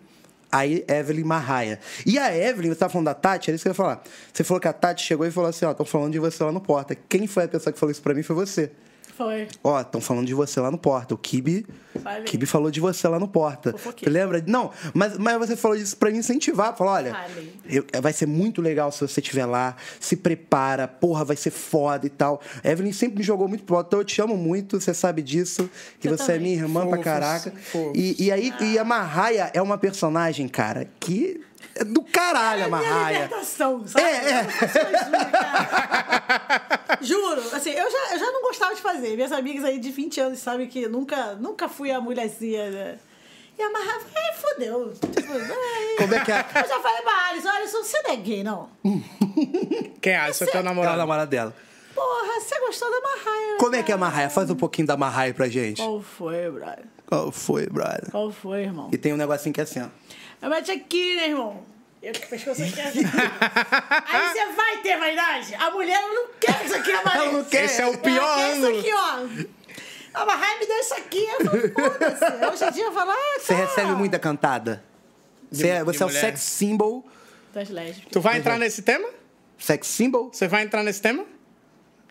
Aí, Evelyn Marraia. E a Evelyn, você tava falando da Tati, era isso que eu ia falar. Você falou que a Tati chegou e falou assim: ó, estão falando de você lá no porta. Quem foi a pessoa que falou isso pra mim foi você.
Foi.
Ó, estão falando de você lá no Porta. O Kibi,
Falei.
Kibi falou de você lá no Porta.
Fofoqueiro.
Lembra? Não, mas, mas você falou isso pra me incentivar. Falou, olha,
Falei.
eu- é, vai ser muito legal se você estiver lá. Se prepara, porra, vai ser foda e tal. Evelyn sempre me jogou muito pro alto. Então eu te amo muito, você sabe disso. Que
Eu
você é
também. Ah.
minha irmã pra
Fofos,
caraca.
fofos.
E, e aí, e a Marraia é uma personagem, cara, que... É do caralho, a
Minha
Marraia.
libertação, sabe?
É, é.
Eu não faço mais juro, cara. Juro, assim, eu já, eu já não gostava de fazer. Minhas amigas aí de 20 anos sabem que nunca, nunca fui a mulherzinha, né? E a Marra, ai, fodeu. Tipo, ai.
Como é que é?
Eu já falei pra Alice, olha, você não é gay, não.
Quem é? Alisson? é teu
É a
namorado.
namorada dela.
Porra, você gostou da Marraia.
Como é que é a Marraia? Faz um pouquinho da Marraia pra gente.
Qual foi, brother?
Qual foi, brother?
Qual foi, irmão?
E tem um negocinho que é assim, ó.
Mete aqui, né, irmão? Eu que pescoço aqui. Aí você vai ter vaidade. A mulher ela não quer isso aqui, mas...
Ela não quer. Esse é o
pior ângulo.
Ela quer isso aqui, ó. Ela vai me deu isso aqui. Eu falo, foda-se. Hoje em dia eu falo, ah,
Você
tá.
recebe muita cantada. Você é,
de
você é o
mulher.
sex symbol.
Das lésbicas.
Tu vai entrar nesse tema?
Sex symbol?
Você vai entrar nesse tema?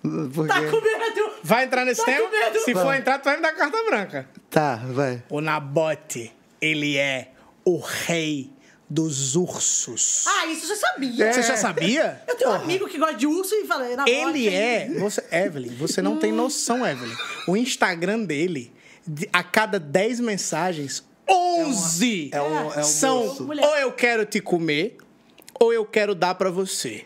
Porque...
Tá com medo.
Vai entrar nesse
Tá com
tema?
medo.
Se for entrar, tu vai me dar carta branca.
Tá, vai.
O Nabote, ele é o rei dos ursos. É.
Ah, isso eu já sabia.
Você já sabia?
Eu tenho um amigo que gosta de urso e fala... Na
Ele
bote,
é. Você, Evelyn, você não tem noção, Evelyn. O Instagram dele, de- a cada 10 mensagens, 11
é um- é um
são
urso.
ou eu quero te comer ou eu quero dar pra você.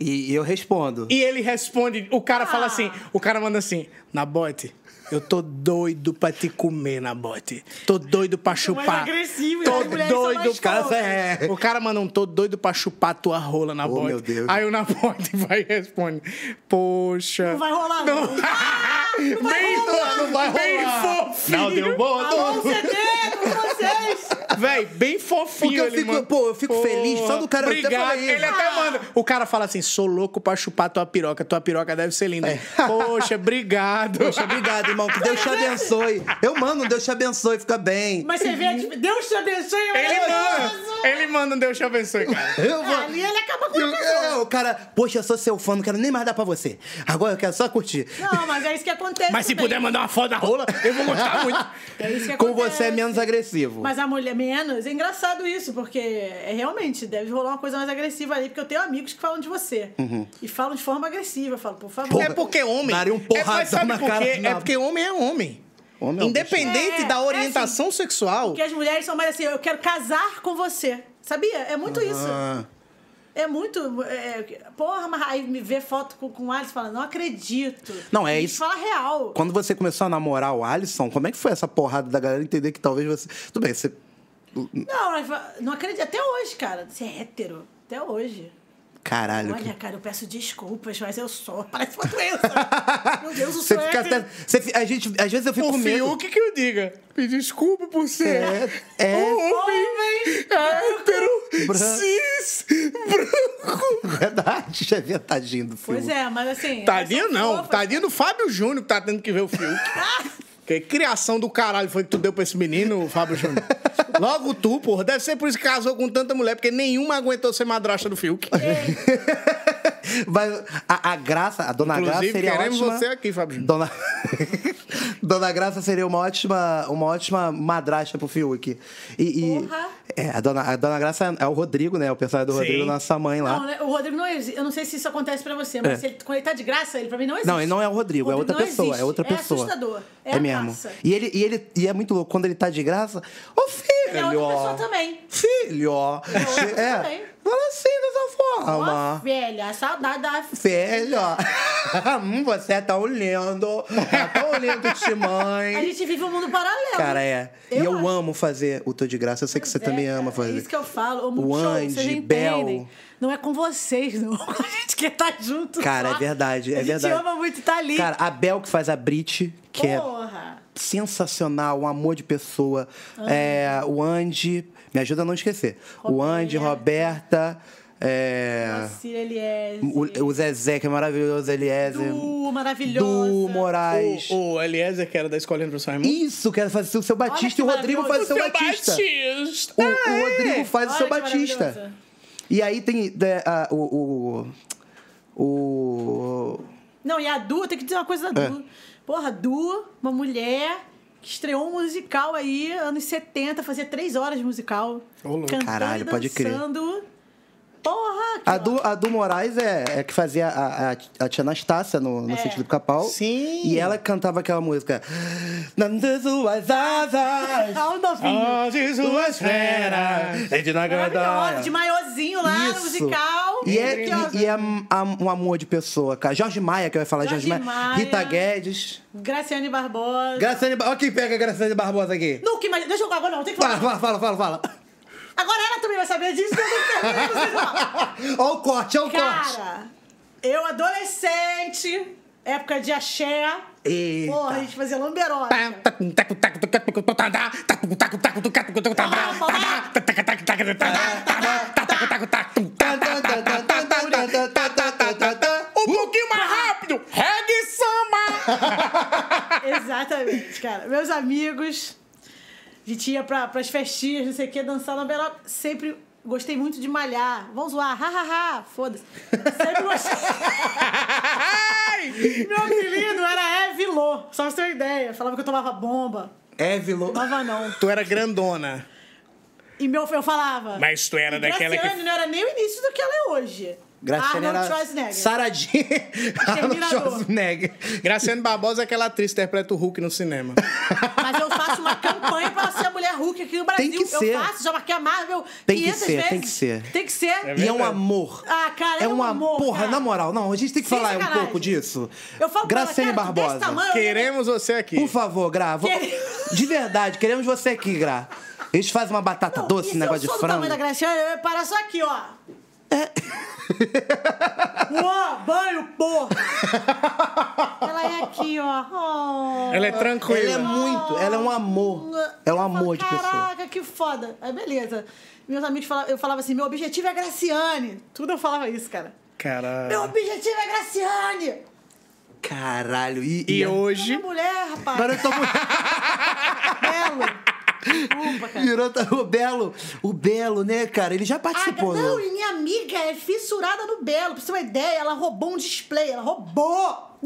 E, e eu respondo.
E ele responde, o cara fala
Ah.
assim, o cara manda assim, Nabote, eu tô doido pra te comer, Nabote. Tô doido pra
mais
chupar.
agressivo. e
Tô
as mulheres são
doido,
mais
cara.
fofas.
É.
O cara manda um todo doido pra chupar tua rola na bote.
meu Deus.
Aí o Nabote vai e responde: Poxa.
Não vai rolar,
Não,
não. Ah, não vai Tá
bem,
rolar.
não vai bem fofinho.
Não deu um bom,
Alô, CD, com vocês.
Véi, bem fofinho.
Porque eu
ele
fico-
manda.
pô, eu fico feliz só do cara- eu até
Obrigado.
falei
ele
isso.
Ah.
até manda. O cara fala assim: sou louco pra chupar tua piroca. Tua piroca deve ser linda. Poxa, obrigado.
É. Poxa, obrigado, irmão. Que Deus te abençoe. Eu mando, Deus te abençoe, fica bem.
Mas você vê, tipo, Deus te abençoe.
Ele
eu-
manda. Ele manda um Deus te abençoe, cara.
Eu vou.
Ali ele acaba com a
Eu-
pessoa.
é, o cara, poxa, eu sou seu fã, não quero nem mais dar pra você. Agora eu quero só curtir.
Não, mas é isso que acontece.
Mas se
também.
puder mandar uma foto da rola, eu vou gostar muito.
É isso que
Com
acontece.
você é menos agressivo.
Mas a mulher menos, é engraçado isso, porque é, realmente deve rolar uma coisa mais agressiva ali, porque eu tenho amigos que falam de você. E falam de forma agressiva. Eu falo, por favor.
Porra.
É porque homem.
Daria um
é,
porradão
mas sabe
na
por
cara
quê?
do
É
nabo.
porque homem é homem.
Homem é um
Independente
bicho. É,
da orientação sexual.
Porque as mulheres são mais assim, eu quero casar com você. Sabia? É muito isso.
Ah,
É muito. é, porra, mas aí me vê foto com, com o Alice e fala, não acredito.
Não, é
E
isso.
Fala real.
Quando você começou a namorar o Alisson, como é que foi essa porrada da galera entender que talvez você. Tudo bem, você.
Não, mas fa- não acredito. Até hoje, cara. Você é hétero. Até hoje.
Caralho.
Olha,
que-
cara, eu peço desculpas, mas eu sou. Parece uma doença. Meu Deus, é eu
Você
sou
fica
hétero.
até. você fi- a gente, às vezes eu fico
O
com medo.
Fiuk que eu diga. Me desculpe por ser. um
É, é.
Uhum.
Homem, hétero,
Branco.
cis, branco.
Verdade, já vi tadinho do filme.
Pois é, mas assim.
Tá
Tadinho
elas são
Tá não.
fofas.
Tadinho do Fábio Júnior que tá tendo que ver o Fiuk. Que criação do caralho foi que tu deu pra esse menino, Fábio Júnior? Logo tu, porra. Deve ser por isso que casou com tanta mulher, porque nenhuma aguentou ser madrasta do Fiuk.
Mas a, a Graça, a Dona
Inclusive,
Graça seria
queremos
ótima.
você aqui, Fábio Júnior.
Dona... Dona Graça seria uma ótima, uma ótima madrasta pro Fiuk. E, e-
Porra.
é, a dona, a dona Graça é o Rodrigo, né? O personagem do
Sim.
Rodrigo, nossa mãe lá. É.
Não, né, o Rodrigo não existe. Eu não sei se isso acontece pra você, mas se ele, quando ele tá de graça, ele pra mim não existe.
Não, ele não é o Rodrigo, é outra
não
pessoa,
existe.
é outra pessoa.
É assustador. É,
É
a
mesmo.
Graça.
E ele, e ele e é muito louco quando ele tá de graça. Ô
Ele é outra
filho!
pessoa também.
Filho!
outra também.
É. Fala assim dessa
Ó,
forma.
velha, a saudade da.
Filho! hum, você é tão lindo! É tão lindo te
A
mãe!
gente vive um mundo paralelo.
Cara, é.
Eu
e eu
acho.
amo fazer o Tô de Graça. Eu sei que você
É,
também
cara,
ama fazer.
É isso que eu falo. O, Multishow,
Andy,
vocês não
Bel.
entendem. Não é com vocês, não. A gente quer estar junto.
Cara, é
só.
verdade, é
a
verdade.
gente ama muito estar ali.
Cara, a Bel que faz a Brit, que é
Porra.
sensacional, um amor de pessoa.
Ah.
É, o Andy, me ajuda a não esquecer. O Andy, Roberta, é,
Cília Eliezer.
o, o Zezé, que é maravilhoso, Eliezer.
Du, maravilhosa.
Du Moraes.
O, o Eliezer, que era da escolinha do professor Raimundo.
Isso, quero fazer o seu Batista e o
que
Rodrigo faz o
maravilhoso.
seu Batista.
Batista.
O, o Rodrigo faz o
Olha
seu
que
Batista.
maravilhoso.
E aí tem né, a- o. o, o
Não, e a Du, eu tenho que dizer uma coisa da
É.
Du. Porra, Du, uma mulher que estreou um musical aí, anos 70, fazia três horas de musical.
louco.
Cantando
Caralho,
e
pode crer.
dançando. Porra,
A do, a do Moraes é, é que fazia a, a, a tia Anastácia no, no sentido do Capau.
Sim.
E ela cantava aquela música. Nas suas asas.
Olha o novinho.
Onde suas feras.
É de
Maravilhosa, de maiôzinho lá no musical.
E é,
Que, ó,
e, e é um- um amor de pessoa, cara. Jorge Maia, que vai falar Jorge,
Jorge
Maia.
Maia.
Rita Guedes.
Graciane Barbosa.
Graciane Barbosa. Olha quem pega a Graciane Barbosa aqui.
Nunca imagina. Deixa eu agora não, tem que
Fala,
falar.
fala, fala, fala, fala.
Agora ela também vai saber disso, que eu tenho que terminar pra vocês falarem.
Olha o corte, olha o corte.
Cara, eu adolescente, época de axé.
Eita.
Porra, a gente fazia lamberosa.
taco, taco, taco, tum, tá, tá, tá, tá, tá, tá, tá, tá, tá, tá, tá, tá. Um pouquinho mais rápido! Reggae samba!
Exatamente, cara. Meus amigos, a gente ia pra, pras festinhas, não sei o que, dançar na Bela. Sempre gostei muito de malhar. Vão zoar, ha, ha, ha, foda-se. Sempre gostei. Meu apelido era Evilô, só pra você ter uma ideia. Falava que eu tomava bomba.
Évilo.
Tomava não.
Tu era grandona.
E meu, eu falava.
Mas tu era
E
daquela
Graciane
que.
não era nem o início do que ela é hoje.
Graciane
Arnold
era
Schwarzenegger.
Saradinha. Arnold
Exterminador.
Schwarzenegger.
Graciane Barbosa é aquela atriz que interpreta o Hulk no cinema.
Mas eu faço uma campanha pra ela ser a mulher Hulk aqui no Brasil.
Tem que ser.
Eu faço, já marquei a Marvel
Tem que
500
ser,
vezes.
tem que ser.
Tem que ser.
E é um amor.
Ah, cara,
é
é um
uma
amor,
Porra,
cara.
na moral, não, a gente tem que
Sem
falar um
sacanagem.
pouco disso.
Eu falo pra ela,
Graciane
cara, tu desse
Barbosa.
tamanho,
Queremos você aqui.
Por favor, Gra. vo-
Quere-
De verdade, queremos você aqui, Gra. Eles fazem uma batata
Não, e
doce,
se
negócio
eu
de
sou do
frango. É.
tamanho da Graciane, eu ia parar só aqui, ó. Ó, banho, porra! Ela é aqui, ó. Oh.
Ela é tranquila.
Ela é muito, ela é um amor. É um
Eu falo,
amor de pessoa.
Caraca, que foda. Aí, beleza. Meus amigos falavam, eu falava assim: meu objetivo é a Graciane. Tudo eu falava isso, cara. Meu
Caralho.
objetivo é a Graciane.
Caralho, e,
E
e-
hoje.
Minha mulher, rapaz.
Agora eu tô muito.
Belo. Desculpa, cara.
Virou tá- o Belo. O Belo, né, cara? Ele já
Ah,
participou,
não,
né?
e minha amiga é fissurada no Belo. Pra você ter uma ideia, ela roubou um display. Ela roubou!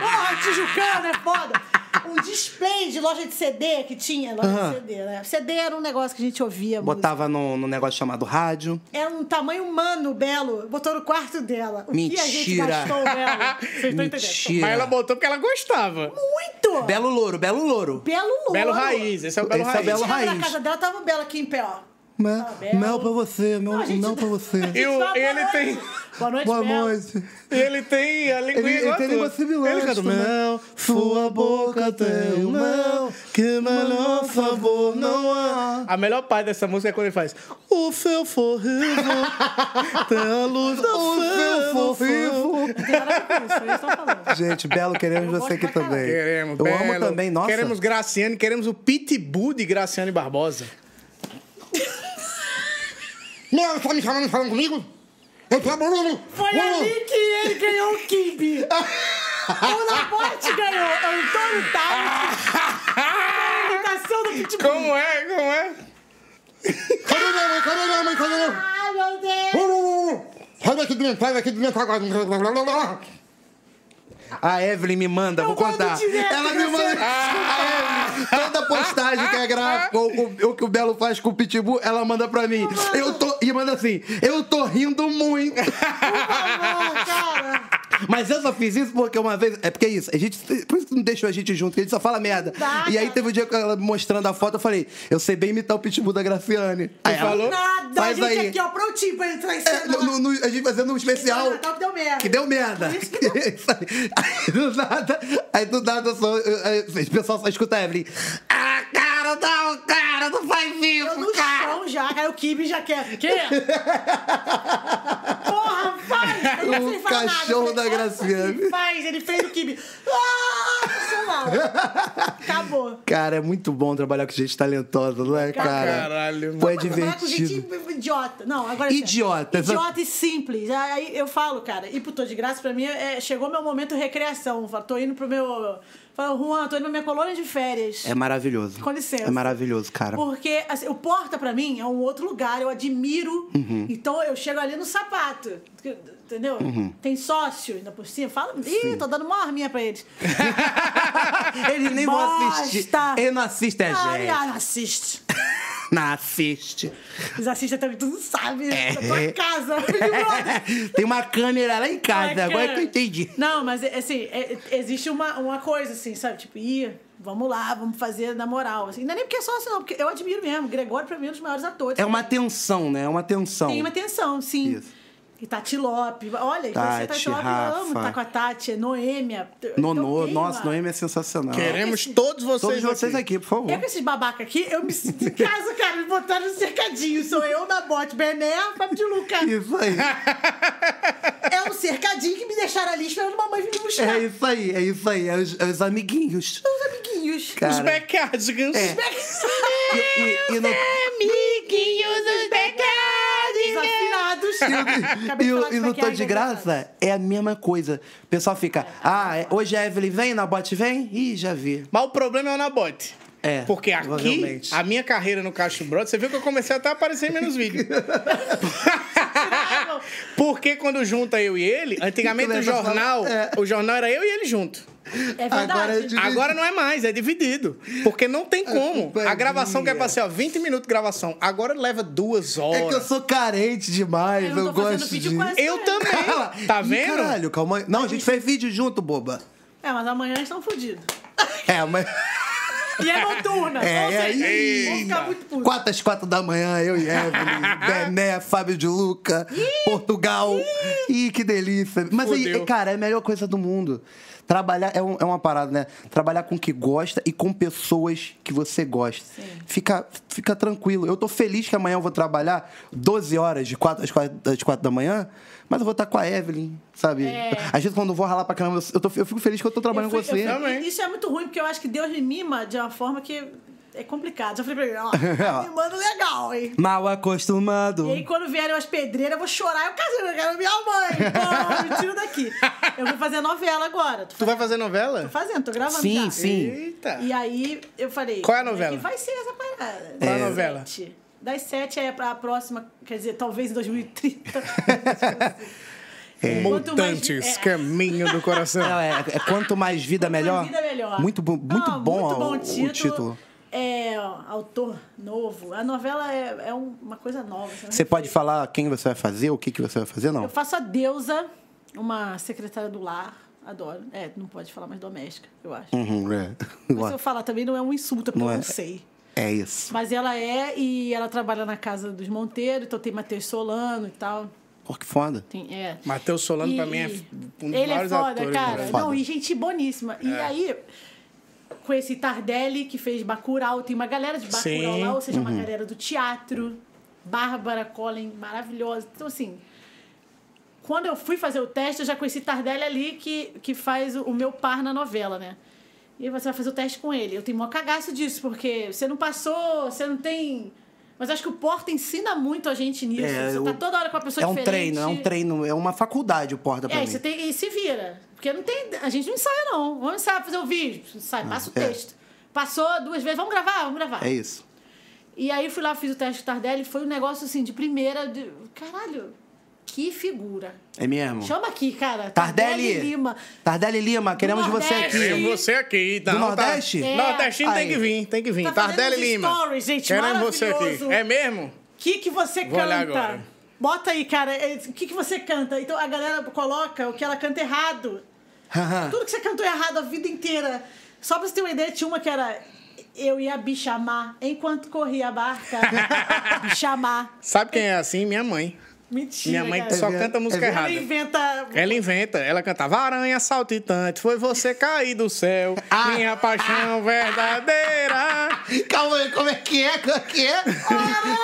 Porra, tijucano é foda! Um display de loja de CD que tinha. Loja
Aham.
de CD, né? CD era um negócio que a gente ouvia. música.
Botava num num negócio chamado rádio.
Era um tamanho humano, Belo. Botou no quarto dela. O que a gente
Mentira.
gastou, Belo? Vocês estão entendendo?
Mentira.
Mas ela botou porque ela gostava.
Muito! Belo,
Belo louro, belo louro.
Louro.
Belo Raiz. Esse é o Belo
Esse é o
Raiz.
Belo
Chegava
Raiz.
na casa dela, tava o Belo aqui em pé, ó.
Mel,
Ah, Belo.
mel pra você, mel,
Não, é a gente-
mel pra você.
E o-
Boa
ele
noite.
tem-
Boa noite,
Boa
Belo.
noite.
E ele tem a linguinha
Ele,
é
ele
igual a
tem
tua.
língua né? similar.
Ele canta,
também.
"Mel,
sua boca tem um mel, que melhor sabor não há.
A melhor parte dessa música é quando ele faz O seu sorriso tem a luz do
O
seu
seu sorriso.
Não tem nada a ver com isso, eu só falando.
Gente, Belo, queremos
Eu
você aqui
gosto pra
também.
caralho.
Queremos,
Eu amo
Belo.
também, nossa.
Queremos Graciane, queremos o Pitbull de Graciane Barbosa.
Meu, você tá me chamando falando comigo? Eu tô Bruno!
Foi ali que ele ganhou o Kimbi. o Laporte ganhou Antônio Tá Tales. Foi a imitação do Pitbull.
Como é, como é?
Cadê minha mãe? Cadê minha mãe? Cadê minha mãe?
Ai, meu Deus.
Bruno! Sai daqui de dentro, sai daqui de dentro agora!
A Evelyn me manda,
Eu
vou contar.
mando direto
Ela me
pra
manda.
você.
A Evelyn, toda postagem que é gráfica, ou ou- o que o Belo faz com o Pitbull, ela manda pra mim. Eu tô. E manda assim, eu tô rindo muito.
Por favor, cara.
Mas eu só fiz isso porque uma vez. É porque é isso. A gente, por isso que não deixou a gente junto, que a gente só fala merda.
dá,
e aí
cara.
teve um dia que ela me mostrando a foto, eu falei, eu sei bem imitar o pitbull da Graciane. Aí ela,
falou?
Nada, a
Faz
gente
aí.
aqui, ó, prontinho pra entrar em
É,
cena.
no- no- no- a gente fazendo um especial.
Natal que tá, deu merda.
Que deu merda.
Por isso
Isso aí. Aí do nada, aí do nada só, aí, o pessoal só escuta a Evelyn. Ah, cara, não, cara, não faz
Eu
isso,
Tá no
cara.
chão já, cara, o Kibe já quer. Quê? Porra, faz! Ele não
O
fez falar nada,
cachorro
eu
da
falei, "Nossa,
Graciane."
Kibe, Faz, ele fez o Kibe. Ah, sensacional. Acabou.
Cara, é muito bom trabalhar com gente talentosa, não é, cara?
Caralho.
Pô, é
Trabalhar com
divertido.
gente idiota. Não, agora... é sério.
Idiota, exa-
Idiota e simples. Aí eu falo, cara, e pro Tô de Graça, pra mim, é, chegou meu momento recreação. Falo, Tô indo pro meu... Falo, Juan, tô indo pra minha colônia de férias.
É maravilhoso.
Com licença.
É maravilhoso, cara.
Porque assim, o Porta, pra mim, é um outro lugar, eu admiro.
Uhum.
Então eu chego ali no sapato. Entendeu?
Uhum.
Tem sócio ainda por cima. Fala, ih, tô dando uma arminha pra eles.
Eles nem vão
Bosta!
assistir. Eles não assistem a
Ah,
É, gente.
ah, assiste.
Não assiste.
Eles assistem também, tu não sabe.
É.
Da tua casa. Big Brother.
Tem uma câmera lá em casa,
Ai,
agora
cara.
que eu entendi.
é Não, mas é, assim, é- é- existe uma, uma coisa, assim, sabe? Tipo, ih, vamos lá, vamos fazer na moral. Assim. Não é nem porque é só assim, não, porque eu admiro mesmo. Gregório, pra mim, é um dos maiores atores.
É uma tensão, né? É uma tensão.
Tem uma tensão, sim.
Isso.
E Tati Lopes. Olha, então
Tati,
você Tati Lopes, eu amo
Rafa.
tá com a Tati, é Noêmia.
Nonô,
tem
nossa,
uma-
Noemi é sensacional.
Queremos todos vocês
Ah. Todos vocês
aqui.
aqui, por favor.
Eu com esses babaca aqui, eu me sinto em casa, cara, me botaram no cercadinho. Sou eu na bote, Bené, Fábio de Luca.
Isso aí.
É um cercadinho que me deixaram ali esperando mamãe vir me buscar.
É isso aí, é isso aí. É os, é os amiguinhos.
Os amiguinhos.
Os
Cara.
backyardigans.
É. E, e- e no-
Amiguinhos,
E,
Acabei
o-
de falar
e
que
no
isso aqui
Tô
é
de Graça é a mesma coisa. O pessoal fica,
tá
ah, é- hoje a Evelyn vem, na bote vem? Ih, já vi.
Mas o problema é o Nabote.
É,
Porque aqui,
provavelmente.
a minha carreira no Cacho Brothers, você viu que eu comecei até a aparecer em menos vídeo. Porque quando junta eu e ele, antigamente o
É Começa a falar-
jornal,
É.
o jornal era eu e ele junto.
É verdade.
Agora é de-
Agora não é mais, é dividido. Porque não tem como.
culpa é
A gravação que é pra
minha.
ser, ó, 20 minutos de gravação, agora leva duas horas.
É que eu sou carente demais,
Eu
eu,
não tô fazendo
gosto
vídeo
de...
com essa-
Eu também. Tá
Ih,
vendo?
Caralho, calma aí. Não, a gente fez vídeo junto, boba.
É, mas amanhã eles estão fodidos.
É, mas...
E é noturna.
É,
ou seja,
é,
vão ficar muito putos.
Quatro às quatro da manhã, eu e Evelyn, Bené, Fábio de Luca, Portugal. Ih, que delícia. Mas, aí,
Fudeu.
cara, é a melhor coisa do mundo. Trabalhar é, um- é uma parada, né? Trabalhar com o que gosta e com pessoas que você gosta. Fica, fica tranquilo. Eu tô feliz que amanhã eu vou trabalhar 12 horas, de quatro às quatro às quatro da manhã, mas eu vou estar com a Evelyn, sabe? Às vezes, quando eu vou ralar pra caramba, eu, tô- eu fico feliz que eu tô trabalhando
Eu
com
fui-
você.
eu fui-
Também.
Isso é muito ruim, porque eu acho que Deus me mima de uma forma que é complicado. Já falei pra ele, ó, tá me manda legal, hein?
Mal acostumado.
E aí, quando vierem umas pedreiras, eu vou chorar. Eu caso, eu quero minha mãe. Não, me tira daqui. Eu vou fazer novela agora. Tô
Tu vai fazer novela?
fazendo, tô gravando
Sim,
já.
sim.
Eita.
E aí, eu falei...
Qual é a
como
novela?
que vai ser essa parada.
Qual é a
Das
novela?
sete. Das sete é pra próxima, quer dizer, talvez em 2030. Quanto mais-
Mutantes,
é.
caminho do coração.
Não, é, é quanto mais vida melhor.
Vida melhor.
Muito, bo- muito
Ah,
bom,
muito bom
o-
o título.
o título.
É, ó, autor novo. A novela é, é um- uma coisa nova. sabe?
Você pode falar quem você vai fazer, o que, que você vai fazer, não?
Eu faço a deusa, uma secretária do lar. Adoro. É, não pode falar mais doméstica, eu acho.
Uhum, é.
Mas se eu falar também não é um insulto, é porque
Não
eu
é.
não sei.
É isso.
Mas ela é e ela trabalha na casa dos Monteiro, então tem Matheus Solano e tal.
Pô, que foda.
Tem, é.
Matheus Solano, pra mim, é f- um dos
Ele é
maiores
foda,
atores. É.
cara.
né?
Foda.
Não, e gente boníssima. E aí, conheci Tardelli, que fez Bacurau. Tem uma galera de Bacurau
Sim. Uhum.
lá, ou seja, uma galera do teatro. Bárbara Collin, maravilhosa. Então, assim, quando eu fui fazer o teste, eu já conheci Tardelli ali, que, que faz o, o meu par na novela, né? E aí você vai fazer o teste com ele. Eu tenho maior cagaço disso, porque você não passou, você não tem... Mas acho que o Porta ensina muito a gente nisso.
É,
você
o-
tá toda hora com a pessoa
É um
diferente.
treino, é um treino, é uma faculdade o Porta pra
É,
mim.
você tem, e se vira. Porque não tem, a gente não ensaia, não. Vamos ensaiar, fazer o vídeo. Sai, passa o
é.
texto. Passou duas vezes, vamos gravar, vamos gravar.
É isso.
E aí fui lá, fiz o teste com o Tardelli. Foi um negócio assim, de primeira. de- Caralho, que figura.
É mesmo.
Chama aqui, cara.
Tardelli.
Lima.
Tardelli Lima, queremos você
Nordeste.
aqui.
Sim.
Queremos você aqui. Tá?
Do
Não tá-
Nordeste? É.
Nordestino tem
Aí.
que vir, tem que vir.
Tá fazendo
Tardelli
uns
Lima.
stories, gente,
Queremos você aqui.
maravilhoso.
É mesmo?
O que, que você
Vou olhar
canta?
agora.
Bota aí, cara. é, O que, que você canta? Então a galera coloca o que ela canta errado.
Ah.
Tudo que você cantou errado a vida inteira. Só pra você ter uma ideia, tinha uma que era Eu ia bichamar enquanto corria a barca. bichamar.
Sabe quem é assim? Minha mãe.
Mentira.
Minha mãe tá
cara.
só
É ver-
canta música
é
Ela
errada. É.
inventa.
Ela inventa, ela cantava Aranha saltitante, foi você cair do céu,
Ah.
minha paixão verdadeira.
Calma aí, como é que é? Como é que é?
Caralho,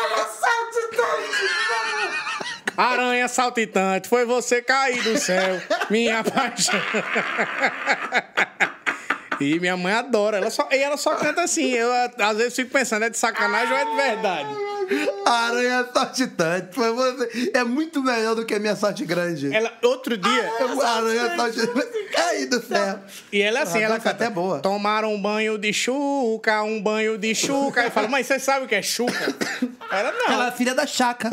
saltitante!
Aranha saltitante, foi você cair do céu, minha paixão. E minha mãe adora, ela só, e ela só canta assim. Eu a- às vezes fico pensando, é de sacanagem ou é de verdade?
Aranha é sorte tanto. Foi você. É muito melhor do que a minha sorte grande.
É
Ela, outro dia,
Ah,
Aranha é sorte Ai, do céu.
e ela é assim,
Ela
ela
dança
canta,
até boa.
tomar um banho de chuca, um banho de chuca. Eu falo, mãe, você sabe o que é chuca? Ela não.
Ela é filha da Chaca.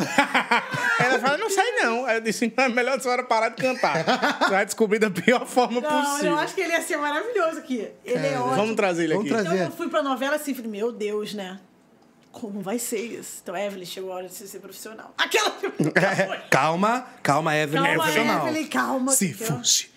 Ela fala, não sei não. Aí eu disse, não, é melhor a senhora parar de cantar. Você vai descobrir da pior forma
Não,
possível.
eu acho que ele ia ser maravilhoso aqui. Ele é ótimo.
Vamos trazer ele
Vamos
aqui.
trazer.
Então eu fui pra novela assim, falei, meu Deus, né? Como vai ser isso? Então, Evelyn, chegou a hora de você ser profissional. Aquela tipo,
calma, calma, Evelyn. é
calma,
profissional.
Evelyn, calma.
É, Se
que eu-
fosse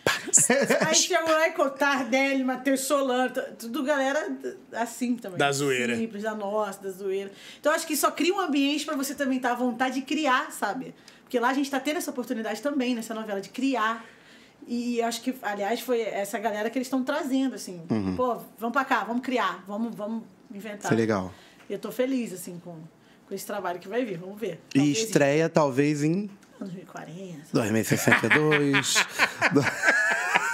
Aí chegou lá e contar dele, Matheus Solano, t- tudo galera d- assim também.
Da zoeira.
Simples, da nossa, da zoeira. Então acho que só cria um ambiente pra você também estar à vontade de criar, sabe? Porque lá a gente tá tendo essa oportunidade também nessa novela de criar. E acho que, aliás, foi essa galera que eles estão trazendo, assim.
Uhum.
Pô, vamos pra cá, vamos criar, vamos, vamos inventar.
Isso é legal.
E eu tô feliz, assim, com, com esse trabalho que vai vir, vamos ver.
E
Talvez em
estreia talvez em
2040.
2062. do-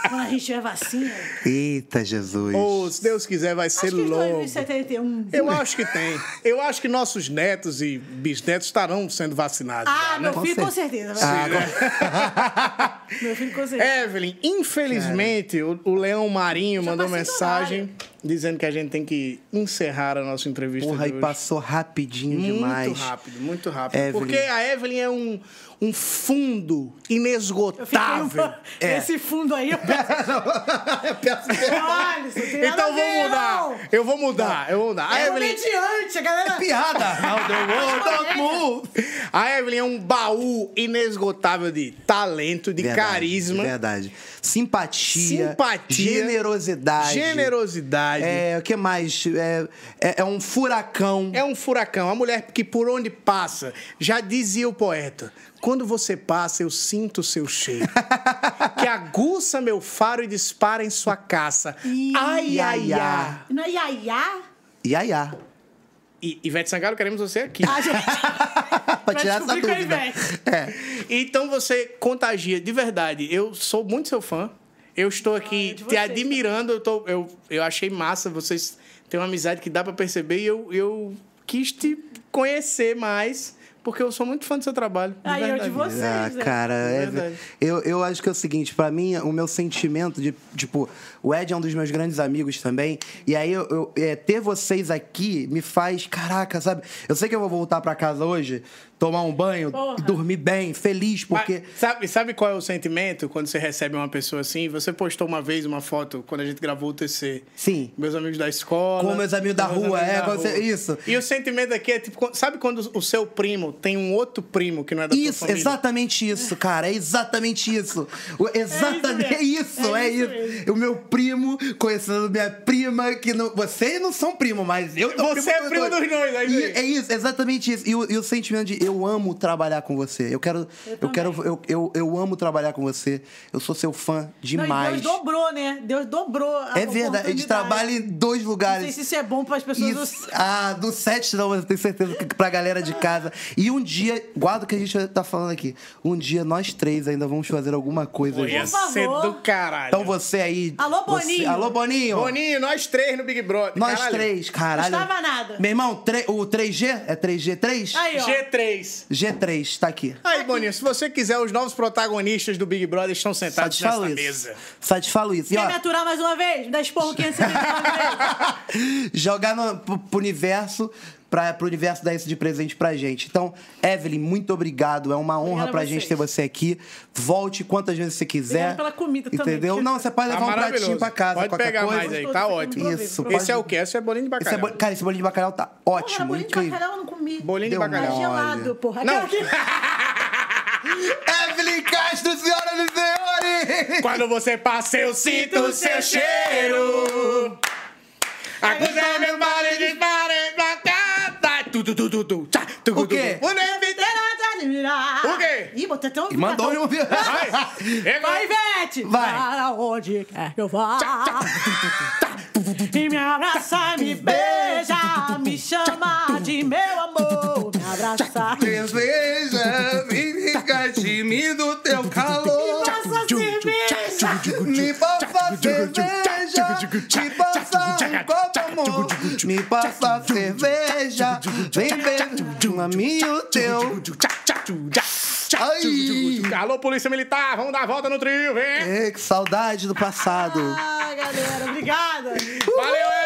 Quando a gente tiver vacina. acho
Eita, Jesus.
Ou, se Deus quiser, vai ser
que em
logo.
2071.
Eu acho que tem. Eu acho que nossos netos e bisnetos estarão sendo vacinados.
Ah, meu
Com Ah,
filho, com certeza. vai. Meu filho, com certeza.
Evelyn, infelizmente, o, o Leão Marinho
Já
mandou
passou do
mensagem
horário.
dizendo que a gente tem que encerrar a nossa entrevista
Porra,
de
e
hoje.
passou rapidinho
Muito
demais.
rápido, muito rápido.
Evelyn.
Porque a Evelyn é um, um fundo
Eu fiquei
inesgotável.
uma-
É.
Esse fundo aí, eu penso, olha, isso não tem nada a
Então vou
ver,
mudar.
não.
Eu vou mudar, eu vou mudar. A
É um
Evelyn, tá
mediante, a
É
galera.
Piada! How the world don't move.
a Evelyn é um baú inesgotável de talento, de
Verdade,
carisma,
Verdade. Simpatia.
Simpatia.
Generosidade.
generosidade.
É, o que mais? É, é, é um furacão.
É um furacão, uma mulher que por onde passa, já dizia o poeta, quando você passa eu sinto o seu cheiro, que aguça meu faro e dispara em sua caça. Ai, ai, ai.
Não é iaiá?
Iaiá.
E, Ivete Sangalo, queremos você aqui.
A gente
Pra tirar essa
descobrir com a
dúvida. É.
Ivete.
Então você contagia, de verdade. Eu sou muito seu fã. Eu estou aqui
é de
te
vocês,
admirando. Eu, tô, eu, eu achei massa. Vocês têm uma amizade que dá pra perceber. E eu, eu quis te conhecer mais, porque eu sou muito fã do seu trabalho. de
Aí eu
verdade.
de vocês.
Ah,
né?
cara, é,
Verdade.
eu, eu acho que é o seguinte, pra mim, o meu sentimento de, tipo, o Ed é um dos meus grandes amigos também, e aí eu, eu- é, ter vocês aqui me faz, caraca, sabe? Eu sei que eu vou voltar pra casa hoje, tomar um banho,
Porra.
dormir bem, feliz, porque...
Mas sabe, sabe qual é o sentimento quando você recebe uma pessoa assim? Você postou uma vez uma foto quando a gente gravou o TC.
Sim.
Meus amigos da escola.
Com meus amigos da
meus
rua,
amigos
é,
da
quando você- isso.
E o sentimento aqui é tipo, sabe quando o seu primo tem um outro primo que não é da sua
Isso,
família?
exatamente isso, cara. É exatamente isso. O- Exatamente é isso,
mesmo,
é,
é
isso.
isso
O meu primo conhecendo minha prima, que não. Vocês não são primo, mas eu sou
Você é primo dos dois, é isso
E
aí.
É isso, exatamente isso. E o, e o sentimento de eu amo trabalhar com você. Eu quero. Eu,
também.
quero. Eu, eu, eu amo trabalhar com você. Eu sou seu fã
Não, e
demais.
Deus dobrou, né? Deus dobrou a
é verdade, a gente
oportunidade.
trabalha em dois
Não sei
lugares.
se isso é bom para as pessoas. do-
Isso. Ah, do set não, mas eu tenho certeza que pra galera de casa. E um dia, guarda o que a gente tá falando aqui. Um dia nós três ainda vamos fazer alguma coisa
Pô,
juntos.
ia
Por favor.
ser do caralho.
Então você aí.
Alô,
você-
Boninho.
alô, Boninho!
Boninho, nós três no Big Brother.
Nós
caralho.
três, caralho.
Não estava nada.
Meu irmão, tre- o 3G? É 3G3?
Aí, ó.
G3.
G3, tá aqui.
Aí, Boninho, se você quiser, os novos protagonistas do Big Brother estão sentados
Satisfalo
nessa
isso.
mesa.
Satisfalo isso. E,
Quer
ó,
me aturar mais uma vez? Me dá esporro 579 vezes.
jogar no, pro, pro universo, pra, pro universo dar isso de presente pra gente. Então, Evelyn, muito obrigado. É uma honra
Obrigada a
pra gente
vocês.
ter você aqui. Volte quantas vezes você quiser.
Obrigada pela comida
entendeu?
também, porque-
Não, você pode
Tá
levar um pratinho
maravilhoso.
pra casa,
Pode
qualquer
pegar
coisa.
mais aí, tá ótimo.
Isso,
Pode.
Esse é o quê? Esse é bolinho de
Esse é
bacalhau.
bo- Cara, esse bolinho de bacalhau tá ótimo,
Porra, bolinho de
incrível.
bacalhau eu não comi.
Bolinho de
Deu uma
Tá
bacalhau.
gelado, porra.
Não.
Aquela que- tá
Evelyn Castro, senhoras e senhores!
Quando você passa, eu sinto o seu cheiro. Acusa meu vale dispare na cata. Tu, tu, tu, tu, tu. Tchá, tu,
O
tu,
quê?
tu. O nome-
Terá de admirar.
O quê?
Ih, botei até um.
E mandou um...
Vai. É
Vai,
vai.
Ivete!
Vai.
Para onde quer que eu vá. E me abraça, me beija, me chama de meu amor. Me abraça.
Deseja me ficar tímido teu calor.
Nossa cerveja!
Me passa cerveja, me passa um copo, amor. Me passa cerveja, vem ver um amigo teu.
Tchá, tchá, tchú, tchá, tchá,
Ai.
tchú, tchú, tchú. Alô, Polícia Militar, vamos dar a volta no trio, vem.
Ei, que saudade do passado.
Ah, galera, obrigada!
Valeu,